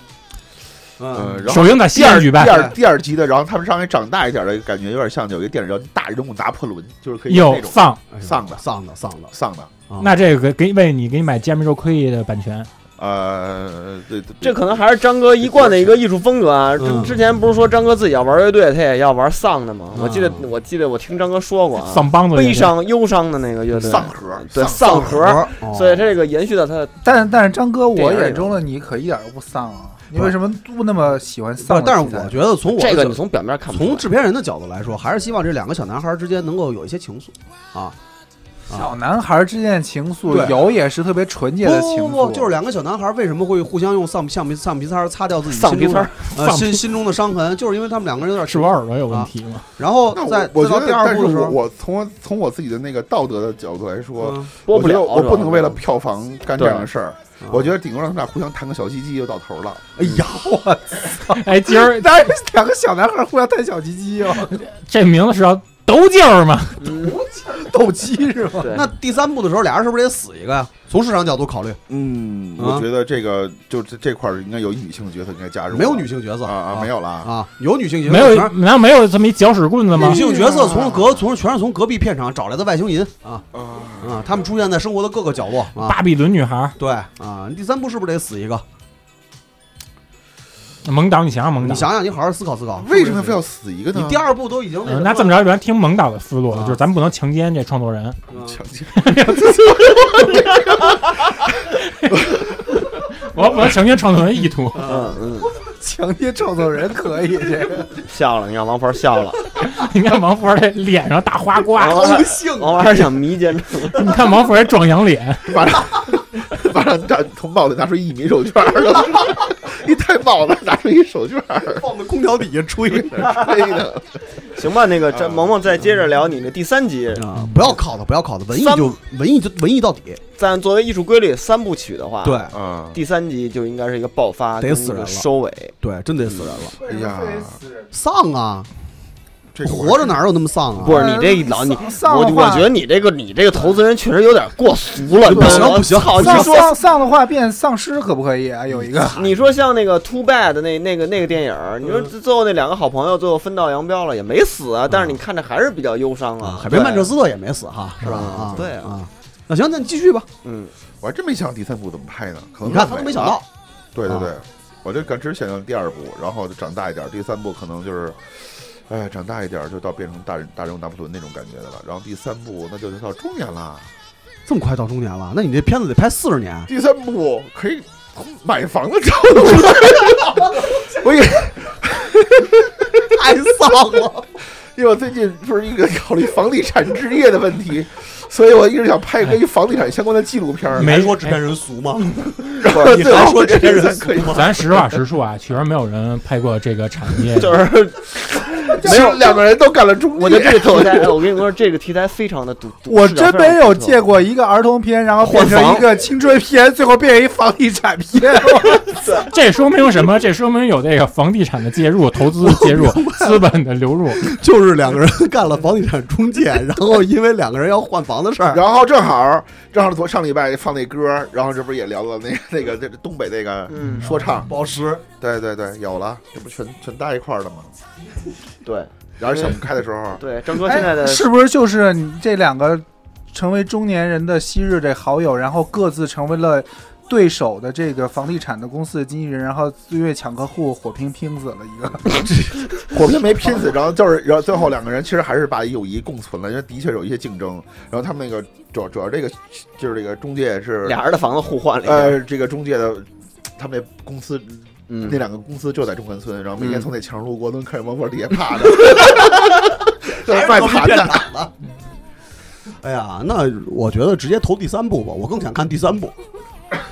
S3: 嗯，
S1: 嗯，
S3: 然后
S2: 首映在西
S3: 第二
S2: 安举办
S3: 第。二第二集的，然后他们稍微长大一点的感觉，有点像有一个电影叫《大人物拿破仑》，就是可以
S2: 有
S3: 那种
S2: 丧，
S3: 丧的
S1: 丧的丧的，
S3: 丧的，
S2: 那这个给给为你给你买 Jamie Joe Quay 的版权，
S3: 呃，对，对
S8: 这可能还是张哥一贯的一个艺术风格啊。
S1: 嗯
S8: 之之前不是说张哥自己要玩乐队，他也要玩丧的吗？我记得
S1: 嗯
S8: 我记得我听张哥说过啊，
S2: 丧梆子那个
S8: 悲伤忧伤的那个乐队，
S3: 丧盒，
S8: 对
S3: 丧
S8: 丧盒。
S1: 哦
S8: 所以这个延续到他的
S7: 但但是张哥，我
S8: 电影里
S7: 眼中的你可一点都不丧啊！你为什么不那么喜欢
S1: 不
S7: 丧
S1: 是
S7: 的题材？
S1: 但是我觉得从我的
S8: 这个，
S1: 角
S8: 你从表面看不出
S1: 从
S8: 来。
S1: 制片人的角度来说，还是希望这两个小男孩之间能够有一些情愫啊。
S7: 小男孩之间的情愫
S1: 对
S7: 有也是特别纯洁的情
S1: 不不
S7: 愫，
S1: 不，就是两个小男孩为什么会互相用丧橡皮橡皮擦儿擦掉自己
S8: 丧
S1: 心
S8: 皮
S1: 中
S8: 擦
S1: 的
S8: 儿，
S1: 呃
S2: 丧
S1: 心心中的伤痕，就是因为他们两个人有点
S2: 是我耳朵有问题吗？
S1: 然后
S3: 那
S1: 再
S3: 我我
S1: 再到
S3: 觉得，
S1: 第二
S3: 但是
S1: 部的时
S3: 我
S1: 候，
S3: 我从我从我自己的那个道德的角度来说，
S1: 嗯
S8: 播
S3: 我
S8: 不
S3: 觉得
S8: 了，
S3: 我
S8: 主要
S3: 不能
S8: 是
S3: 为了票房干这样的事
S1: 啊
S3: 儿。我觉
S1: 得
S3: 得顶多让他们俩互相弹个小鸡鸡就到头了。
S1: 哎呀，
S2: 哎，今儿
S7: 但是两个小男孩互相弹小鸡鸡哦，
S2: 这名字是要抖劲儿吗？
S8: 嗯
S7: 斗鸡是吗？
S8: 对
S1: 那第三部的时候，俩人是不是得死一个呀？从市场角度考虑，
S3: 嗯，
S1: 啊
S3: 我觉得这个就这这块儿应该有一女性角色应该加入了，
S1: 没有女性角色
S3: 啊啊，没有了啊。
S1: 啊，有女性角色，
S2: 没
S1: 全
S2: 有，
S1: 是
S2: 难道没有这么一搅屎棍子吗
S1: 女？性角色从隔从全是从隔壁片场找来的外星人啊啊，他们出现在生活的各个角落啊。
S2: 巴比伦女孩，
S1: 对啊，第三部是不是得死一个？
S2: 蒙导，你想想蒙
S1: 你
S2: 导。
S1: 想想，你好好思考思考，
S3: 为什么非要死一个
S1: 你
S3: 呢？
S1: 第二部都已经
S2: 嗯，那这么着，咱听蒙导的思路，
S1: 啊
S2: 就是咱们不能强奸这创作人。
S1: 着
S3: 强奸
S2: 我不能强奸创作人的意图。
S1: 啊
S8: 嗯嗯，
S7: 强奸创作人可以这个。
S6: 笑了，你看王婆笑了，
S2: 你看王佛这脸上大花瓜，
S1: 啊
S6: 王婆王婆还想迷奸这
S2: 你看王佛这壮阳脸，
S3: 马上马上拿从帽子拿出一米手绢 儿，一太帽子拿出一手绢儿，
S1: 放在空调底下吹
S3: 黑的。
S6: 行吧？那个这萌萌再接着聊你的第三集，
S1: 啊！不要考了，不要考了，文艺
S6: 三
S1: 就文艺就文艺到底，
S6: 咱作为艺术规律三部曲的话，
S1: 对
S3: 啊，
S6: 第三集就应该是一个爆发，
S1: 得死人了啊
S6: 收尾。
S1: 对，真得死人了，
S3: 哎呀
S1: 丧啊！
S3: 这个我
S1: 活着哪有那么丧啊？
S6: 不是你这一老你，
S7: 丧
S6: 我
S7: 的
S6: 我
S7: 话
S6: 觉得你这个你这个投资人确实有点过俗了，
S1: 不行
S6: 你
S1: 不行
S6: 操你
S7: 丧
S6: 说
S7: 丧丧的话变丧尸可不可以啊？有一个
S6: 你说像那个 Too Bad 那那个那个电影儿，
S1: 嗯
S6: 你说最后那两个好朋友最后分道扬镳了，也没死啊，但是你看着还是比较忧伤
S1: 嗯啊
S6: 啊。，
S1: 海边曼彻
S6: 对，
S1: 斯特也没死哈，是吧？
S6: 嗯
S1: 啊，
S6: 对啊
S1: 啊。那行，那你继续吧。
S6: 嗯，
S3: 我还真没想到第三部怎么拍呢，可能
S1: 你看他
S3: 是
S1: 都没想到，
S3: 对对
S1: 啊
S3: 对，我这敢只想到第二部，然后就长大一点，第三部可能就是，哎，长大一点就到变成大人大人物拿破仑那种感觉的了。然后第三部那就是到中年了，
S1: 这么快到中年了，那你这片子得拍四十年。
S3: 第三部可以买房的照顾了。 我也
S1: 太丧了。
S3: 因为我最近不是一个考虑房地产置业的问题，所以我一直想拍一个与房地产相关的纪录片儿。
S2: 没
S1: 人俗吗？
S3: 对，
S1: 你还说这些人
S3: 可以，
S2: 咱实话实说啊，确实没有人拍过这个产业，
S6: 就是
S3: 没有两个人都干了中介，
S6: 我觉得这个 题 材，我跟你说，这个题材非常的独，独
S7: 我真没有见。
S6: 市场非常独特
S7: 过一个儿童片，然后变成一个青春片，最后变成一房地产片。
S2: 这说明什么？这说明有这个房地产的介入、投资的 介入、资本的流入。
S1: 哎就是两个人干了房地产中介，然后因为两个人要换房的事 儿，
S3: 然后正好正好从上礼拜放那歌儿，然后这不是也聊了那个那个那东北那个
S6: 嗯，
S3: 说唱，
S1: 宝石
S3: 对对对，有了，这不全全搭一块儿了吗？
S6: 对
S3: 然后想不开的时候，
S6: 对，张哥现在
S1: 哎
S6: 的
S7: 是不是就是你这两个成为中年人的昔日这好友，然后各自成为了对手的这个房地产的公司的经纪人，然后因为抢客户火拼拼死了一个。
S3: 火拼没拼死，然后就是然后最后两个人其实还是把友谊共存了，因为的确有一些竞争。然后他们那个主要主要这个就是这个中介是
S6: 俩人的房子互换了一下，
S1: 哎
S3: 呃这个中介的他们那公司
S6: 嗯
S3: 那，两个公司就在中关村，然后每天
S6: 嗯
S3: 从那墙上路过，都能看见王 婆底下 趴着，在卖盘子。
S1: 了。哎呀，那我觉得直接投第三部吧，我更想看第三部。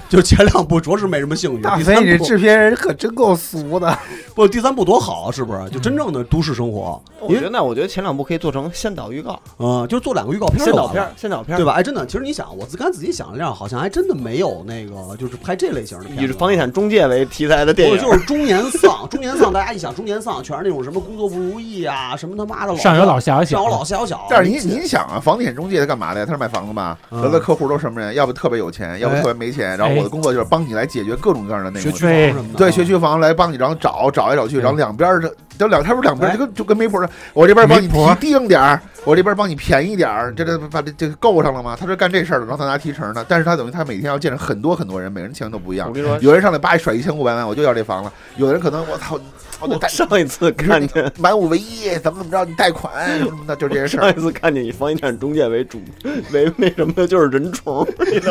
S1: 就是前两部着实没什么兴趣，
S7: 大
S1: 第
S7: 飞，
S1: 三
S7: 你这
S1: 部
S7: 制片人可真够俗的。
S1: 不第三部多好啊，是不是？就真正的都市生活，
S6: 嗯
S1: 因
S6: 我觉
S1: 为
S6: 得那我觉得前两部可以做成先导预告、
S1: 嗯，就做两个预告片
S6: 先
S1: 就
S6: 导
S1: 完
S6: 片
S1: 了
S6: 儿、。先导片儿，
S1: 对吧？哎，真的，其实你想，我自刚自己想了量，好像还真的没有那个，就是拍这类型的片子。
S6: 以房地产中介为题材的电
S1: 不
S6: 影，
S1: 是，就是中年丧，中年丧，大家一想中年丧，全是那种什么工作不如意啊，什么他妈的老
S2: 上有老下有
S1: 上
S2: 小
S1: 有，老下有小。
S3: 但是你你想啊，房地产中介他干嘛的呀？他是卖房子吧？
S1: 嗯
S3: 他的客户都是什么人？要不特别有钱，要不特别没钱。然后我的工作就是帮你来解决各种各样的那
S1: 学
S3: 种。
S1: 区房什么的，
S3: 对，学区房来帮你，然后找找来找去，然后两边儿的都两，他不是两边儿就跟就跟媒婆似的，我这边儿帮你
S2: 媒婆
S3: 提定点儿，我这边儿帮你便宜点儿，这这把这这够上了吗？他是干这事儿的，然后他拿提成的，但是他等于他每天要见着很多很多人，每人钱都不一样
S6: 我。跟你说，
S3: 有人上来叭一甩一千五百万，我就要这房了；有的人可能我操，我得
S6: 我
S3: 贷
S6: 上一次
S3: 你说
S6: 看
S3: 你
S6: 见。
S3: 满五唯一，怎么怎么着，你贷款什么的，就这些 事
S6: 上
S3: 儿
S6: 一。次看见以房地产中介为主为那什么的，就是人虫，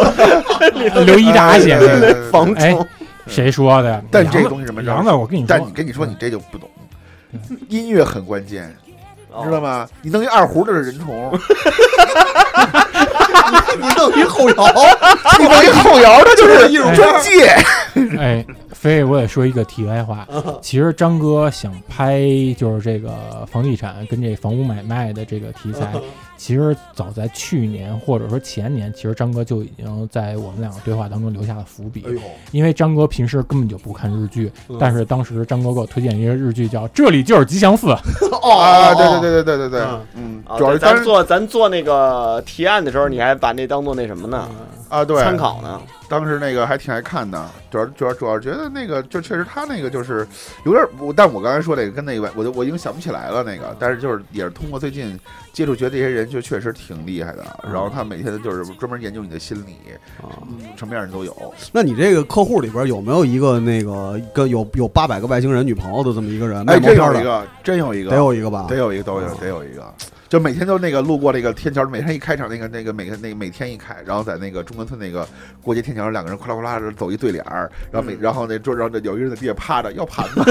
S2: 刘一达写
S3: 对对
S2: 的。
S3: 对对
S6: 房
S2: 哎
S6: 虫，，
S2: 谁说的？
S3: 但
S2: 杨
S3: 这
S2: 子
S3: 东西什么
S2: 杨子，我跟你说，
S3: 但你跟你说，你这就不懂，音乐很关键，
S6: 哦
S3: 知道吗？你弄一二胡这是人 虫，
S1: 你弄一后摇，
S3: 你弄一后摇这就是哎艺术
S2: 圈
S3: 专界。
S2: 哎，飞，我也说一个题外话。
S1: 嗯
S2: 其实张哥想拍就是这个房地产跟这房屋买卖的这个题
S1: 嗯
S2: 材，其实早在去年或者说前年，其实张哥就已经在我们两个对话当中留下了伏笔
S1: 哎。呦，
S2: 因为张哥平时根本就不看日剧
S1: 嗯，
S2: 但是当时张哥给我推荐一个日剧叫《这里就是吉祥寺》，
S1: 哦
S3: 啊，对对，对对对对对
S1: 嗯，
S3: 嗯
S6: 啊，，
S3: 主要
S6: 对
S3: 是当
S6: 咱
S3: 时
S6: 做咱做那个提案的时候，你还把那当做那什么呢？
S3: 啊，对，
S6: 参考呢？
S3: 当时那个还挺爱看的，主要主要主要觉得那个就确实他那个就是有点，我但我刚才说那个跟那个我就我已经想不起来了那个，但是就是也是通过最近接触，觉得这些人就确实挺厉害的，然后他每天就是专门研究你的心理，嗯
S1: 啊
S3: 什么样人都有。
S1: 那你这个客户里边有没有一个那个跟有有八百个外星人女朋友的这么一个人？卖
S3: 哎，
S1: 毛
S3: 真
S1: 片
S3: 有一
S1: 的
S3: 个，真有一个，
S2: 啊
S1: 得有一个吧
S3: 得？有一个，都有，得有一个。就每天都那个路过那个天桥，每天一开场那个那个每个那个每天一开，然后在那个中关村那个过街天桥，两个人哗啦哗啦地走一对脸儿，然
S2: 嗯
S3: 后每、然后那桌，然后有一个人在地下趴着要盘 子，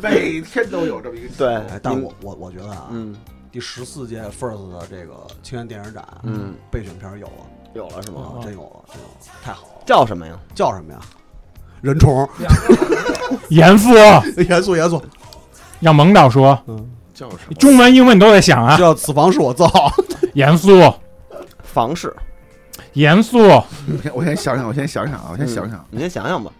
S3: 每天都有这么一个
S8: 对
S1: 哎，但是我我我觉得啊，
S8: 嗯
S1: 第十四届 FIRST 的这个青年电影展，
S8: 嗯，
S1: 备选片儿有了，
S8: 有了是
S2: 嗯
S8: 吗？
S1: 啊，真有了，真有了，太好了。
S8: 叫什么呀？
S1: 叫什么呀？人虫，
S2: 严父
S1: 严肃严肃，
S2: 让蒙导说，
S3: 叫什
S2: 你
S3: 么？
S2: 中文、英文你都得想啊。
S1: 叫此房是我造。
S2: 严肃，
S8: 房事，
S2: 严肃，
S3: 我先我先想想，我先想想啊，我先想
S6: 嗯
S3: 想，
S8: 你先想想吧。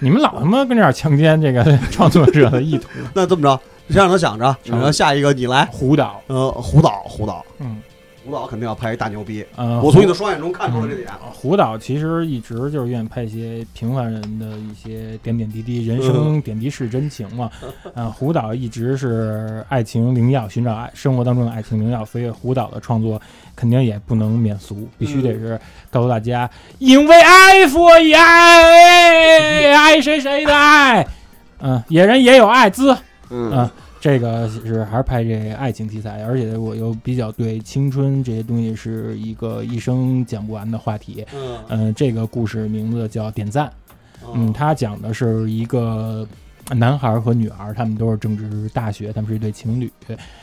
S2: 你们老他妈跟这儿强奸这个创作者的意图。
S1: 那这么着，先让他想着，想着下一个你来。
S2: 胡导，
S1: 呃，胡导，胡导，
S2: 嗯
S1: 胡导肯定要拍一大牛逼。
S2: 呃，
S1: 我从你的双眼中看出了这点。
S2: 胡导其实一直就是愿意拍一些平凡人的一些点点滴滴，人生点滴是真情 嘛。嗯，胡导一直是爱情灵药，寻找爱生活当中的爱情灵药，所以胡导的创作肯定也不能免俗，必须得是告诉大家，因为爱所以爱，爱谁谁的爱。嗯，野人也有爱滋。
S8: 嗯
S2: 啊，这个是还是拍这个爱情题材，而且我又比较对青春这些东西是一个一生讲不完的话题。
S1: 嗯
S2: 嗯、这个故事名字叫《点赞》，嗯，
S1: 嗯，
S2: 它讲的是一个男孩和女孩，他们都是正值大学，他们是一对情侣。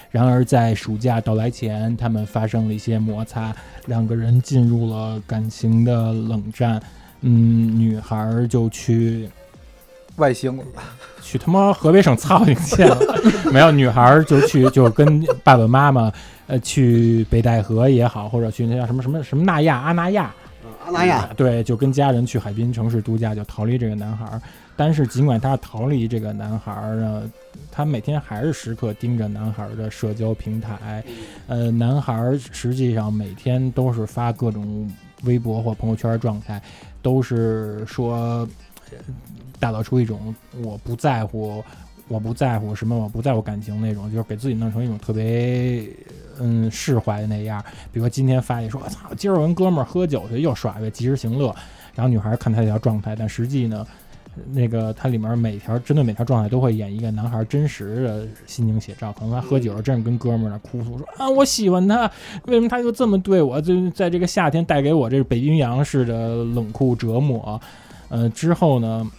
S2: 然而在暑假到来前，他们发生了一些摩擦，两个人进入了感情的冷战。嗯，女孩就去
S7: 外星了，
S2: 去他妈河北省操你去了，没有女孩儿就去就跟爸爸妈妈，呃，去北戴河也好，或者去那叫什么什么什么纳亚阿那亚，
S1: 嗯阿那亚，
S2: 嗯对，就跟家人去海滨城市度假，就逃离这个男孩儿。但是尽管他逃离这个男孩儿呢，他每天还是时刻盯着男孩儿的社交平台。呃，男孩儿实际上每天都是发各种微博或朋友圈状态，都是说呃打造出一种我不在乎。我不在乎什么，我不在乎感情那种，就是给自己弄成一种特别嗯释怀的那样。比如说今天发一说，我操，今儿我跟哥们儿喝酒去，又耍一个及时行乐。然后女孩看他这条状态，但实际呢，那个它里面每条针对每条状态都会演一个男孩真实的心情写照。可能他喝酒了，真是跟哥们儿那哭诉说啊，我喜欢他，为什么他又这么对我？就在这个夏天带给我这北冰洋式的冷酷折磨。呃，之后呢，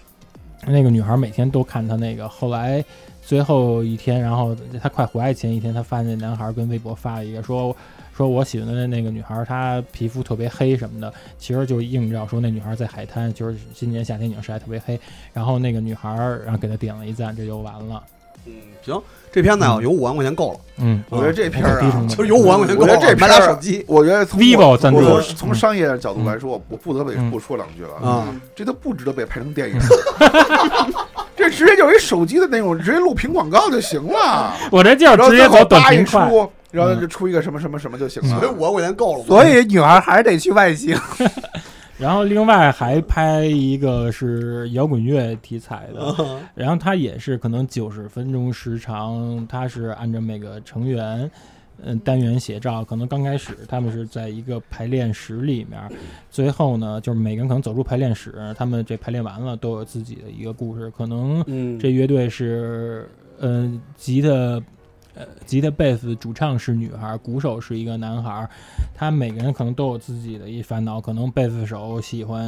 S2: 那个女孩每天都看他那个，后来。最后一天，然后他快回来前一天，他发现那男孩跟微博发了一个说说我喜欢的那个女孩，她皮肤特别黑什么的，其实就映照说那女孩在海滩，就是今年夏天已经晒得特别黑，然后那个女孩儿然后给他点了一赞，这就完了。
S1: 嗯行，这片子啊有五万块钱够了，
S2: 嗯，
S3: 我觉得这片儿
S2: 低
S3: 啊
S2: 成，
S1: 其
S2: 本
S1: 实有五万块钱够了，啊
S3: 我觉得这
S1: 买
S3: 片儿
S1: 俩手机。
S3: 我觉得从
S2: vivo
S3: 我
S2: 赞助
S3: 我
S2: 嗯
S3: 从从商业的角度来说，我我不得
S2: 嗯
S3: 不不说两句了
S1: 啊，
S3: 这都不值得被拍成电影。 这直接就是一手机的那种，直接录屏广告就行了。
S2: 我这就是
S3: 然后
S2: 直
S3: 最
S2: 接
S3: 后
S2: 走短
S3: 叭一
S2: 平快。
S3: 出，然
S1: 嗯
S3: 后就出一个什么什么什么就行
S2: 嗯
S1: 所以
S3: 了。
S1: 五万块钱够了。
S7: 所以女孩还是得去外星。
S2: 然后另外还拍一个是摇滚乐题材的，然后它也是可能九十分钟时长，它是按照每个成员。嗯，单元写照可能刚开始他们是在一个排练室里面，最后呢，就是每个人可能走出排练室，他们这排练完了都有自己的一个故事。可能
S1: 嗯，
S2: 这乐队是，嗯、吉他，呃，吉他、贝斯主唱是女孩，鼓手是一个男孩，他每个人可能都有自己的一烦恼，可能贝斯手喜欢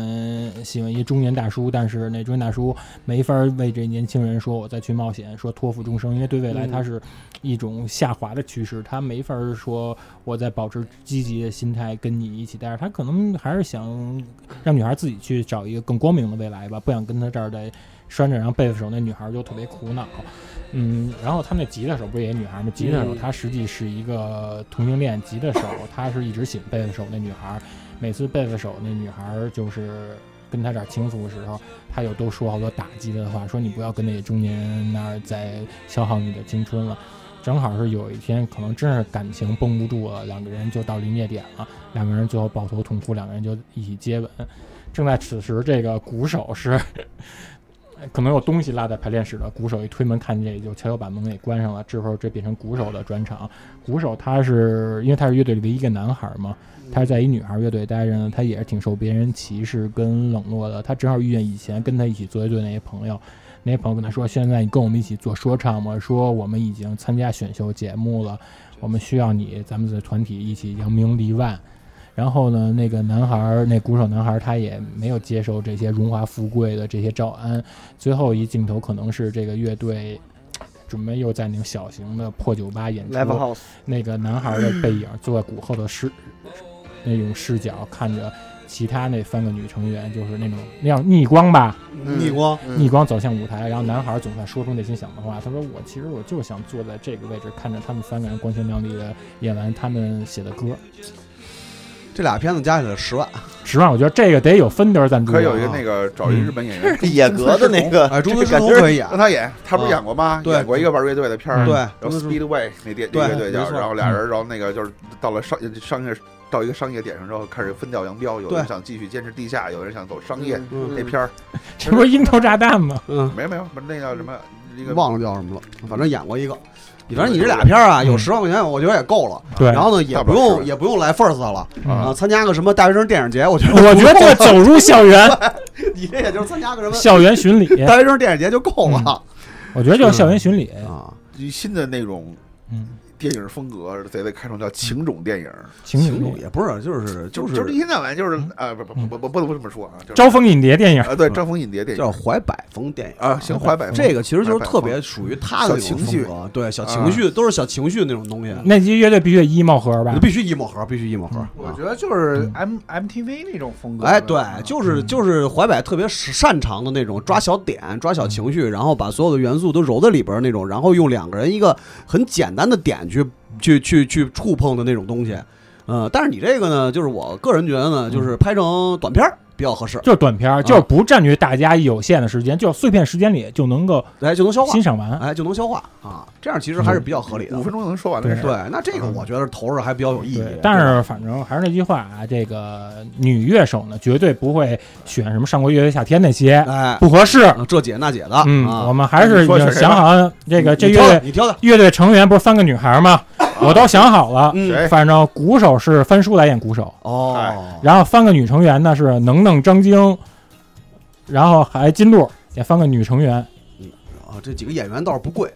S2: 喜欢一中年大叔，但是那中年大叔没法为这年轻人说我再去冒险，说托付终生，因为对未来他是一种下滑的趋势，他没法说我在保持积极的心态跟你一起待着，他可能还是想让女孩自己去找一个更光明的未来吧，不想跟他这儿再拴着，然后贝斯手那女孩就特别苦恼。嗯，然后他们那吉他手不是也女孩吗？吉他手她实际是一个同性恋，吉他手她是一直喜欢贝斯手那女孩，每次贝斯手那女孩就是跟他这儿倾诉的时候，他又都说好多打击的话，说你不要跟那中年人那儿再消耗你的青春了。正好是有一天，可能真是感情绷不住了，两个人就到临界点了，两个人最后抱头痛哭，两个人就一起接吻。正在此时，这个鼓手是可能有东西落在排练室了，鼓手一推门看见，就悄悄把门给关上了。之后这变成鼓手的专场。鼓手他是因为他是乐队里唯一一个男孩嘛，他是在一女孩乐队待着呢，他也是挺受别人歧视跟冷落的。他正好遇见以前跟他一起作乐队那些朋友，那些朋友跟他说，现在你跟我们一起做说唱吗？说我们已经参加选秀节目了，我们需要你，咱们的团体一起扬名立万。然后呢，那个男孩儿，那鼓手男孩儿，他也没有接受这些荣华富贵的这些招安。最后一镜头可能是这个乐队准备又在那种小型的破酒吧演出，
S8: Live House
S2: 那个男孩的背影坐在鼓后的视那种视角看着其他那三个女成员，就是那种那样逆光吧，
S1: 嗯逆光，
S3: 嗯
S2: 逆光走向舞台，然后男孩总算说出内心想的话。他说：“我其实我就想坐在这个位置，看着他们三个人光鲜亮丽的演完他们写的歌。
S1: 这俩片子加起来十万，”
S2: 实际上，我觉得这个得有芬德赞
S1: 嗯
S2: 助啊。
S3: 可以有一个那个找一日本演员，
S8: 野格的那个，
S1: 哎，中
S8: 这
S1: 村狮
S8: 感
S1: 童
S8: 觉
S1: 可以演
S3: 让，他演，他不是
S1: 啊
S3: 演过吗？
S1: 对
S3: 演过一个玩乐队的片儿，
S2: 嗯
S1: 对，
S3: 然
S1: 中
S3: 后
S1: 村狮童
S3: Speedway 那电
S1: 对
S3: 那乐队
S1: 没
S3: 叫，
S1: 错嗯
S3: 然后俩人，然后那个就是到了商商业到一个商业点上之后，开始分道扬镳，有人
S1: 对
S3: 想继续坚持地下，有人想走商业。
S1: 嗯
S3: 那片儿
S2: 这不是樱桃炸弹吗？
S1: 嗯，
S3: 没有没有，不是那叫什么那个
S1: 忘了叫什么了，反正演过
S3: 嗯
S1: 一个。反正你这俩片儿啊，
S2: 嗯
S1: 有十万块钱，我觉得也够了。
S2: 对
S1: 然后呢，也
S3: 大不
S1: 不
S3: 了十
S1: 用
S3: 万
S1: 也不用来 First 了
S2: 啊
S1: 啊，参加个什么大学生电影节，我觉得
S2: 我觉得
S1: 不够
S2: 这走入校园，
S1: 你这也就是参加个什么
S2: 校园 巡礼，
S1: 大学生电影节就够
S2: 嗯
S1: 了
S2: 我觉得就是校园巡礼。
S1: 啊。
S3: 新的那种
S2: 嗯，
S3: 电影风格，贼贼开创叫情种电影，
S2: 情
S1: 情
S2: 侣
S1: 侣也不是，就是嗯就
S3: 就是一
S1: 是
S3: 天到晚就是啊不不不不不能这么说啊，就是
S2: 招蜂引蝶电影。
S3: 啊对招蜂引蝶电
S1: 叫
S3: 影
S1: 怀百风电影
S3: 啊，行怀百
S1: 这个其实就是
S3: 怀百
S1: 特别属于他的那种
S3: 小情绪啊
S1: 风格，对小情绪都是小情绪那种东西，
S2: 那期乐队必须得 emo 盒吧
S1: 你？必须一抹盒，必须一抹盒。
S7: 我
S1: 啊
S7: 觉得就是 M MTV 那种风格。嗯
S1: 哎，对，就是就是怀柏特别擅长的那种抓小点、抓小情绪，然后把所有的元素都揉在里边儿那种，然后用两个人一个很简单的点去去去去触碰的那种东西。呃，但是你这个呢，就是我个人觉得呢，就是拍成短片儿比较合适，
S2: 就是短片儿，就是不占据大家有限的时间，就碎片时间里就能够
S1: 哎，就能消化
S2: 欣，赏完。
S1: 哎，就能消化啊，这样其实还是比较合理的
S3: 五。分钟能说完的事
S1: 对
S3: 儿，，
S1: 那这个我觉得投入还比较有意义
S2: 嗯对，。但是反正还是那句话啊，这个女乐手呢，绝对不会选什么上过乐队夏天那些
S1: 对吧，哎，
S2: 不合适。
S1: 啊这姐那姐的，
S2: 嗯，
S1: 啊
S2: 我们还是
S3: 你
S2: 已
S3: 说
S2: 经
S3: 选谁
S2: 想
S3: 吧
S2: 好这个
S1: 你
S2: 这
S1: 嗯你
S2: 乐
S1: 挑的
S2: 队
S1: 你挑的，
S2: 乐队成员不是三个女孩吗？我都想好了。
S1: 嗯，
S3: 谁
S2: 反正鼓手是翻叔来演鼓手，
S1: 哦，
S2: 然后三个女成员呢是能能、张晶，然后还金鹿也三个女成员，
S1: 啊，这几个演员倒是不贵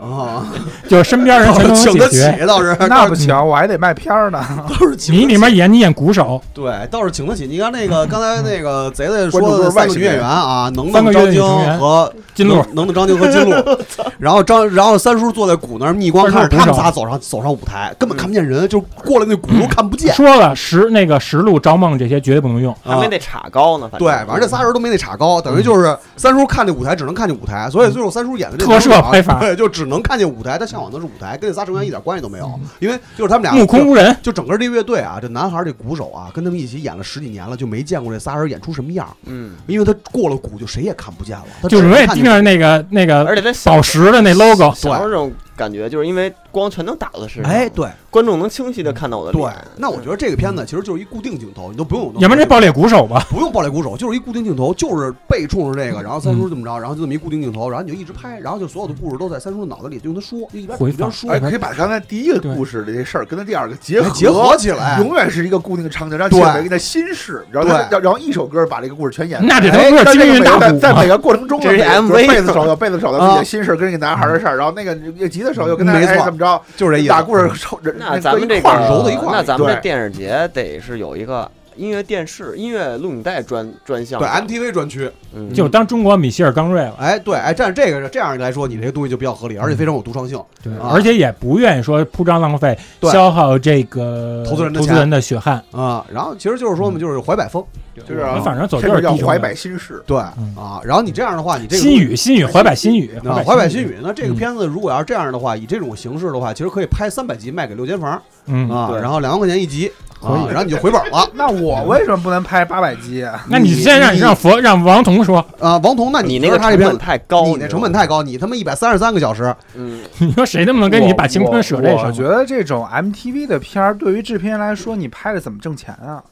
S1: 啊，
S2: 就是身边人全都能
S1: 请得
S2: 解
S1: 起
S2: 决。
S1: 倒是
S7: 那不行，我还得卖片儿呢。
S1: 倒是请得
S2: 啊
S1: 起
S2: 你里面嗯演你演鼓手，
S1: 对，倒是请得起。你看那个刚才那个贼贼
S3: 关注
S1: 说
S3: 都
S1: 的
S3: 是外
S1: 三个
S3: 星
S1: 女演
S3: 人
S1: 员啊，能
S2: 三个
S1: 能张
S2: 乐队
S1: 晶
S2: 成员
S1: 和
S2: 金鹿
S1: 能能的张晶和金鹿， 然后张然后三叔坐在鼓那儿逆光
S2: 三叔
S1: 看着他们
S2: 鼓手
S1: 仨走上走上舞台，根本看不见人，就过来那鼓都看不见。
S2: 说了石那个石路、招梦这些绝对不能用。
S1: 啊
S8: 还没那叉高呢，反
S1: 对，反正这仨人都没那岔高，
S2: 嗯
S1: 等于就是三叔看那舞台只能看见舞台，所以最后三叔演的这
S2: 特摄
S1: 两场
S2: 拍法
S1: 对，就只能看见舞台，他向往的是舞台，跟这仨成员一点关系都没有，因为就是他们俩
S2: 嗯目空无人，
S1: 就整个这乐队啊，这男孩儿这鼓手啊，跟他们一起演了十几年了，就没见过这仨人演出什么样儿。
S8: 嗯，
S1: 因为他过了鼓就谁也看不见了，他
S2: 就
S1: 只
S2: 永
S1: 能
S2: 远
S1: 看
S2: 盯
S1: 见
S2: 着那个那
S8: 而
S2: 个
S8: 且他小
S2: 呃宝石的那 logo。
S8: 小时候这种感觉，就是因为光全能打到身上，
S1: 哎，，对
S8: 观众能清晰的看到我的
S1: 对
S8: 脸。，
S1: 那我觉得这个片子其实就是一固定镜头，你都不用有那么多。
S2: 要不然这爆裂鼓手吧，
S1: 不用爆裂鼓手，就是一固定镜头，就是背冲着这
S2: 嗯
S1: 个，然后三叔这么着，然后就这么一固定镜头，然后你就一直拍，然后就所有的故事都在三叔的脑子里，就用他说，就一边
S2: 回
S1: 一边
S2: 放
S1: 说
S3: 哎，，可以把刚才第一个故事的这事儿跟他第二个结合，
S1: 哎结合起来
S3: 永远是一个固定的场景，让
S1: 对
S3: 结合一个新事，然后他
S1: 对
S3: 然后一首歌把这个故事全演。
S2: 那得
S3: 哎
S2: 都是
S3: 但
S2: 金
S3: 这
S2: 云
S3: 个
S2: 大
S3: 在
S2: 鼓
S3: 在每
S2: 啊。
S3: 个过程中呢，
S8: 这是
S3: 每个
S8: MV
S3: 贝斯手有贝斯手的
S1: 啊嗯
S3: 自己的心事，跟那个男孩的事儿，然后那个乐吉的手又跟他
S1: 没错
S3: 哎怎么着，
S1: 就是这意
S3: 把
S1: 思。
S3: 故事抽这
S8: 那咱们这
S3: 一
S8: 个
S3: 块儿揉到一块儿
S8: 那咱们这
S3: 对
S8: 电影节得是有一个音乐电视、音乐录影带专专项
S1: 对啊
S8: 吧，
S1: MTV 专区，
S8: 嗯
S2: 就当中国米歇尔·刚瑞了，
S1: 哎，对，哎，但是这个这样来说，你这个东西就比较合理，而且非常有独创性。
S2: 对，
S1: 啊
S2: 而且也不愿意说铺张浪费，
S1: 对
S2: 消耗这个
S1: 投资人的
S2: 投资
S1: 钱
S2: 人的血汗。
S1: 啊、然后其实就是
S2: 嗯
S1: 说嘛，就是怀百风，
S3: 就是啊
S2: 反正走
S3: 这
S2: 就是
S3: 个叫
S2: 低成
S3: 怀百
S2: 本。
S3: 新事，
S1: 对
S2: 嗯
S1: 啊，然后你这样的话，你这个
S2: 新语，新语，怀百新语，
S1: 啊，怀百新
S2: 语，
S1: 语，那这个
S2: 嗯
S1: 片子如果要是这样的话，以这种形式的话，其实可以拍三百集卖给六间房
S2: 嗯，
S1: 啊，
S8: 对
S1: 然后两万块钱一集，
S2: 可以
S1: 啊，然后你就回本 了
S7: 那 我为什么不能拍八百集啊？
S2: 那你先让
S1: 你
S2: 让佛让王彤说，
S1: 啊。王彤，那
S8: 你
S1: 觉
S8: 那
S1: 得
S8: 个
S1: 他这
S8: 成
S1: 片
S8: 本
S1: 子？
S8: 太高，
S1: 你
S8: 知
S1: 那
S8: 道
S1: 成本
S8: 吗，
S1: 太高，你他妈一百三十三个小时，
S8: 嗯，
S2: 你说谁能不能给你把青春舍这
S7: 我我
S2: 上？
S7: 觉得这种 MTV 的片儿，对于制片人来说，你拍的怎么挣钱啊？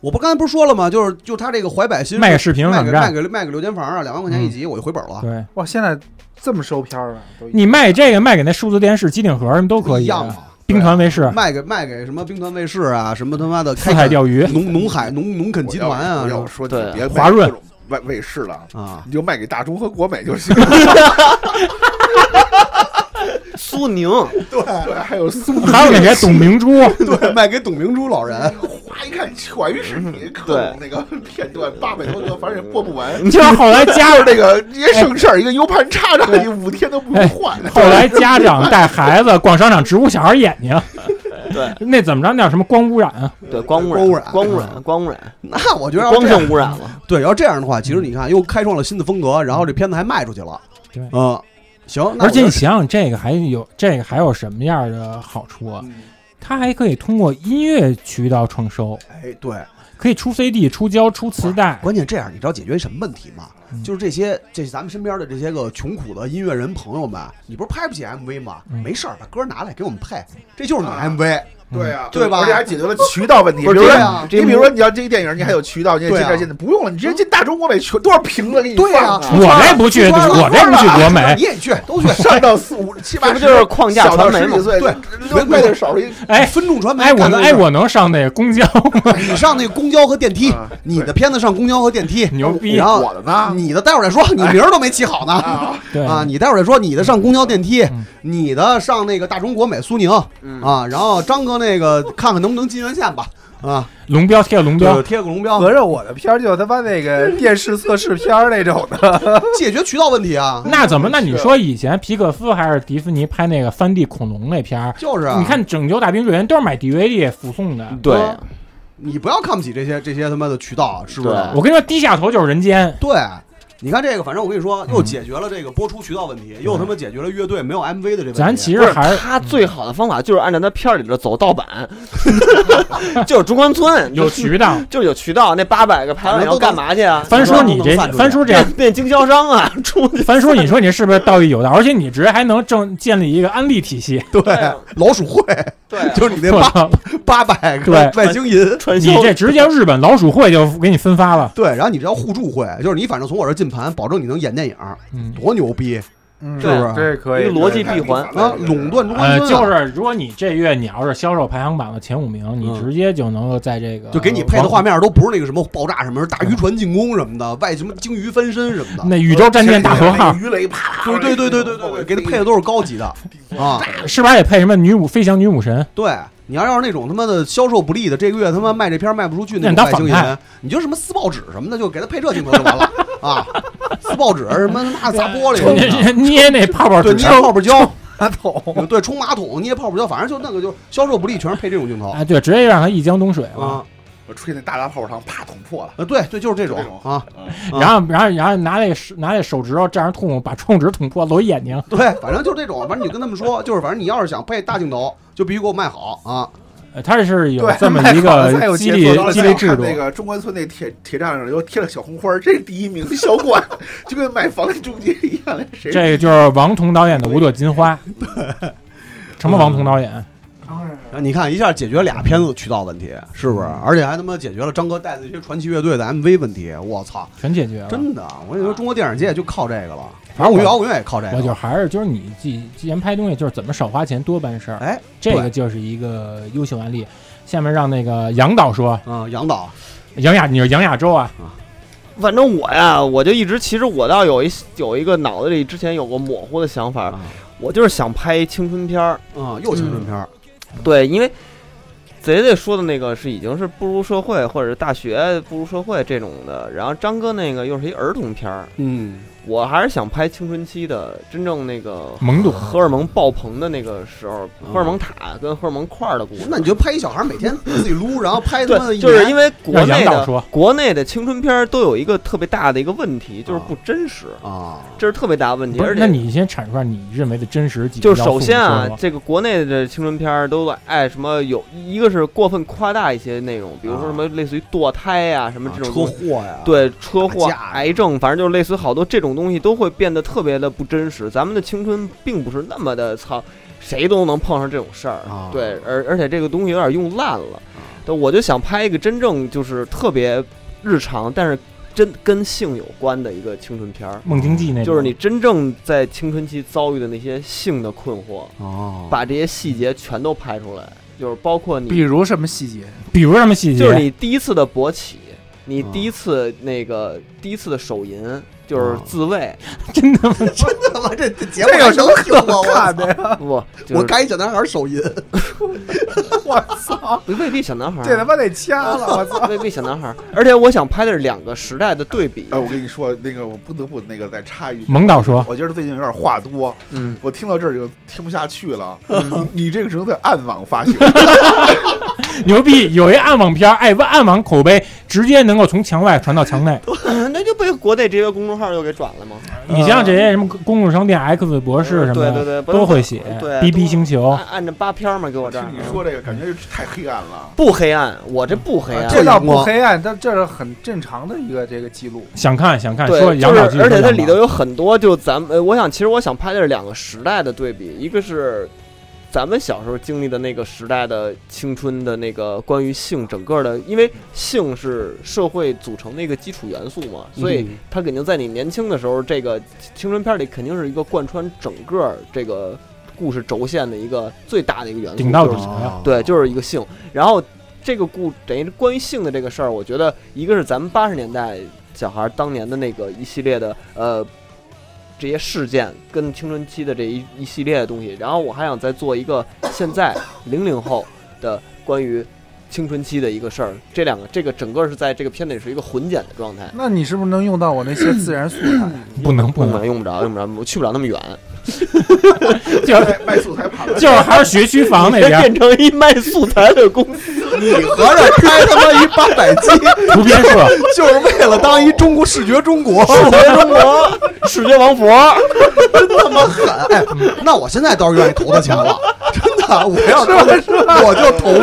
S1: 我不刚才不是说了吗？就是就他这个怀百新
S2: 卖给视频
S1: 卖
S2: 网
S1: 给卖
S2: 站，嗯
S1: 给卖给六间房啊，两万块钱一集，我就回本了，
S2: 对
S7: 哇，现在这么收片儿了，都已经
S2: 你卖这个卖给那数字电视、机顶盒什么都可
S1: 一
S2: 以啊，
S1: 样嘛。
S2: 兵团卫视、
S1: 卖给卖给什么兵团卫视啊，什么他妈的
S2: 四
S1: 开
S2: 海
S1: 垦
S2: 钓鱼，
S1: 农农海农农垦集团啊
S3: 我要
S1: 什么
S3: 我要
S1: 的，
S3: 说你
S8: 对
S3: 别
S2: 华润
S3: 各种卫卫视了，
S1: 啊，
S3: 你就卖给大中和国美就行。
S6: 苏宁，
S3: 对，还有苏宁，
S2: 还有那谁董明 珠，
S1: 对，卖给董明珠老人，
S3: 哗一看全是你各种那个片段，八百多个，反正也播不完。
S2: 就是后来
S3: 加
S2: 家
S3: 上这个一些省事儿，一个 U 盘插上去五天都不用换。
S2: 后来家长带孩子逛商场植入小孩眼 睛，
S6: 对，
S2: 那怎么着那叫什么光污染啊？
S6: 对，光污
S1: 光污染
S6: 染，光污染，光污染，
S1: 那我觉得要
S6: 光
S1: 这样
S6: 性污染了。
S1: 对，要这样的话，其实你看又开创了新的风格，然后这片子还卖出去了，
S2: 对
S1: 嗯，行，那
S2: 而且
S1: 我
S2: 你
S1: 就
S2: 想想，这个还有这个还有什么样的好处啊？
S1: 嗯
S2: 它还可以通过音乐渠道创收，
S1: 哎，对，
S2: 可以出 CD、出胶、出磁带。
S1: 关键这样，你知道解决什么问题吗？
S2: 嗯
S1: 就是这些这咱们身边的这些个穷苦的音乐人朋友们，你不是拍不起 MV 吗？
S2: 嗯
S1: 没事儿，把歌拿来给我们配，这就是你的
S3: 啊
S1: MV。
S3: 对呀，
S1: 对吧
S3: 而且还解决了渠道问题。比
S1: 不是
S3: 如
S1: 对啊
S3: 说，你比如说你要这个电影，你还有渠道，你也
S1: 对
S3: 进
S1: 啊
S3: 这进的，不用了，你直接进大中国美全多少屏了给你
S1: 对啊呀
S3: 放，
S1: 出
S2: 我
S1: 圈了
S2: 这不去，
S1: 出圈了
S2: 我这不去国美哎
S1: 你。也去，都 去。
S3: 上到四五七八
S6: 这
S3: 十，
S6: 不就是框架
S3: 小到
S6: 传媒
S3: 十
S6: 吗
S3: 几岁，
S1: 对
S3: 六块钱少了一
S2: 哎
S1: 分众传媒，
S2: 哎，我
S1: 干
S2: 能
S1: 那
S2: 哎
S1: 个
S2: 我能上那个公交吗？
S1: 你上那公交和电梯
S3: 啊，
S1: 你的片子上公交和电梯，
S2: 牛逼
S1: 然
S3: 我
S1: 后
S3: 的呢
S1: 你的待会儿再说，你名儿都没起好呢。
S3: 啊！
S2: 对
S1: 啊，你待会儿再说你的上公交电梯
S2: 嗯，
S1: 你的上那个大中国美苏宁
S6: 嗯
S1: 啊，然后张哥那个看看能不能进院线吧 啊，
S2: 龙标贴龙标
S1: 对，，贴个龙标，
S7: 合着我的片儿就他妈那 个电视测试片儿那种的，
S1: 解决渠道问题 啊，
S2: 那怎么？那你说以前皮克斯还是迪士尼拍那个三 D 恐龙那片儿，
S1: 就是啊
S2: 你看《拯救大兵瑞恩》都是买 DVD 附送的。
S6: 对，
S1: 你不要看不起这些这些他妈的渠道啊，是不是？
S6: 对
S2: 我跟你说，低下头就是人间。
S1: 对，
S6: 啊
S1: 你看这个，反正我跟你说，
S2: 嗯
S1: 又解决了这个播出渠道问题，又他妈解决了乐队没有 MV 的这问题。
S2: 咱其
S6: 不
S2: 实
S6: 是
S2: 还是
S6: 他最好的方法就是按照他片儿里边走盗版， 就是中关村
S2: 有渠道。
S6: 就是有渠道，那八百个排
S1: 反
S6: 完
S1: 正
S6: 以
S1: 都
S6: 后
S1: 能
S6: 干嘛去啊？
S2: 翻说你这
S1: 都能散出去
S2: 翻说这样
S6: 变变经销商啊，出去
S2: 凡叔，你说你是不是道义有道？而且你直接还能正建立一个安利体系，
S1: 对
S6: 啊
S1: 老鼠会，
S6: 对啊
S1: 就是你那
S2: 我
S1: 八
S2: 操！
S1: 八百个
S2: 对
S1: 外星银。
S6: 传销
S2: 你这直接日本老鼠会就给你分发了。
S1: 对，然后你这叫互助会，就是你反正从我这儿进盘，保证你能演电影，
S2: 嗯，
S1: 多牛闭
S7: 嗯
S1: 是不是
S7: 这可以
S6: 一个逻辑
S7: 可以
S6: 闭环
S1: 啊！垄断中
S2: 呃
S1: 关，村啊、
S2: 就是如果你这月你要是销售排行榜的前五名，你
S1: 嗯
S2: 直接就能够在这个
S1: 就给你配的画面都不是那个什么爆炸什么大渔船进攻什么的，外什么鲸鱼翻身什么的。
S2: 那宇宙战舰大头号，
S3: 鱼雷啪啪，
S1: 对对对对对对对，给他配的都是高级的啊！
S2: 是不是还得配什么女武飞翔女武神？
S1: 对，你要要是那种他妈的销售不利的，这个月他妈卖这片儿卖不出去那
S2: 那
S1: 种
S2: 你当
S1: 外星
S2: 反派
S1: 人，你就什么撕报纸什么的，就给他配这镜头就完了啊！撕报纸什么那砸 玻璃什么的，
S2: 捏那泡泡
S1: 对，
S2: 纸
S1: 捏，泡泡胶，
S7: 马桶，
S1: 对，冲马桶捏泡泡胶，反正就那个就销售不利，全是配这种镜头
S2: 哎，对，直接让他一江东水了。
S1: 啊！
S3: 我吹那大大泡泡糖，啪捅破了。
S1: 呃，对对，就是这
S3: 就
S1: 种
S3: 这种
S1: 啊，啊
S2: 然后，然后，然后拿那手拿那手指头蘸着痛，把窗纸捅破，揉一眼睛。
S1: 对，反正就是这种，反正你就跟他们说，就是反正你要是想配大镜头，就必须给我卖好啊！
S2: 呃他是有
S7: 对
S2: 这么 一
S7: 卖好了才
S2: 个
S7: 有
S2: 激
S7: 节
S2: 励
S7: 奏
S2: 激励制度。
S3: 那个中关村那铁铁栅上又贴了小红花，这是第一名小馆， 就跟买房的中介一样。谁
S2: 这个就是王彤导演的《五朵金花》，什么王彤导演？
S1: 然后你看一下解决俩片子渠道问题，是不是？而且还他妈解决了张哥带的这些传奇乐队的 MV 问题，我操！
S2: 全解决了。
S1: 真的，啊我跟你说，中国电影界就靠这个了。反正我觉得摇滚乐也靠这
S2: 我就
S1: 个。
S2: 还是就是你既既然拍东西，就是怎么少花钱多办事儿，
S1: 哎，
S2: 这
S1: 对
S2: 个就是一个优秀案例。下面让那个杨导说，
S1: 嗯，杨导，
S2: 杨亚，你是杨亚洲啊？
S6: 反正我呀，我就一直其实我倒有一有一个脑子里之前有过模糊的想法
S1: 啊，
S6: 我就是想拍青春片儿。
S1: 嗯，又青春片儿，
S2: 嗯
S6: 对，因为贼贼说的那个是已经是步入社会或者是大学步入社会这种的，然后张哥那个又是一儿童片儿，
S1: 嗯，
S6: 我还是想拍青春期的，真正那个
S2: 懵懂
S6: 荷尔蒙爆棚的那个时候，
S1: 嗯
S6: 荷尔蒙塔跟荷尔蒙块儿的故事。
S1: 那你就拍一小孩每天自己撸，然后拍他妈的
S6: 对，
S1: 一
S6: 就是
S1: 年
S6: 因为国
S2: 让
S6: 内
S2: 杨导说
S6: 的国内的青春片儿都有一个特别大的一个问题，就是不真实，
S1: 啊，
S6: 这是特别大的问题。
S2: 不是，
S6: 而
S2: 那
S6: 且
S2: 你先阐述下你认为的真实几个
S6: 就是
S2: 要素
S6: 首先啊
S2: 你说，说
S6: 这个国内的青春片儿都爱什么有，一个是过分夸大一些内容，比如说什么类似于堕胎呀、什么
S1: 啊
S6: 这
S1: 车
S6: 种东西
S1: 祸呀，，
S6: 对车
S1: 打
S6: 祸
S1: 架呀、
S6: 癌症，反正就是类似好多这种东西都会变得特别的不真实。咱们的青春并不是那么的操，谁都能碰上这种事儿
S1: 啊。
S6: 对，而而且这个东西有点用烂了。但我就想拍一个真正就是特别日常，但是真跟性有关的一个青春片儿，
S2: 梦境记那种
S6: 就是你真正在青春期遭遇的那些性的困惑，
S1: 哦，
S6: 把这些细节全都拍出来，就是包括
S7: 比
S6: 你，
S7: 如什么细节？
S2: 比如什么细节，
S6: 就是你第一次的勃起。你第一次那
S2: 哦
S6: 个第一次的手淫就是自慰，
S2: 真的吗？
S1: 真的吗？这这节目有什么可看的
S2: 哦
S1: 呀？
S6: 不，就是
S1: 我看一小男孩手淫，
S7: 我操，
S6: 未必小男孩儿，
S7: 这他妈得掐 了！我操，
S6: 未必小男孩儿。而且我想拍的是两个时代的对比。
S2: 哦
S3: 哎，我跟你说，那个我不得不那个再插一句，
S2: 蒙导说
S3: 我觉得最近有点话多，
S6: 嗯，
S3: 我听到这儿就听不下去了。
S2: 嗯
S3: 你你这个只能在暗网 发行，
S2: 牛逼，有一暗网片儿，哎，暗网口碑直接能够从墙外传到墙内。
S6: 那就被国内这些公众号又给转了吗？
S2: 你像这些什么公共商店 X 博士什么的，
S6: 对对对
S2: 都会写。
S6: 对
S2: BB 星球
S6: 按按着八篇儿嘛，给我这儿
S3: 听你说这个感觉太黑暗了。
S6: 不黑暗，我这不
S2: 啊
S6: 黑暗。
S7: 这倒不黑暗，但这是很正常的一个这个记录。
S2: 想看想看，说
S6: 对，就
S2: 养老剧
S6: 是
S2: 都
S6: 而且它
S2: 养
S6: 里
S2: 老
S6: 头有很多，就咱们，呃我想其实我想拍的是两个时代的对比，一个是咱们小时候经历的那个时代的青春的那个关于性整个的，因为性是社会组成的一个基础元素嘛，所
S2: 嗯
S6: 以它肯定在你年轻的时候，这个青春片里肯定是一个贯穿整个这个故事轴线的一个最大的一个元素，
S2: 顶到
S6: 就
S2: 底
S6: 是
S2: 啊，
S6: 对，就是一个性。然后这个故等于是关于性的这个事儿，我觉得一个是咱们八十年代小孩儿当年的那个一系列的呃这些事件，跟青春期的这一一系列的东西。然后我还想再做一个现在零零后的关于。青春期的一个事儿，这两个这个整个是在这个片里是一个混剪的状态，
S7: 那你是不是能用到我那些自然素 材？
S2: 不能不
S6: 不
S2: 能，
S6: 能用不着，用不着，我去不了那么远，
S2: 就是
S3: 卖卖素 材盘了，
S2: 就是还是学区 房那边儿
S6: 变成一卖素材的公 司。
S1: 你合着开他妈一八百鸡，
S2: 图片 社，
S1: 就是为了当一中国视觉中国，
S6: 中国 世界王国，
S1: 他妈狠！哎，那我现在倒是愿意投他钱了，真的，我要投我就投你，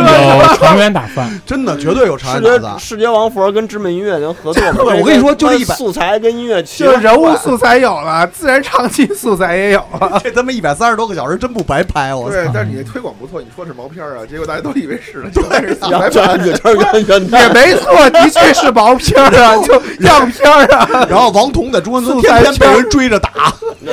S2: 有长远打算。
S1: 真的绝对有长
S6: 视
S1: 远打
S6: 觉
S1: 算。
S6: 世界王佛跟知名音乐能合作吗？
S1: 对 我跟你说就这一百
S6: 素材跟音乐齐
S7: 就是人物素材有了，自然长期素材也有了。
S1: 这他妈一百三十多个小时真不白拍，我
S3: 对
S1: 操！，
S3: 但是你的推广不错，你说是毛片儿啊，结果大家都以为是了， 对，白
S6: 就
S3: 盘
S6: 按远圈 圆圆
S7: 也
S6: 的，
S7: 没错，的确是毛片儿 啊，就样片儿啊，
S1: 然后王彤在中关村
S7: 素材
S1: 天天被
S7: 圈
S1: 人追着打，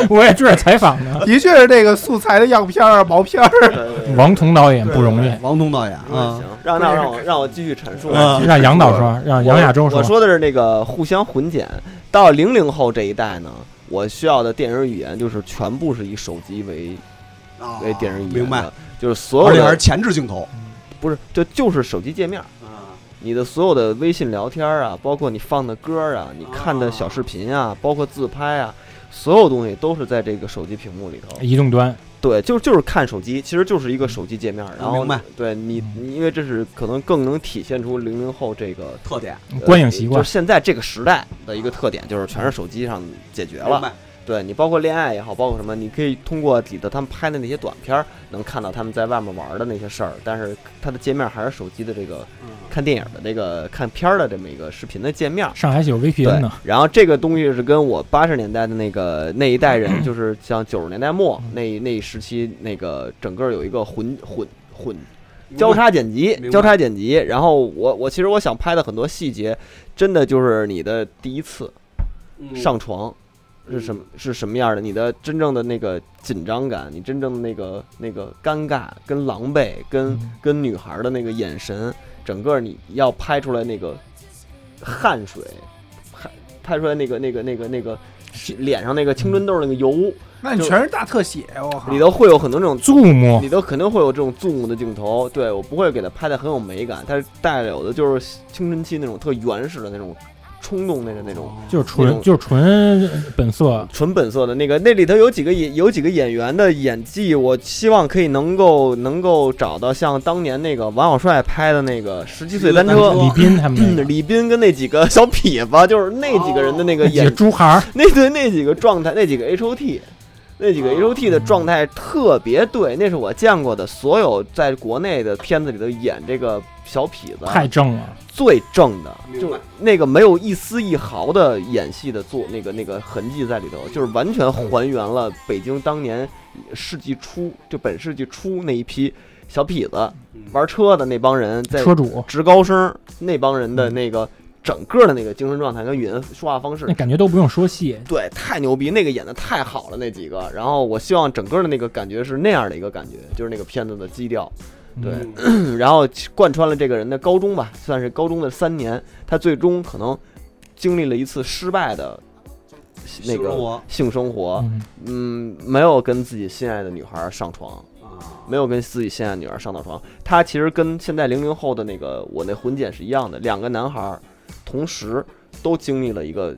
S2: 我也追着采访呢。
S7: 的确是这个素材的样片儿啊，毛片儿。
S2: 王彤导演不容易，
S1: 王彤导演啊
S6: 嗯行，，让让让我让我继续阐述。
S1: 嗯
S2: 让杨导说，让杨亚洲
S6: 我
S2: 说
S6: 我，说的是那个互相混剪。到零零后这一代呢，我需要的电影语言就是全部是以手机为
S1: 啊
S6: 为电影语言的，
S1: 明白？
S6: 就是所
S1: 而且
S6: 有
S1: 还是
S6: 的
S1: 前置镜头，
S6: 不是，这就是手机界面。你的所有的微信聊天啊，包括你放的歌啊，你看的小视频啊，包括自拍啊，所有东西都是在这个手机屏幕里头。
S2: 移动端
S6: 对，就就是看手机，其实就是一个手机界面儿。然后
S1: 明白
S6: 对你，
S2: 嗯
S6: 你因为这是可能更能体现出零零后这个
S1: 特点
S6: 呃
S2: 观影习惯
S6: 就是现在这个时代的一个特点，就是全是手机上解决
S1: 明
S6: 了。
S1: 白？
S6: 对你，包括恋爱也好，包括什么，你可以通过里头他们拍的那些短片儿，能看到他们在外面玩儿的那些事儿。但是它的界面还是手机的这个
S1: 嗯
S6: 看电影的这个看片儿的这么一个视频的界面儿。
S2: 上海是有
S6: 对
S2: VPN 呢，，
S6: 然后这个东西是跟我八十年代的那个那一代人，就是像九十年代末那那一时期，那个整个有一个混混混交叉剪辑
S1: 明白，
S6: 交叉剪辑。然后我我其实我想拍的很多细节，真的就是你的第一次
S1: 嗯
S6: 上床。是什么是什么样的？你的真正的那个紧张感，你真正的那个那个尴尬、跟狼狈、跟
S2: 嗯
S6: 跟女孩的那个眼神，整个你要拍出来那个呃汗水，汗拍出来那个那个那个那个脸上那个青春痘那个油，
S7: 那你全是大特写，我靠！
S6: 里头会有很多这种，
S2: 注目
S6: 里头肯定会有这种 zoom 的镜头。对我不会给它拍的很有美感，但是带有的就是青春期那种特原始的那种冲动那个那种。
S2: 哦就是
S6: 那
S2: 纯
S6: 种
S2: 就是纯本色，
S6: 纯本色的那个，那里头有几个演有几个演员的演技，我希望可以能够能够找到像当年那个王小帅拍的那个《十七岁单车》嗯
S2: 李斌他们那个
S6: 李斌跟那几个小痞子，就是那几个人的 那个
S2: 那几
S6: 演
S2: 个猪孩儿，
S6: 那对那几个状态，那几个 H O T，那
S2: 啊
S6: 几个 H O T 的状态特别对，那是我见过的所有在国内的片子里头演这个小痞
S2: 太
S6: 子啊
S2: 正了，
S6: 最正的，
S1: 明白
S6: 就是那个没有一丝一毫的演戏的做那个那个痕迹在里头，就是完全还原了北京当年世纪初就本世纪初那一批小痞子玩车的那帮人在
S2: 车主
S6: 职高生那帮人的那个整个的那个精神状态跟语言说话方式
S2: 那感觉都不用说戏，
S6: 对，太牛逼，那个演的太好了，那几个。然后我希望整个的那个感觉是那样的一个感觉，就是那个片子的基调。对，
S2: 嗯
S1: 嗯
S6: 然后贯穿了这个人的高中吧，算是高中的三年，他最终可能经历了一次失败的那个
S1: 活
S6: 性生活，
S2: 嗯
S6: 嗯，没有跟自己心爱的女孩上床，
S1: 啊，
S6: 没有跟自己心爱的女孩上到床。他其实跟现在零零后的那个我那混剪是一样的，两个男孩儿同时都经历了一个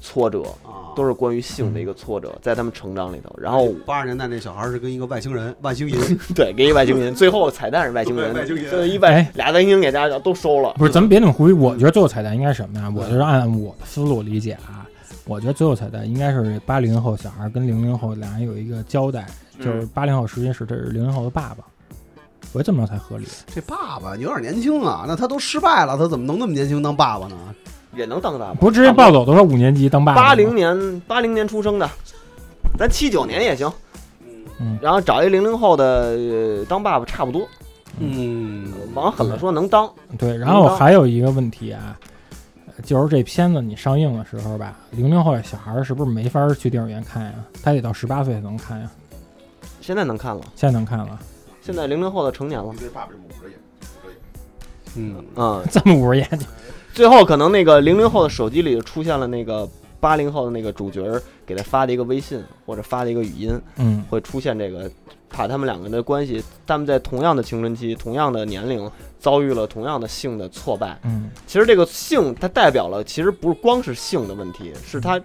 S6: 挫折，
S1: 啊
S6: 都是关于性的一个挫折，在他们成长里
S1: 嗯
S6: 头。然后
S1: 八十年代那小孩是跟一个外星人、外星人，
S6: 对，给一外星人，最后彩蛋是外星人，
S1: 对外星人
S6: 就是一外
S2: 哎
S6: 俩外星人给大家都收了。
S2: 不是，咱们别那么胡逼。我觉得最后彩蛋应该是什么
S6: 嗯
S2: 呀？我就是按我的思路理解啊，我觉得最后彩蛋应该是八零后小孩跟零零后俩人有一个交代，
S6: 嗯
S2: 就是八零后实际是这是零零后的爸爸，我觉得这么着才合理。
S1: 这爸爸有点年轻啊，那他都失败了，他怎么能那么年轻当爸爸呢？
S6: 也能当大吧？
S2: 不是直接暴走都说五年级当爸爸吗
S6: 八零年八零年出生的，咱七九年也行。
S2: 嗯
S6: 然后找一零零后的、呃当爸爸差不多，
S1: 嗯
S6: 往狠了说能当，
S2: 对，然后还有一个问题啊，呃就是这片子你上映的时候吧，零零后的小孩儿是不是没法儿去电影院看呀？他得到十八岁才能看呀，
S6: 现在能看了，
S2: 现在能看了，
S6: 现在零零后的成年了
S3: 你。对爸爸这么捂着眼，捂着眼
S1: 嗯，
S6: 嗯，
S2: 这么捂着眼睛，
S6: 最后可能那个零零后的手机里出现了那个八零后的那个主角儿给他发的一个微信或者发的一个语音，
S2: 嗯，
S6: 会出现这个，把他们两个人的关系，他们在同样的青春期、同样的年龄，遭遇了同样的性的挫败。
S2: 嗯，
S6: 其实这个性，它代表了其实不是光是性的问
S1: 嗯
S6: 题，是它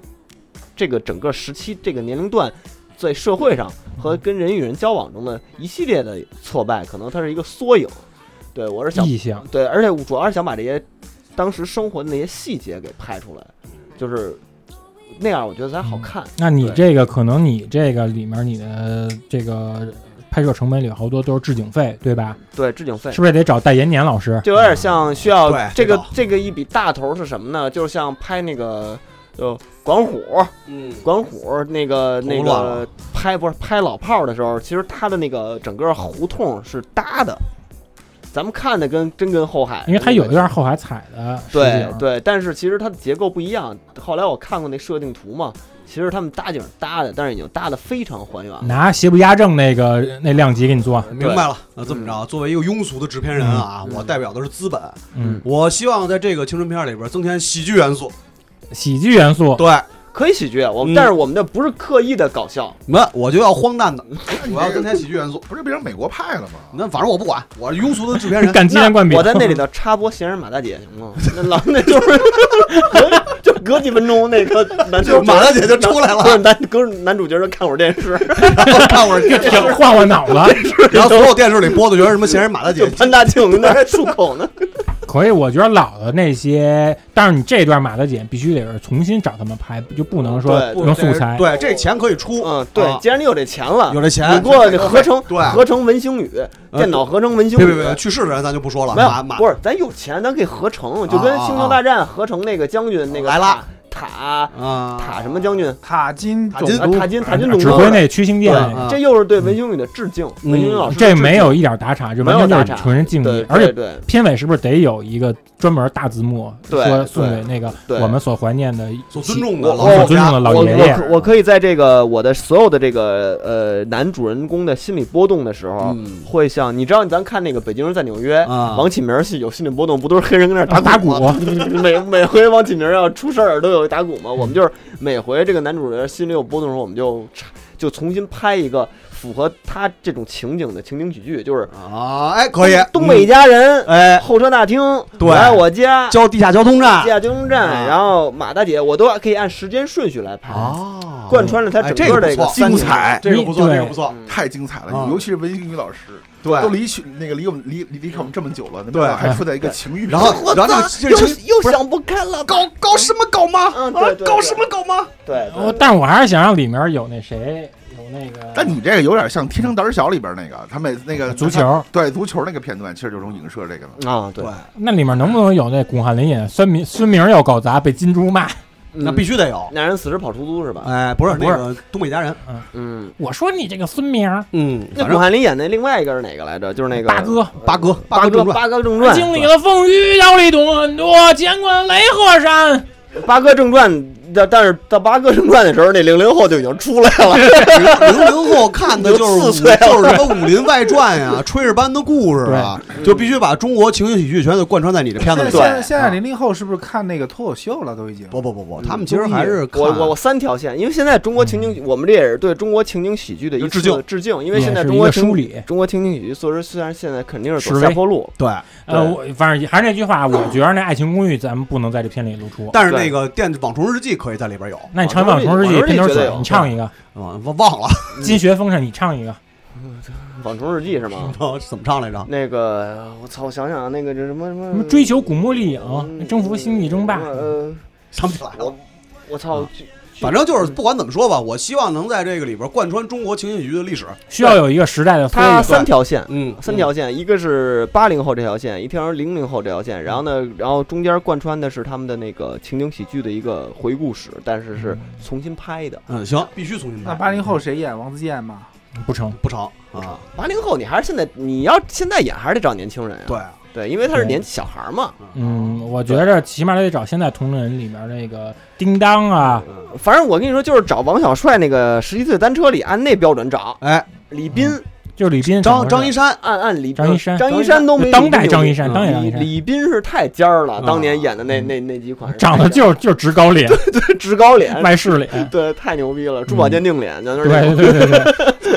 S6: 这个整个时期、这个年龄段在社会上和跟人与人交往中的一系列的挫败，可能它是一个缩影。对我
S1: 嗯
S6: 是想
S2: 意向，
S6: 对，而且我主要是想把这些当时生活的那些细节给拍出来，就是那样，我觉得才好看。
S1: 嗯
S2: 那你
S6: 对
S2: 这个可能你这个里面你的这个拍摄成本里好多都是置景费，对吧？
S6: 对，置景费
S2: 是不是得找戴延年老师？
S6: 就有点像需要
S1: 对
S6: 这
S1: 这
S6: 个
S1: 倒
S6: 这个一笔大头是什么呢？就像拍那个就管虎，
S1: 嗯，
S6: 管虎那个
S1: 头
S6: 那
S1: 乱了
S6: 个拍不是拍老炮儿的时候，其实他的那个整个胡同是搭的，咱们看的跟真跟后海，
S2: 因为他有一段后海彩的实
S6: 对
S2: 景，啊
S6: 对，但是其实它的结构不一样。后来我看过那设定图嘛，其实他们搭景搭的，但是已经搭的非常还原了。
S2: 拿邪不压正那个那量级给你做，
S1: 明白了。那这么着，作为一个庸俗的制片人啊，
S6: 嗯
S1: 我代表的是资本，
S2: 嗯，
S1: 我希望在这个青春片里边增添喜剧元素。
S2: 喜剧元素，。
S1: 对，
S6: 可以喜剧，啊我们、
S1: 嗯
S6: 但是我们的不是刻意的搞笑，
S1: 那我就要荒诞的，
S3: 你
S1: 我要
S3: 这
S1: 增
S3: 个
S1: 添喜剧元素。
S3: 不是变成美国派了吗？
S1: 那反正我不管，我是庸俗的制片人
S2: 干鸡蛋灌饼，
S6: 我在那里头插播《闲人马大姐》行吗？那老那就是 就隔几分钟那个男主角
S1: 马大姐就出来了
S6: 不是男不是男主角就看会儿电视，
S1: 看会儿电视，
S2: 换换脑子。
S1: 然后所有电视里播的全是什么闲人马大
S6: 就
S1: 姐，
S6: 潘大庆那儿还漱口呢。
S2: 可以，我觉得老的那些，但是你这段马大姐必须得是重新找他们拍，就不能说
S6: 对
S2: 用素材。
S1: 对，这钱可以出，
S6: 嗯，对，
S1: 啊
S6: 既然你有这钱了，
S1: 有这钱
S6: 你给我这合成
S1: 对啊呃
S6: 合成文星语，电脑合成文星语。
S1: 别别别，去世的人咱就不说了，
S6: 没
S1: 马
S6: 有，
S1: 马
S6: 不是，咱有钱，咱可以合成，就跟
S1: 啊
S6: 《
S1: 啊
S6: 星球大战》合成那个将军那个
S1: 莱拉
S6: 塔
S1: 啊
S6: 塔塔什么将
S1: 哦
S6: 军，
S7: 塔金
S1: 塔
S7: 总
S1: 金
S6: 啊塔金塔金总
S2: 指
S6: 督
S2: 挥那曲星
S6: 对
S2: 剑那个，
S1: 啊
S6: 这又是对文星宇的致敬，
S1: 嗯
S6: 文星宇老师的致
S2: 这
S6: 敬
S2: 没有一点打岔，这
S6: 没
S2: 完
S6: 有
S2: 全
S6: 打
S2: 就
S6: 岔
S2: 是，纯敬
S6: 对
S2: 业。而且
S6: 对
S2: 片尾是不是得有一个专门大字幕
S6: 对
S2: 说
S6: 对
S2: 送给那个
S6: 对
S2: 我们所怀念的、哦
S1: 所尊重
S6: 我
S1: 的
S6: 我
S1: 老
S2: 所尊重
S1: 家
S2: 的
S6: 我
S2: 老爷
S6: 我
S2: 爷？
S6: 可我可以在这个我的所有的这个呃男主人公的心理波动的时候，
S1: 嗯
S6: 会像你知道咱看那个《北京人在纽约》
S1: 啊
S6: 王启明戏有心理波动，不都是黑人跟那儿
S2: 打打
S6: 打鼓
S2: 鼓
S6: 吗？， 每每回王启明要出事儿都有打 鼓嘛，我们就是每回这个男主人心里有波动的时候，我们就插就重新拍一个符合他这种情景的情景喜剧，就是
S1: 啊，哎，可以，
S6: 东北一家人
S1: 嗯，哎，
S6: 候车大厅
S1: 对
S6: 来我家
S1: 交地下交通站
S6: 地下交通站，
S1: 啊
S6: 然后马大姐，我都可以按时间顺序来拍，
S1: 啊
S6: 贯穿了他
S1: 哎
S6: 整个
S1: 这
S6: 这
S1: 不
S6: 个
S1: 错
S6: 三
S3: 精
S6: 年
S3: 彩，
S1: 这个不错，
S2: 对
S1: 这个不错，
S6: 嗯
S3: 太精彩
S1: 啊
S3: 了！尤其是文星宇老师，
S1: 对
S3: 都。离去那个离我们离离离开我们这么久了，那
S1: 对
S3: 还处在一个情欲，
S1: 然 后，然后这个这个
S6: 又又想不开了，
S1: 搞搞什么搞吗？
S6: 嗯
S1: 啊
S6: 对对
S1: 搞
S6: 对
S1: 什么搞吗？
S6: 对，
S2: 我
S1: 哦
S2: 但是我还是想让里面有那谁，有那个，
S3: 但你这个有点像《天生胆小》里边那个，他们那个
S2: 足球
S3: 对足球那个片段，其实就是从影射这个了。
S6: 啊对，
S2: 那里面能不能有那巩汉林演孙明孙明要搞砸被金猪骂？
S1: 那必
S6: 须，
S1: 须得有。
S6: 男人死尸跑出嗯租是吧？
S1: 哎，不是
S2: 不
S1: 那
S2: 是
S1: 个东北一家人，
S6: 嗯，
S2: 我说你这个孙明儿
S1: 嗯，
S6: 那
S1: 反
S6: 巩
S1: 正
S6: 汉林演那另外一个是哪个来着？就是那个
S2: 大哥，
S1: 八哥，
S6: 呃八
S1: 哥
S6: 哥
S1: 正传，
S6: 八哥正传，
S2: 经历了风雨，道理懂很多，见过雷和山。
S6: 八哥正传但但是到八哥正传的时候，那零零后就已经出来了。
S1: 哎零零后看的就是
S6: 四
S1: 武
S6: 岁了
S1: 就是什么《武林外传》 呀，《炊事班的故事》啊，就必须把中国情景喜剧全都贯穿在你的片子里。
S7: 现在现在
S1: 啊
S7: 零零后是不是看那个脱口秀了？都已经
S1: 不不不不，他们其实还是看嗯
S6: 我我我三条线，因为现在中国情景，我们这也是对中国情景喜剧的一次
S1: 致敬
S6: 致敬，因为
S2: 也
S6: 现在
S2: 是
S6: 中
S2: 一
S6: 国
S2: 个
S6: 情
S2: 梳理。
S6: 中国情景喜剧做实虽然现在肯定是走
S2: 示威
S6: 下坡路，
S1: 对，
S2: 呃，我反正还是那句话，我觉得那《爱情公寓》咱们不能在这片里露出。
S1: 但是
S6: 对
S1: 那个电子《网虫日记》可以在里边有
S2: 那你唱一《同时记》片头曲，你唱一个
S1: 啊，忘忘了
S2: 《金学风扇》，你唱一
S1: 嗯
S2: 个。
S6: 《网虫日记》是吗？
S1: 怎么唱来着？
S6: 那个我操，我想想啊，那个这什么什么
S2: 啊什么追求古墓丽
S6: 嗯
S2: 影，征服星际争霸，
S1: 嗯
S6: 呃，
S1: 想不起来了
S6: 我。我操，
S1: 啊反正就是不管怎么说吧，我希望能在这个里边贯穿中国情景喜剧的历史。
S2: 需要有一个时代的缩
S6: 它
S2: 影。
S6: 三条线，
S1: 嗯
S6: 三条线，一个是八零后这条线，一条是零零后这条线，然后呢，然后中间贯穿的是他们的那个情景喜剧的一个回顾史，但是
S2: 嗯
S6: 是重新拍的。
S1: 嗯，行，必须重新
S7: 那
S1: 拍，
S7: 八零后谁演？王自健吗？
S2: 不成，
S1: 不成啊。
S6: 八零后，你还是现在你要现在演，还是得找年轻人呀、
S1: 对，啊
S6: 对，因为他是
S2: 对
S6: 年小孩嘛。
S2: 嗯，我觉着起码得找现在同人里面那个叮当啊，
S6: 反正我跟你说，就是找王小帅那个十七岁单车里按那标准找，
S1: 哎，
S6: 李
S2: 嗯
S6: 斌、
S2: 就是李斌、
S1: 张张一山，
S6: 按按李
S2: 张一山
S6: 张一山都没
S2: 当代张一
S6: 山，
S2: 山，
S1: 嗯
S2: 当代张
S6: 李
S2: 一山，
S6: 李斌是太尖儿了，
S1: 啊
S6: 当年演的那那那几款
S2: 长得 就就直高脸，
S6: 直高脸，
S2: 外事 脸。
S6: 对，太牛逼了，珠宝鉴定脸，咱就是那种
S2: 嗯对对对对，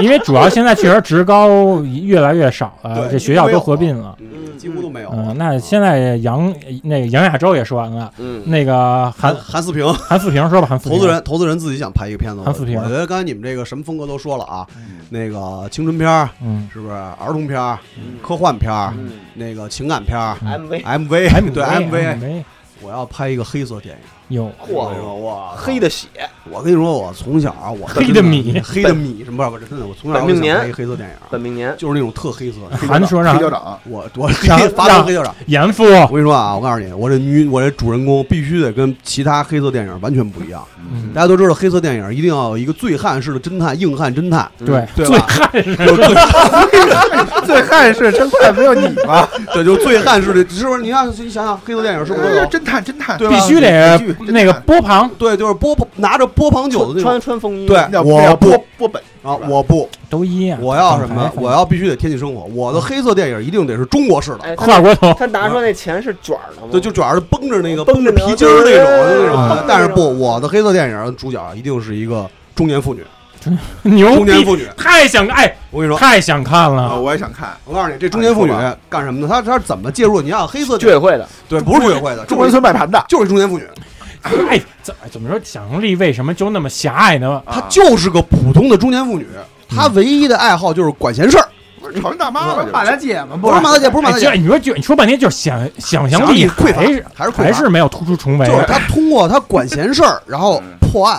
S2: 因为主要现在确实职高越来越少了，
S1: 对
S2: 这学校都合并了。
S1: 嗯，几乎都没有。
S2: 嗯，那现在杨那个杨亚洲也说完了，
S6: 嗯，
S2: 那个韩
S1: 韩韩四平，
S2: 韩富平说吧，韩富
S1: 投
S2: 平
S1: 资人，投资人自己想拍一个片子，我
S2: 韩四平啊
S1: 我觉得刚才你们这个什么风格都说了啊，那个青春片儿
S2: 嗯，
S1: 是不是？儿童片儿、科幻片儿、那个情感片儿、
S2: 嗯
S6: MV
S1: MV，对哎
S2: 哎
S1: MV，
S2: 没
S1: 我要拍一个黑色电影。哎
S2: 有
S1: 我跟你说
S6: 嚯，
S1: 哇，
S6: 黑的血，
S1: 我跟你说，我从小啊我
S2: 黑的 米
S1: 黑的米什么不是真的，我从小我
S6: 本
S1: 就
S6: 命
S1: 想
S6: 年
S1: 拍一黑色电影，
S6: 本命年，
S1: 就是那种特黑 色的。
S2: 韩说让
S3: 黑校长，
S1: 我我
S2: 让哦
S1: 黑发动黑校长，
S2: 严父，
S1: 我跟你说啊，我告诉你，我这女我这主人公必须得跟其他黑色电影完全不一样。
S2: 嗯
S1: 大家都知道，黑色电影一定要有一个醉汉式的侦探，硬汉侦探，
S2: 对
S1: 对
S2: 最
S1: 吧？
S2: 汉是
S1: 有醉
S7: 醉汉是侦探，没有你 吗？
S1: 对，就是醉汉式的，是不是？你看，你想想，黑色电影是不是都有？
S3: 哎侦探侦探，
S1: 对吧
S2: 哎必须得那个波旁，
S1: 对，就是波旁拿着波旁酒的那
S6: 穿
S1: 种。
S6: 穿风衣，
S1: 对，
S3: 要
S1: 我
S3: 要
S1: 不
S3: 波波本，
S1: 啊，我不，
S2: 都一样。
S1: 我要什么？我
S2: 要
S1: 要必须得天气生活。我的黑色电影一定得是中国式的，
S6: 哎，他
S2: 跨国头，
S6: 他拿出来那钱是卷儿的吗？
S1: 对，就主要是绷着那个
S6: 绷
S1: 绷
S6: 着
S1: 着
S6: 那个
S1: 皮筋儿那
S6: 哎
S1: 种
S2: 绷
S1: 那
S2: 着
S1: 种
S6: 那。
S1: 但是不，
S6: 种
S1: 我的黑色电影主角一定是一个中年妇女，
S2: 牛
S1: 中年妇
S2: 逼，
S1: 女。
S2: 太想哎，
S1: 我跟你说，
S2: 太想看
S3: 啊，
S2: 了。
S3: 我也想看。
S1: 我告诉你，这中年妇女干什么呢？她她是怎么介入？你看黑色
S6: 居委
S1: 电影，
S6: 会的，
S1: 对，不是居委会的，
S3: 中
S1: 中
S3: 关
S1: 年
S3: 村卖盘的，
S1: 就是一中年妇女，
S2: 哎，怎哎怎么说想象力为什么就那么狭隘呢？
S1: 她就是个普通的中年妇女，她唯一的爱好就是管闲事儿，
S3: 不是潮人大妈
S7: 马
S3: 吧？就是
S7: 大姐吗？
S1: 不是马大姐，不是马
S2: 哎，
S1: 大
S2: 这
S1: 姐，
S2: 你说就你说半天就是想想象力
S1: 想象力匮乏
S2: 还是
S1: 还是匮乏
S2: 还是没有突出重围，
S1: 就是她通过她管闲事儿，然后破案。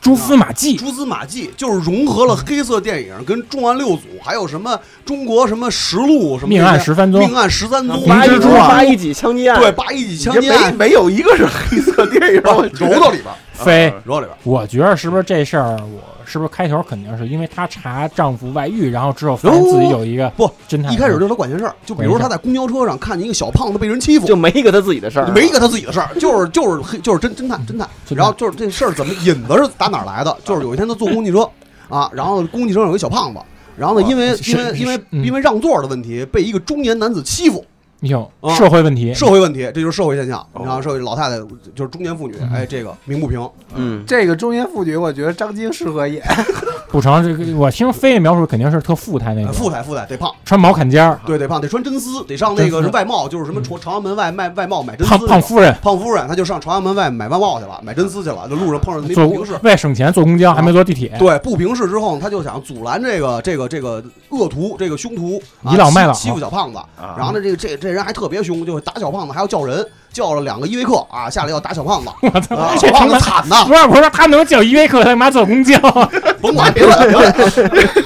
S2: 蛛丝马迹。
S1: 蛛丝马迹，就是融合了黑色电影跟重案六组，还有什么中国什么实录什么这些
S2: 命案十三宗
S1: 命案十三宗，
S2: 红
S6: 八一
S2: 蜘蛛啊
S6: 八一几枪击案，
S1: 对，八一级枪击
S3: 没
S1: 案，
S3: 没有一个是黑色电影， 我觉
S1: 揉
S3: 得
S1: 到里边，
S2: 飞，
S1: 揉到里边。
S2: 我觉得是不是这事儿，我是不是开头肯定是因为她查丈夫外遇，然后之后发现自己有一个
S1: 不
S2: 侦探，
S1: 一开始就是他管闲事儿，就比如他在公交车上看见一个小胖子被人欺负，
S6: 就没一个他自己的事儿，
S1: 没一个他自己的事儿，就是就是黑就是侦侦探侦探。
S2: 嗯探
S1: 然后就是这事儿怎么引子是打哪儿来的？就是有一天他坐公汽车啊，然后公汽车上有一小胖子，然后呢，因为
S2: 是
S1: 因为
S2: 是
S1: 因为
S2: 嗯
S1: 因为让座的问题被一个中年男子欺负，
S2: 有
S1: 啊
S2: 社会问题，
S1: 社会问题，这就是社会现象。
S2: 哦
S1: 你知道，社会老太太就是中年妇女，哎，这个鸣不平，
S6: 嗯，
S7: 这个中年妇女，我觉得张晶适合演。
S2: 补偿这个，我听飞的描述肯定是特富态那
S1: 哎
S2: 种，
S1: 富态富态得胖，
S2: 穿毛坎肩儿，
S1: 对得胖，得穿真丝，得上那个
S2: 啊真丝嗯
S1: 外贸，就是什么朝朝阳门外卖外贸买真丝
S2: 胖
S1: 那种。
S2: 胖夫人
S1: 胖夫人，她就上朝阳门外买外贸去了，买真丝去了，就路上碰上那
S2: 坐
S1: 不平事。
S2: 为省钱坐公交还没坐地铁，
S1: 对，不平事之后呢，她就想阻拦这个这个这个恶徒，这个凶徒啊
S2: 倚老卖老
S1: 欺欺负小胖子。
S3: 啊
S1: 然后呢，这个这这人还特别凶，就打小胖子，还要叫人，叫了两个依维柯啊，下来要打小胖子，啊小
S2: 这他
S1: 胖
S2: 妈
S1: 子惨呐，
S2: 不是不是，他能叫依维柯，他妈坐公交，
S1: 甭管，别问，别问，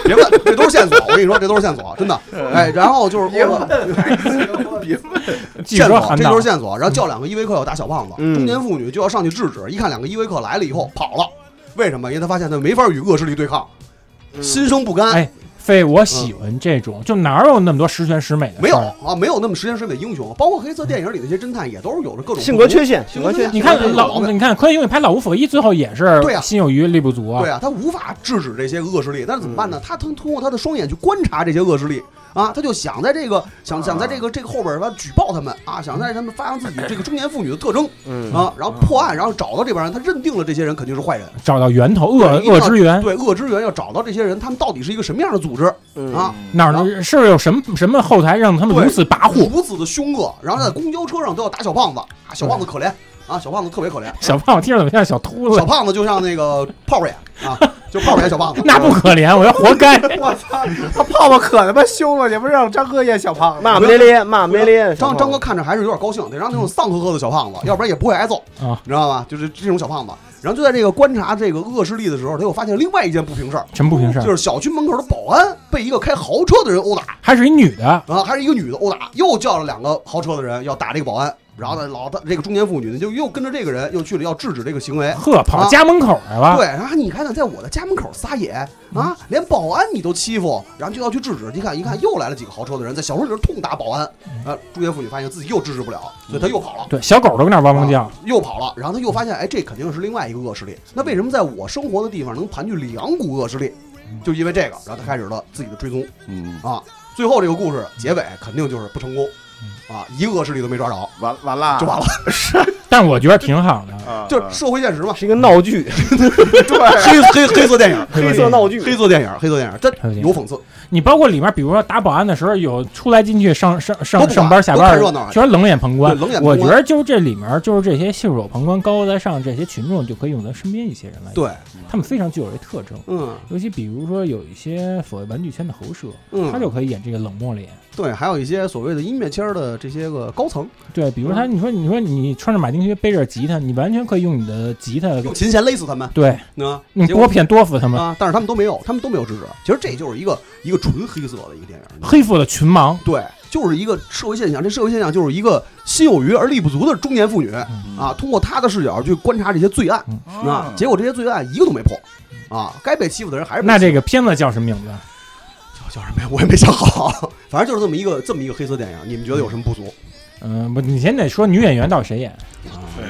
S1: 别问，这都是线索。我跟你说，这都是线索，真的。哎，然后就是
S3: 别问，
S2: 据
S1: 线
S2: 说
S1: 索，
S2: 韩
S1: 这
S2: 导
S1: 就是线索。
S8: 嗯
S1: 然后叫两个依维柯要打小胖子，
S6: 嗯
S1: 中年妇女就要上去制止。一看两个依维柯来了以后跑了，为什么？因为她发现她没法与恶势力对抗，心生不甘。
S2: 哎，非我喜欢这种，就哪有那么多十全十美的？
S1: 嗯没有，
S8: 哎
S1: 啊，没有那么时间水给英雄，包括黑色电影里那些侦探也都是有着各种
S8: 性格缺
S1: 陷。
S8: 陷，性
S1: 性格
S8: 格
S1: 缺
S8: 缺
S1: 陷
S8: 陷。
S2: 你看
S1: 有毛
S2: 老，
S1: 病
S2: 你看柯英伟拍《老无所依》，最后也是
S1: 对啊
S2: 心有余力不足啊
S1: 对。啊，他无法制止这些恶势力，但是怎么
S8: 嗯
S1: 办呢？他通通过他的双眼去观察这些恶势力啊，他就想在这个想想在这个这个后边儿吧举报他们啊，想在他们发扬自己这个中年妇女的特征
S8: 嗯，
S1: 啊，然后破案，然后找到这帮人，他认定了这些人肯定是坏人，
S2: 找到源头，恶
S1: 对一定要
S2: 恶之源，
S1: 对恶之源要找到这些人，他们到底是一个什么样的组织
S8: 嗯
S1: 啊？
S2: 哪儿是不是有什么什么后台让他们
S1: 对
S2: 如此跋扈？
S1: 如此的凶恶，然后在公交车上都要打小胖子啊，小胖子可怜啊，小胖子特别可怜，
S2: 小胖，我听着怎么像小秃
S1: 小
S2: 子？，
S1: 胖子就像那个泡泡眼啊，就泡泡眼小胖子
S2: 那不可怜，我要 活该。
S7: 我操，他泡泡可他妈凶了，你不是让张哥演小
S6: 嗯
S7: 胖子？
S8: 骂骂咧咧，骂骂咧咧。
S1: 张张哥看着还是有点高兴，得让那种丧呵呵的小胖子，要不然也不会挨揍
S2: 啊，
S1: 你知道吧？就是这种小胖子。然后就在这个观察这个恶势力的时候，他又发现另外一件不平事儿，
S2: 什么不平事儿？
S1: 就是小区门口的保安被一个开豪车的人殴打
S2: 还是一女的，
S1: 啊，还是一个女的殴打，又叫了两个豪车的人要打这个保安。然后呢，老大这个中年妇女呢，就又跟着这个人又去了要制止这个行为。
S2: 呵，跑
S1: 啊
S2: 家门口来了。
S1: 对，然后你看看，在我的家门口撒野啊，连保安你都欺负，然后就要去制止。你看，一看又来了几个豪车的人，在小树林痛打保安。啊，中年妇女发现自己又制止不了，所以她又跑了。
S2: 对，小狗都跟那儿汪汪叫
S1: 啊。又跑了。然后他又发现，哎，这肯定是另外一个恶势力。那为什么在我生活的地方能盘踞两股恶势力？就因为这个，然后他开始了自己的追踪
S3: 嗯，
S1: 啊。最后这个故事结尾肯定就是不成功，啊，一个恶势力都没抓着，
S3: 完完了，啊
S1: 就完了。
S2: 但是我觉得挺好的，
S3: 了
S1: 就是社会现实嘛，
S8: 是一个闹 剧，
S1: 黑黑黑色电影，
S8: 黑色闹剧。
S1: 黑色电影，黑色电影，真
S2: 黑色电影
S1: 有讽刺。
S2: 你包括里面，比如说打保安的时候，有出来进去上上
S1: 都
S2: 上
S1: 不管
S2: 上班下
S1: 都看
S2: 班
S1: 热闹，啊
S2: 全是冷眼旁 观。
S1: 对冷眼旁啊
S2: 我
S1: 观
S2: 觉得就是这里面就是这些袖手旁观、高高在上这些群众，就可以用咱身边一些人来，
S1: 对，
S2: 他们非常具有这特征。
S1: 嗯
S2: 尤其比如说有一些所谓玩具圈的喉舌，他
S1: 嗯，
S2: 就可以演这个冷漠脸。
S1: 对，还有一些所谓的音乐圈的这些个高层，
S2: 对，比如他，
S1: 嗯
S2: 你说你说你穿着马丁靴背着吉他，你完全可以用你的吉他，
S1: 用琴弦勒死他们，
S2: 对，
S1: 啊，
S2: 用
S1: 结果
S2: 拨片多服他们。
S1: 啊，但是他们都没有，他们都没有制止。其实这就是一个一个纯黑色的一个电影，你知道吗
S2: 黑腹的群盲，
S1: 对，就是一个社会现象。这社会现象就是一个心有余而力不足的中年妇女啊，通过她的视角去观察这些罪案
S2: 嗯
S1: 啊，结果这些罪案一个都没破啊，该被欺负的人还是被
S2: 那
S1: 欺
S2: 这
S1: 负
S2: 个片子叫什么名字？
S1: 叫什么呀？我也没想好， 反正就是这么一个这么一个黑色电影。你们觉得有什么不足？
S2: 嗯，不，你先得说女演员到底谁演？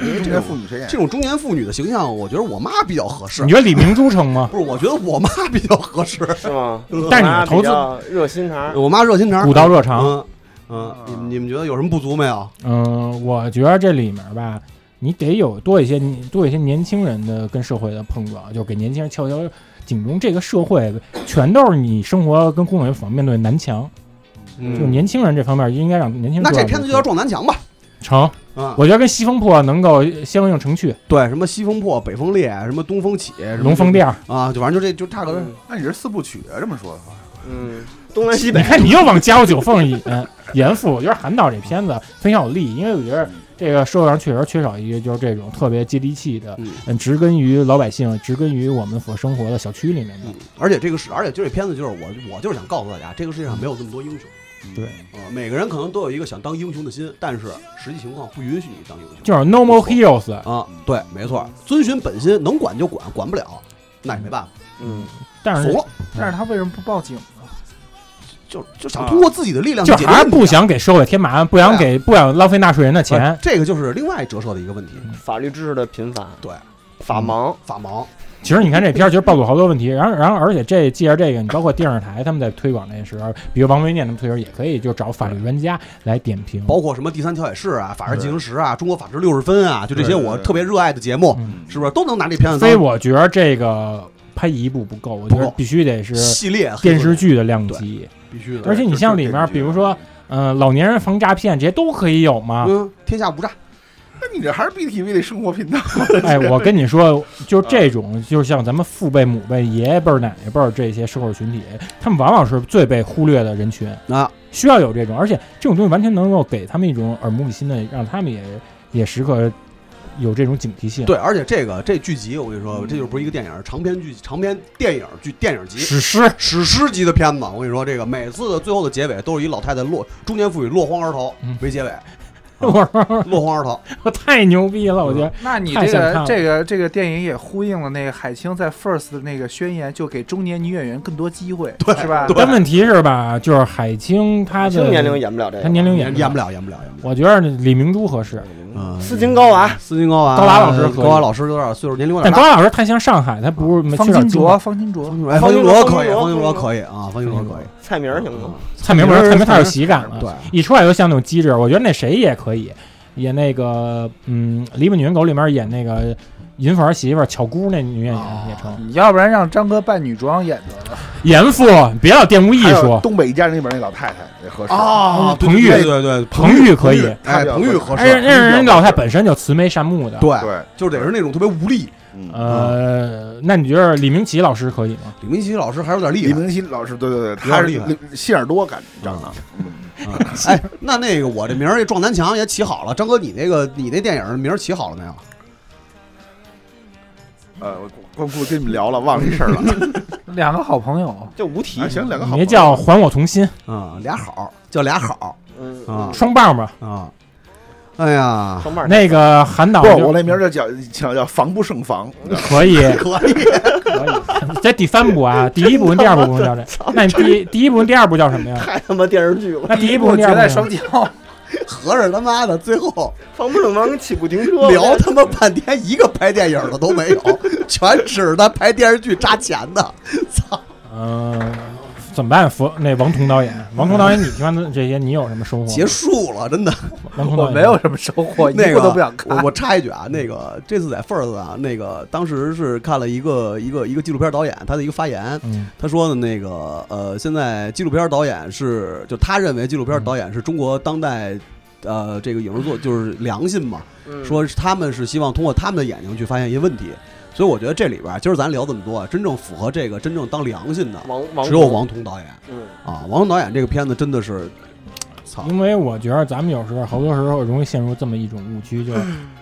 S3: 因为这个妇女谁演
S1: 这？种中年妇女的形象，我觉得我妈比较合适
S2: 你。觉得李明珠成吗？
S1: 不是，我觉得我妈比较合适。
S8: 是吗？
S2: 但是你的投资
S8: 资热心肠，
S1: 我妈热心肠，
S2: 古道热肠。
S1: 嗯嗯，你们你们觉得有什么不足没有？
S2: 嗯，我觉得这里面吧，你得有多一些多一些年轻人的跟社会的碰撞，就给年轻人敲敲警钟。这个社会全都是你生活跟工作方面对的南墙，就
S1: 嗯，
S2: 年轻人这方面应该让年轻人
S1: 那
S2: 做到
S1: 这
S2: 这个。
S1: 片子就叫撞南墙吧。
S2: 成，
S1: 啊，
S2: 我觉得跟西风破能够相应 成趣，
S1: 对，什么西风破，北风裂，什么东风起，什么
S2: 龙凤店儿。
S1: 啊，就反正就这就差个
S8: 嗯
S3: 那你是四部曲啊？这么说的话，
S8: 嗯，东南西
S2: 你
S8: 北，
S2: 看你又往家有九凤引严复，我觉得韩导这片子非常有力，因为我觉得这个社会上确实缺少一个就是这种特别接地气的
S1: 嗯，
S2: 嗯，植根于老百姓、植根于我们所生活的小区里面的
S1: 嗯。而且这个是，而且就这片子就是我，我就是想告诉大家，这个世界上没有这么多英雄。
S2: 对
S1: 啊、每个人可能都有一个想当英雄的心，但是实际情况不允许你当英雄。
S2: 就是 No More Heroes，
S1: 啊，对，没错，遵循本心，能管就管，管不了，那也没办法，
S8: 嗯，
S2: 但
S1: 怂
S2: 是
S1: 了，
S7: 但是他为什么不报警呢？
S1: 就就想通过自己的力量去
S2: 就
S1: 解决
S2: 还是
S1: 问题
S2: 不想给社会添麻烦，不想
S1: 啊对
S2: 给不想浪费纳税人的
S1: 啊
S2: 钱。嗯
S1: 这个就是另外折射的一个问题，
S8: 嗯法律知识的贫乏，
S1: 对，
S8: 法盲，
S1: 法盲，
S2: 其实你看这片儿，其实暴露好多问题。然后，然后而且这借着这个，你包括电视台他们在推广这时候，比如王维念他们推广，也可以就找法律专家来点评。
S1: 包括什么第三条也是啊，法治进行时啊，中国法治六十分啊，就这些
S3: 对对
S1: 我
S3: 对
S1: 特别热爱的节目，
S2: 嗯，
S1: 是不是都能拿这片子
S2: 所以
S1: 当
S2: 我觉得这个拍一部不够，我觉
S1: 不
S2: 得
S1: 够
S2: 必须得是
S1: 系列黑
S2: 电
S1: 色
S2: 视
S1: 的
S2: 剧的量级。
S1: 必须的
S2: 而？且你像里面
S3: 就是这个
S2: 比如说嗯、老年人防诈骗这些都可以有嘛。
S1: 嗯，天下无诈，
S3: 那你这还是 BTV 的生活频道。
S2: 哎，我跟你说，就是这种，就像咱们父辈、母辈、爷爷辈儿、奶奶辈儿这些社会群体，他们往往是最被忽略的人群，
S1: 啊，
S2: 需要有这种，而且这种东西完全能够给他们一种耳目一新的，让他们也也时刻有这种警惕性。，
S1: 对，而且这个这剧集，我跟你说，这就不是一个电影，长篇剧、长篇电影剧、电影集、
S2: 史诗，
S1: 史诗级的片子。我跟你说，这个每次的最后的结尾都是一老太太落中年妇女落荒而逃
S2: 嗯
S1: 为结尾，
S2: 我说
S1: 落荒而逃。
S2: 我太牛逼了，我觉得
S1: 嗯
S7: 那你
S2: 太
S7: 这
S2: 想看
S7: 个
S2: 了
S7: 这个这个电影也呼应了那个海清在 First 的那个宣言，就给中年女演员更多机会，对是吧？
S2: 但问题是吧，就是海清她的
S8: 青年龄演不了这
S2: 她
S8: 个，
S2: 嗯年龄
S1: 演
S2: 演
S1: 演不了，演不了，演不了。
S2: 我觉得李明珠合适，
S1: 嗯，
S8: 斯琴高啊娃，
S1: 斯琴高娃，
S2: 高娃老师可以
S1: 高娃老师有点岁数，年龄有
S2: 但
S1: 点
S2: 高
S1: 大。
S2: 老师太像上海，她不是
S7: 方
S2: 去哪儿
S7: 金
S2: 住
S7: 卓，方金卓，
S1: 哎，
S8: 方
S1: 方
S8: 金
S1: 金
S8: 卓
S1: 卓可以，
S8: 方
S1: 方
S8: 金
S1: 金
S8: 卓
S1: 卓可以啊，方金卓可以。
S8: 蔡明儿行吗？
S2: 蔡明不是蔡明太有喜感了，
S1: 对，
S2: 一出来就像那种机智。我觉得那谁也可以演那个，嗯，《篱笆女人狗》里面演那个银粉儿媳妇儿巧姑那女演
S3: 哦
S2: 员也成。
S7: 哦你要不然让张哥扮女装演得了。
S2: 严父，别老玷污艺
S3: 还有
S2: 术。啊
S3: 东北一家人里边那老太太也合适，
S1: 啊
S2: 彭昱
S1: 对对对，
S2: 彭昱可以，
S1: 哎，彭昱合
S2: 而且
S1: 适，
S2: 那人老太本身就慈眉善目的。
S1: 对，
S3: 对，
S1: 就得是那种特别无力。
S3: 嗯，
S2: 呃，那你觉得李明启老师可以吗？
S1: 李明熙老师还有点厉
S3: 李
S1: 害。
S3: 明熙老师，对对对，
S1: 有
S3: 他
S1: 点厉害
S3: 是心眼儿多，感觉长得
S1: 哎，那那个我这名儿撞南墙也起好了，张哥，你那个你那电影名儿起好了没有？嗯
S3: 呃，我我我跟你们聊了，忘了这 事儿了。
S7: 两个好朋友，
S8: 就无题
S3: 啊，行，两个好朋
S2: 别
S3: 友，
S2: 叫还我童心，
S1: 啊，俩好，叫俩好
S8: 嗯，
S1: 啊
S2: 双棒吧。
S1: 啊！哎呀，
S8: 双棒
S2: 那个韩导
S3: 不，
S2: 就
S3: 我那名儿就叫叫叫防不 胜防，
S2: 可以，
S1: 可以，
S2: 可以。这第三部 啊，第一部跟第二部不能叫这。那你第第一部跟第二部叫什么呀？
S8: 太他妈电视剧了，
S2: 那第一部
S7: 部
S2: 跟
S7: 绝
S2: 第二部
S7: 代
S2: 叫什么
S7: 双骄，
S1: 合着他妈的最后
S8: 防不胜防跟起步停车
S1: 聊他妈半天，一个拍电影的都没 有，全指着他拍电视剧扎钱的。操！
S2: 嗯，怎么办？佛那王彤导演，王彤导演，你听完这些，你有什么收获吗？
S1: 结束了，真的。
S2: 王彤导
S7: 我
S2: 演
S7: 没有什么收获，一
S1: 那
S7: 部
S1: 个
S7: 都不想看
S1: 我。我插一句啊，那个这次在 First 啊，那个当时是看了一个一个一个纪录片导演他的一个发言，
S2: 嗯，
S1: 他说的那个呃，现在纪录片导演是就他认为纪录片
S8: 嗯
S1: 导演是中国当代。呃，这个影视作就是良心嘛，
S8: 嗯
S1: 说是他们是希望通过他们的眼睛去发现一些问题，所以我觉得这里边儿今儿咱聊这么多，啊，真正符合这个真正当良心的
S8: 王王
S1: 只有王彤导演
S8: 嗯
S1: 啊，王彤导演这个片子真的是，操，
S2: 因为我觉得咱们有时候好多时候容易陷入这么一种误区，就是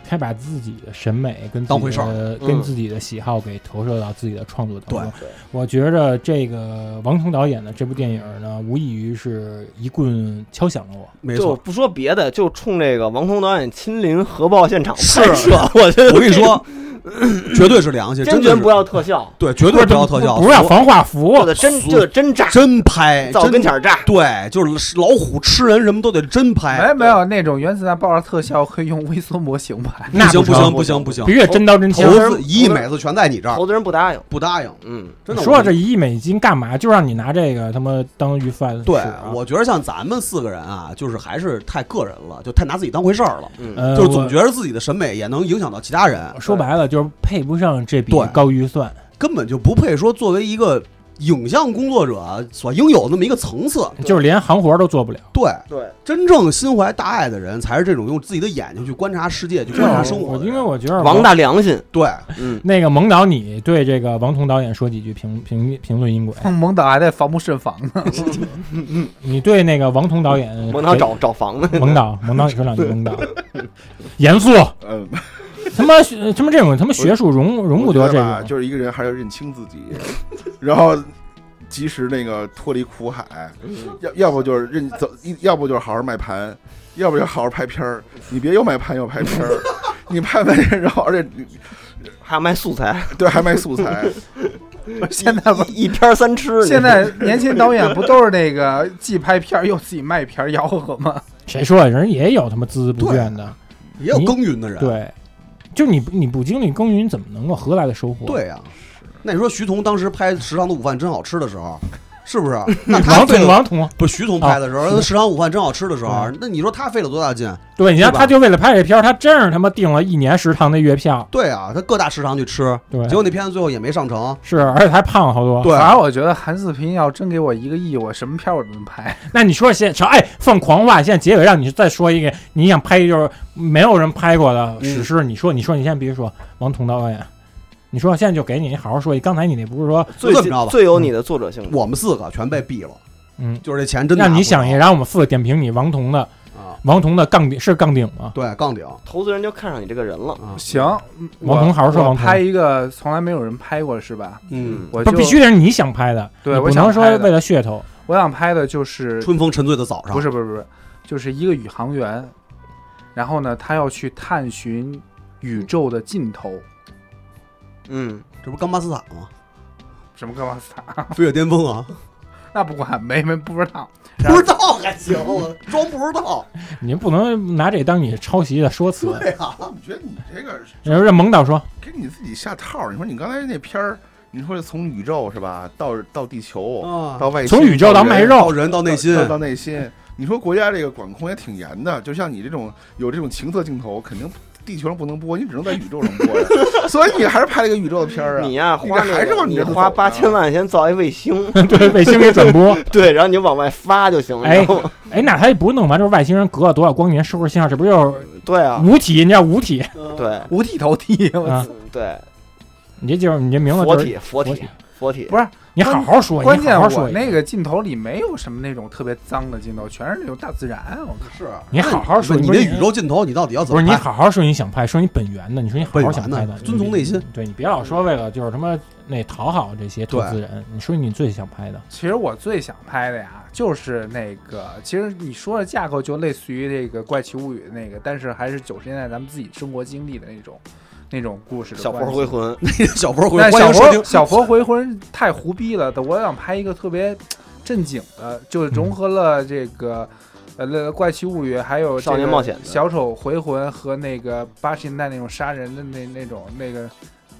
S2: 太把自己的审美跟
S1: 当回事
S2: 自己的跟
S8: 嗯
S2: 自己的喜好给投射到自己的创作当中。
S1: 对
S8: 对
S2: 我觉着这个王彤导演的这部电影呢，无异于是一棍敲响了我。
S1: 没
S8: 就
S1: 错，
S8: 不说别的，就冲这个王彤导演亲临核爆现场
S1: 是
S8: 拍摄， 我觉得
S1: 我跟你说， 绝对是良心，
S8: 坚
S1: 真
S8: 决
S1: 的
S8: 不要啊特效，
S1: 对，绝对不要特效，
S2: 不是要防化服，
S8: 就得真就得真炸，
S1: 真拍，
S8: 造
S1: 真
S8: 跟前儿炸，
S1: 对，就是老虎吃人什么都得真
S7: 没
S8: 哎
S1: 拍，
S7: 有没有那种原子弹爆炸特效可以用微缩模型拍，
S2: 那
S1: 行
S2: 不
S1: 不
S2: 成
S1: 行不行不行
S2: 必，须得真刀真
S1: 投
S2: 枪。
S1: 资一亿美子全在你这儿，
S8: 投资人不答应，
S1: 不答应，
S8: 嗯，
S1: 真的。
S2: 你说
S1: 我
S2: 这一亿美金干嘛？就让你拿这个他妈当鱼贩
S1: 对
S2: 使啊，
S1: 我觉得像咱们四个人啊，就是还是太个人了，就太拿自己当回事儿了，
S6: 嗯
S8: 嗯
S2: 呃
S1: 就是总
S2: 我
S1: 觉得自己的审美也能影响到其他人，
S2: 说白了就是配不上这笔
S1: 对
S2: 高预算。
S1: 根本就不配说作为一个影像工作者所应有的那么一个层次。
S2: 就是连行活都做不了。
S1: 对，
S8: 对，
S1: 真正心怀大爱的人，才是这种用自己的眼睛去观察世界、去观察生活
S2: 哦我
S1: 的
S2: 因
S1: 人。
S2: 为我觉得
S8: 王大良心，
S1: 对，
S8: 嗯，
S2: 那个蒙导，你对这个王彤导演说几句评评评论音轨？
S7: 蒙导还在防不胜防 呢。
S2: 你对那个王彤导演
S8: 王涛
S2: 给
S8: 找找房子，
S2: 蒙导蒙导，你说两句蒙导，严肃，
S3: 嗯，
S2: 他妈学他妈这种他妈学术容容不得
S3: 我觉
S2: 这
S3: 得吧
S2: 种。
S3: 就是一个人还是要认清自己，然后及时那个脱离苦海，
S1: 嗯
S3: 要要不就是认走，一要不就是好好卖盘，要不就好好拍片儿。你别又卖盘又拍片 儿，你拍完然后而且你
S8: 还卖素材，
S3: 对还卖素材，
S7: 现在不，
S8: 一片儿三吃，
S7: 现在年轻导演不都是那个既拍片儿又自己卖片儿吆喝吗？
S2: 谁说的人也有他妈孜孜不倦的，
S1: 也有耕耘的人。
S2: 对，就你不你不经历耕耘，怎么能够何来的收获？，
S1: 对呀、那你说徐彤当时拍《食堂的午饭真好吃》的时候，是不是？ 那他
S2: 王
S1: 费
S2: 彤
S1: 了
S2: 王彤，
S1: 不是徐彤拍的时候，
S2: 啊
S1: 那食堂午饭真好吃》的时候
S2: 嗯，
S1: 那你说他费了多大劲？
S2: 对，你看
S1: 是吧
S2: 他就为了拍这片儿，他真是他妈订了一年食堂的月票，
S1: 对啊，他各大食堂去吃，
S2: 对啊
S1: 结，果那片子最后也没上成。
S2: 是，而且还胖了好多。
S1: 对啊
S7: 反正我觉得韩四平要真给我一个亿，我什么片儿我都能 拍。
S2: 那你说现成哎放狂话，现在结尾让你再说一个你想拍就是没有人拍过的史诗，你说你说你现在别说王彤导演，你说现在就给你，你好好说一。刚才你那不是说
S8: 最
S1: 就这么着吧
S8: 最有你的作者性的，
S1: 我们四个全被毙了，
S2: 嗯，
S1: 就是这钱真拿
S2: 让
S1: 不
S2: 你
S1: 着
S2: 想一，然后我们四个点评你王彤的
S1: 啊！
S2: 王彤的杠顶是杠顶吗？
S1: 对，杠顶
S8: 投资人就看上你这个人了，
S1: 啊，
S7: 行，
S2: 王彤好好说
S7: 我
S2: 王彤
S7: 拍一个从来没有人拍过是吧？
S1: 嗯，
S7: 我
S2: 不
S7: 就是
S2: 必须得是你想拍的，
S7: 对
S2: 你不
S7: 我想
S2: 能说
S7: 拍的
S2: 为了噱头。
S7: 我想拍的就是
S1: 春风沉醉的早上，
S7: 不是不是不是，就是一个宇航员，然后呢，他要去探寻宇宙的尽头，
S8: 嗯，
S1: 这不是冈巴斯坦吗？
S7: 什么格瓦斯塔，
S1: 飞跃巅峰 啊，
S7: 那不管，没没不知 道，然
S1: 不
S7: 后
S1: 知道还行，我装不知 道。
S2: 你不能拿这当你抄袭的说辞。
S1: 对啊，
S3: 我觉得你这个是
S2: 然后让蒙导说，
S3: 给你自己下套儿。你说你刚才那片儿，你说从宇宙是吧，到到地球，
S1: 啊
S3: 到外星
S2: 从宇哦宙到
S3: 人
S2: 卖
S1: 到
S2: 肉，
S1: 人到内
S3: 到
S1: 心
S3: 到，到内心。你说国家这个管控也挺严的，就像你这种有这种情色镜头，肯定地球上不能播，你只能在宇宙上播呀。 所以你还是拍了一个宇宙的片儿啊。
S8: 你呀、
S3: 你
S8: 花
S3: 这
S8: 那
S3: 还是
S8: 个
S3: 往你
S8: 你
S3: 这头
S8: 花
S3: 走呢
S8: 八千万先造一卫星，
S2: 对卫星给转 播。
S8: 对，然后你就往外发就行了。
S2: 哎
S8: 然后
S2: 哎，那他也不弄完，就是外星人隔了多少光年收拾信号，这不就是
S8: 对啊，
S2: 五体？你叫五体
S8: 对
S7: 五体投地，我
S2: 啊？
S8: 嗯对，
S2: 你这就是你这名字
S8: 佛
S2: 就是
S8: 体佛体佛体
S7: 不，是
S2: 你好好说，
S7: 关
S2: 你
S7: 键
S2: 好好说
S7: 我
S2: 一
S7: 那
S2: 遍，
S7: 个镜头里没有什么那种特别脏的镜头，全是那种大自然。我靠，
S3: 是啊，
S2: 你好好说，
S1: 你
S2: 不
S1: 那
S2: 是
S1: 宇宙尽头你到底要怎么
S2: 不是你
S1: 拍？
S2: 好好说你想拍，说你本源的，你说你好好想拍
S1: 本源
S2: 的，
S1: 的遵从内心。
S2: 对你别老说为了就是他妈那讨好这些投资人，你说你最想拍的，
S7: 其实我最想拍的呀，就是那个，其实你说的架构就类似于这个《怪奇物语》的那个，但是还是九十年代咱们自己生活经历的那种那种故事的
S8: 小
S7: 关
S8: 佛
S7: 系
S8: 回。魂，
S1: 那小佛回
S7: 但
S1: 欢
S7: 小
S1: 迎收听
S7: 佛小佛回魂太胡逼了，我想拍一个特别正经的，就是融合了这个。呃，那个《怪奇物语》还有这
S8: 少年
S7: 个
S8: 冒险的
S7: 小丑回魂和那个八十年代那种杀人的那那种那个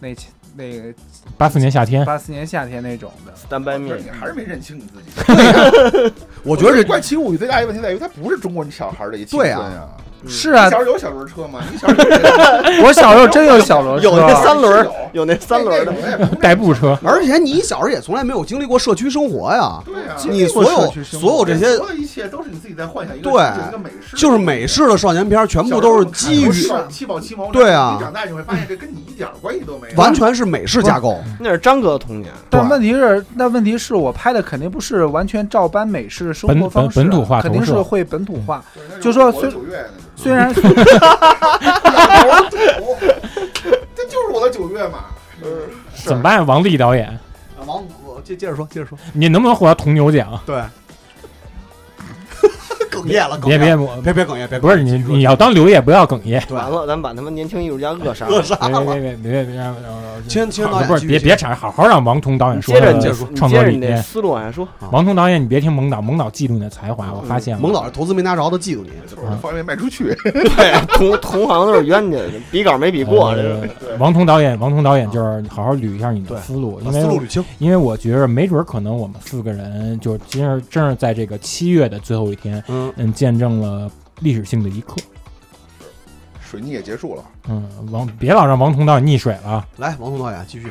S7: 那那个
S2: 八四年夏天，
S7: 八四年夏天那种的，
S8: 单掰
S3: 不是
S8: 面
S3: 你还是没认清你自己。
S1: 我觉得这
S3: 怪奇物语最大一问题在于，它不是中国小孩儿的一青
S1: 对
S3: 春
S1: 啊
S3: 啊。
S7: 是啊
S3: 你，小时候有小轮车吗？你小时候有
S7: 我小时候真有小轮车， 啊
S8: 有那三轮
S3: 是
S8: 儿，有那三轮儿的，
S3: 那种
S2: 代步车，
S1: 而且你小时候也从来没有经历过社区生活呀，
S3: 对啊，
S1: 你所
S7: 社
S1: 有
S7: 区生活
S1: 所有这些
S3: 所有一切都是你自己在幻想一个
S1: 对
S3: 就是一个美式，
S1: 就是美式的少年片儿，全部都是基于
S3: 小时候看七宝七毛。
S1: 对啊
S3: 你长大就会发现这跟你一点儿关系都没有。
S1: 完全是美式架构。
S8: 那是张哥的童年。
S7: 但
S1: 对
S7: 问题是，那问题是我拍的肯定不是完全照搬美式生活
S2: 本
S7: 方式啊，
S2: 本本土化嗯
S7: 肯定
S2: 投
S7: 是
S2: 射
S7: 会本土化。
S3: 对那
S7: 就说
S3: 我
S7: 虽
S3: 的九月那
S7: 虽然
S3: 就是 这就是我的九月嘛。呃
S2: 怎么办？王丽导演，
S1: 啊王，我接接着说，接着说，
S2: 你能不能获得铜牛奖？
S1: 对， 哽咽了，哽
S2: 别
S1: 咽
S2: 别
S1: 了
S2: 我
S1: 别别哽咽，别
S2: 不是你你要当刘烨不要哽咽，
S1: 对
S8: 完了，咱们把他们年轻艺术家扼杀。
S1: 扼杀
S2: 别
S1: 了。
S2: 别别别别别让让让
S1: 亲亲导演
S2: 不
S1: 继续
S2: 是别
S1: 继续
S2: 别吵，好好让王彤导演
S8: 你
S2: 说
S8: 接着
S2: 他
S8: 你
S2: 的
S8: 的
S2: 创
S8: 你
S2: 作
S8: 接着
S2: 理
S8: 你的
S2: 念。
S8: 思路往下说，
S2: 王彤导演，你别听蒙导，蒙导嫉妒你的才华，我发现了。
S1: 啊嗯蒙导这投资没拿着的嫉妒你，
S3: 就是方便面卖出去，
S8: 对，啊同同行都是冤家，比稿没比过，这是
S2: 呃王彤导演，王彤导演就是你好好捋一下你的思路，
S1: 把
S2: 因
S1: 啊思
S2: 为
S1: 路捋清。
S2: 因为我觉着没准儿可能我们四个人就今儿真是在这个七月的最后一天，
S1: 嗯，
S2: 嗯，见证了历史性的一刻。
S3: 水逆也结束了。
S2: 嗯，王别老让王彤导演溺水了。
S1: 来，王彤导演继 续。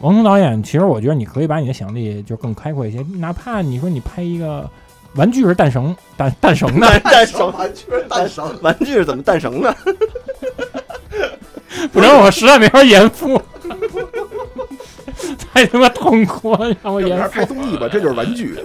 S2: 王彤导演，其实我觉得你可以把你的想象力就更开阔一些，哪怕你说你拍一个玩具是诞生诞诞生 的，
S8: 诞生
S1: 完全诞生，
S8: 玩具是怎么诞生的？
S2: 不然我实在没法严复， 太他妈痛苦了，让我
S3: 要不
S2: 严
S3: 然
S2: 复
S3: 拍综艺吧，这就是玩具。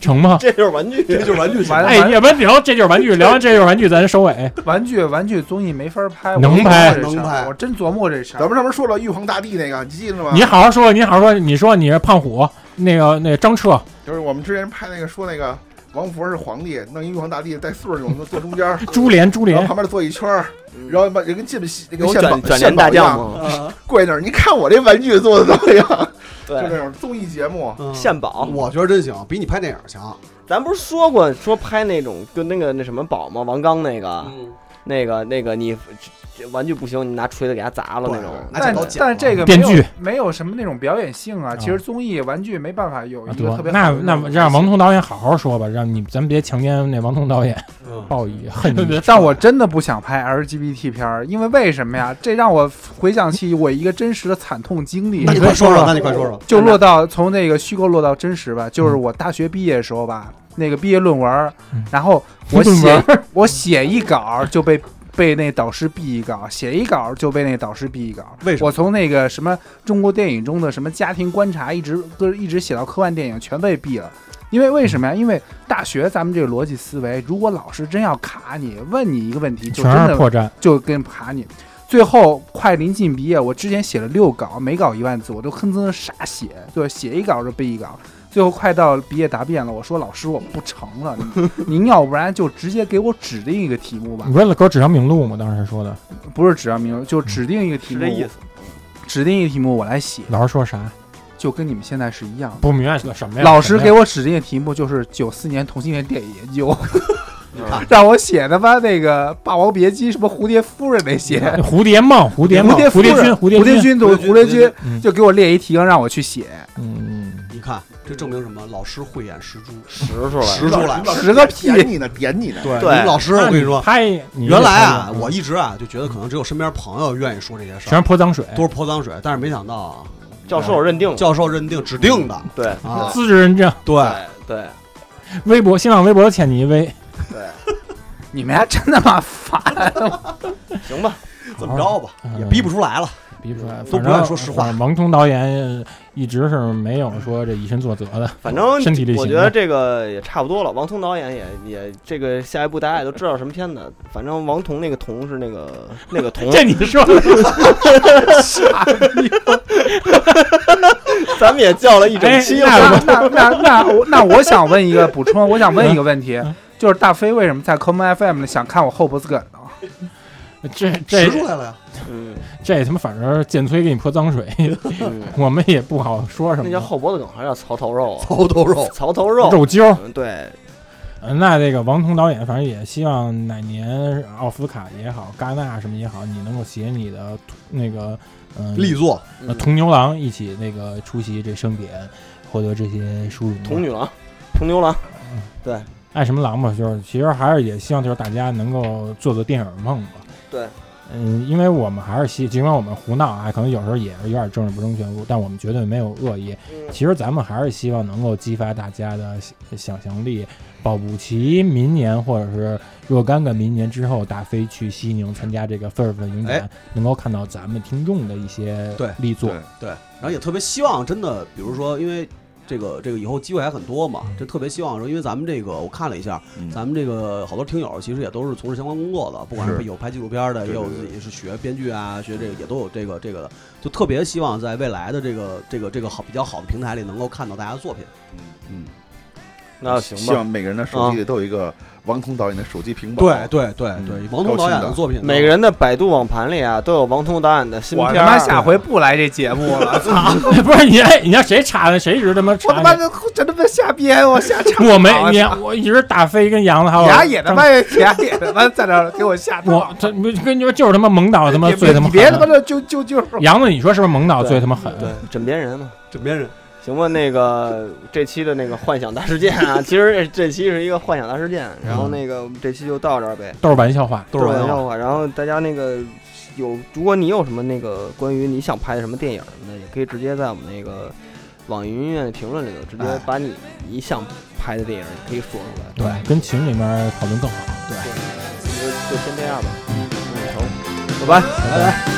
S2: 成 吗？
S8: 这就是玩具，
S1: 这就是玩具
S7: 完了
S2: 哎，要不然聊这就是玩 具，聊完这就是玩具，咱收尾。
S7: 玩具玩具综艺没法拍，我
S2: 能
S7: 真琢磨
S2: 拍
S7: 这事儿
S1: 能拍
S7: 我真琢磨这事
S3: 咱
S7: 儿。
S3: 们上面说了玉皇大帝那个，你记得吗？
S7: 啊
S2: 你好好说，你好好说，你说你是胖虎，那个那个张 彻，
S3: 就是我们之前拍那个说那个王佛是皇帝，弄一玉皇大帝带穗儿，我们坐中间儿，
S2: 珠帘珠
S3: 然后
S2: 帘
S3: 旁，边坐一圈儿，
S8: 嗯
S3: 然后把人跟进那个
S8: 有
S3: 献宝
S8: 卷卷帘
S3: 献
S8: 大
S3: 宝一
S8: 将
S1: 啊
S3: 样，
S8: 吗？
S1: 嗯
S3: 跪那儿，你看我这玩具做的怎么样？就
S8: 对，
S3: 那种综艺节目，
S1: 嗯
S8: 献宝。
S1: 我觉得真行，比你拍电影强。
S8: 咱不是说过说拍那种跟那个那什么宝吗？王刚那个，
S1: 嗯
S8: 那个那个你这这玩具不行，你拿锤子给它砸了那种。
S1: 拿剪
S7: 但
S1: 刀剪
S7: 但这个
S2: 编
S7: 没有
S2: 剧
S7: 没有什么那种表演性啊，其实综艺玩具没办法有
S2: 啊
S7: 一
S2: 对
S7: 个特别
S2: 那
S7: 好的
S2: 那让王彤导演好好说吧，让你咱别强奸那王彤导演
S1: 嗯
S2: 报以 恨意。
S7: 但我真的不想拍 LGBT 片儿，因为为什么呀？这让我回想起我一个真实的惨痛经历。
S1: 那你快说说，那你快说说。
S7: 就落到从那个虚构落到真实吧，就是我大学毕业的时候吧，那个毕业论文儿
S2: 嗯，
S7: 然后我
S2: 论文
S7: 写 我写一稿儿就被被那导师毙一稿，写一稿儿就被那导师毙一稿。
S1: 为什么
S7: 我从那个什么中国电影中的什么家庭观察，一直都一直写到科幻电影，全被毙了。因为为什
S2: 嗯
S7: 么呀？因为大学咱们这个逻辑思维，如果老师真要卡你，问你一个问题，就真
S2: 全是
S7: 的
S2: 破绽，
S7: 就跟爬你。最后快临近毕业，我之前写了六稿，每稿一万字，我都哼哧傻写，对，写一稿就背一稿。最后快到毕业答辩了，我说老师我不成了，您您要不然就直接给我指定一个题目吧
S2: 你，为了给我指上明路嘛，当时说的，
S7: 不是指啊名，就指定一个题目，
S6: 是这意思。
S7: 指定一个题目我来写，
S2: 老师说啥
S7: 就跟你们现在是一样的。
S2: 不明白什么呀？
S7: 老师给
S2: 我
S7: 我指定的题目就是九四年同性恋电影研究，让我写他妈那个《霸王别姬》什么蝴蝶夫人那些，
S2: 蝴蝶梦、蝴蝶梦、
S7: 蝶夫
S2: 蝴蝶
S7: 人
S2: 君、
S7: 蝴
S2: 蝶君，
S7: 君对
S3: 蝶君
S7: 蝴蝶君
S2: 嗯
S7: 就给我列一题让我去写，
S2: 嗯，
S1: 你看，这证明什么？老师慧眼识珠，
S6: 实出来
S1: 识出来。
S7: 十个屁
S3: 点你呢，点你呢。
S1: 对
S6: 对
S1: 老师，我跟你说，
S2: 拍
S1: 原来啊，我一直啊就觉得可能只有身边朋友愿意说这些事
S2: 全
S1: 儿，
S2: 是泼脏水，
S1: 都是泼脏水，但是没想到啊，
S6: 教授认定了，
S1: 教授认定指定的
S6: 对
S1: 啊，
S2: 资质认证。
S1: 对，
S6: 对
S2: 微博、新浪微博欠你一微，
S7: 你们还真他妈烦。啊
S6: 对，行吧，
S1: 怎么着吧，
S2: 嗯
S1: 也逼不出来了。
S2: 比不出来。
S1: 嗯都
S2: 反
S1: 不爱
S2: 正
S1: 说实话
S2: 反正王通导演一直是没有说这以身作则的，
S6: 反正
S2: 身体力
S6: 我
S2: 行
S6: 觉得
S2: 的。
S6: 这个也差不多了。王彤导演也也这个下一步大家也都知道什么片子，反正王彤那个彤是那个那个彤，
S2: 这你说的，
S6: 咱们也叫了一整
S2: 哎
S6: 期，了。
S2: 那
S7: 那那那那我那我想问一个补充，我想问一个问题
S2: 嗯，
S7: 就是大飞为什么在 Common FM 呢想看我后脖子梗呢？
S2: 这
S1: 识
S2: 这
S1: 出来了呀，
S6: 嗯，
S2: 这他妈反正剑崔给你泼脏水，
S6: 嗯
S2: 我们也不好说什
S6: 那叫
S2: 么。
S6: 后脖子梗还是叫槽头肉啊？
S1: 猴头肉，
S6: 槽头肉，
S2: 肉揪儿，
S6: 嗯对，
S2: 呃那这个王彤导演，反正也希望哪年奥斯卡也好，戛纳什么也好，你能够携你的那个嗯
S1: 力作
S2: 呃铜牛郎一起那个出席这盛典，获得这些殊荣吧。
S6: 童女郎，童牛郎，
S2: 爱什么狼吧，就是其实还是也希望就是大家能够做做电影梦吧。
S6: 对，
S2: 嗯，因为我们还是希，尽管我们胡闹啊，可能有时候也是有点政治不正确，但我们绝对没有恶意。其实咱们还是希望能够激发大家的想想象力，保不齐明年或者是若干个明年之后，大飞去西宁参加这个菲尔文影展，
S1: 哎
S2: 能够看到咱们听众的一些
S1: 对
S2: 力作。
S1: 对，
S3: 对
S1: 然后也特别希望真的，比如说因为。这个这个以后机会还很多嘛，这特别希望说，因为咱们这个我看了一下，
S3: 嗯
S1: 咱们这个好多听友其实也都是从事相关工作的，不管是
S3: 是
S1: 有拍纪录片的，也
S3: 对对
S1: 有自己是学编剧啊，学这个也都有这个这个的，就特别希望在未来的这个这个这个好比较好的平台里能够看到大家的作品。
S3: 嗯，
S6: 那
S3: 希
S6: 行吧
S3: 望。每个人的手机里都有一个王彤导演的手机屏保。
S1: 对对对
S3: 嗯
S1: 对，王彤导演的作品呢，
S6: 每个人的百度网盘里啊，都有王彤导演的新
S7: 我
S6: 片
S7: 他妈
S6: 儿。
S7: 下回不来这节目了，操！
S2: 不是你，哎你让谁查的？谁一直他妈查
S7: 我
S2: 的？
S7: 他妈的真他妈瞎编，我瞎扯。
S2: 我没
S7: 我，
S2: 你我一直大飞跟杨子还有
S7: 啊俩也他
S2: 张
S7: 妈，俩也他妈在那儿给我吓
S2: 我
S7: 到。
S2: 他你跟你说就是他妈蒙导他妈
S7: 你
S2: 最
S7: 别
S2: 他妈
S7: 你别他妈
S2: 狠了
S7: 的就就就是
S2: 杨子，你说是不是蒙导最他妈狠？
S6: 对，枕边人嘛。
S1: 枕边人
S6: 行吧，那个这期的那个幻想大事件 啊，其实这期是一个幻想大事件，然后那个我们这期就到这儿
S7: 嗯
S6: 呗，
S2: 都是玩笑话。
S1: 都是
S6: 玩
S1: 玩笑
S6: 笑话。然后大家那个有，如果你有什么那个关于你想拍的什么电影什么的，也可以直接在我们那个网易云音乐的评论里头直接
S1: 哎
S6: 把你你想拍的电影也可以说出来。
S2: 对，跟群里面讨论更好。
S6: 就就先这样吧，嗯，成，拜拜，
S1: 拜
S6: 拜拜。
S1: 拜。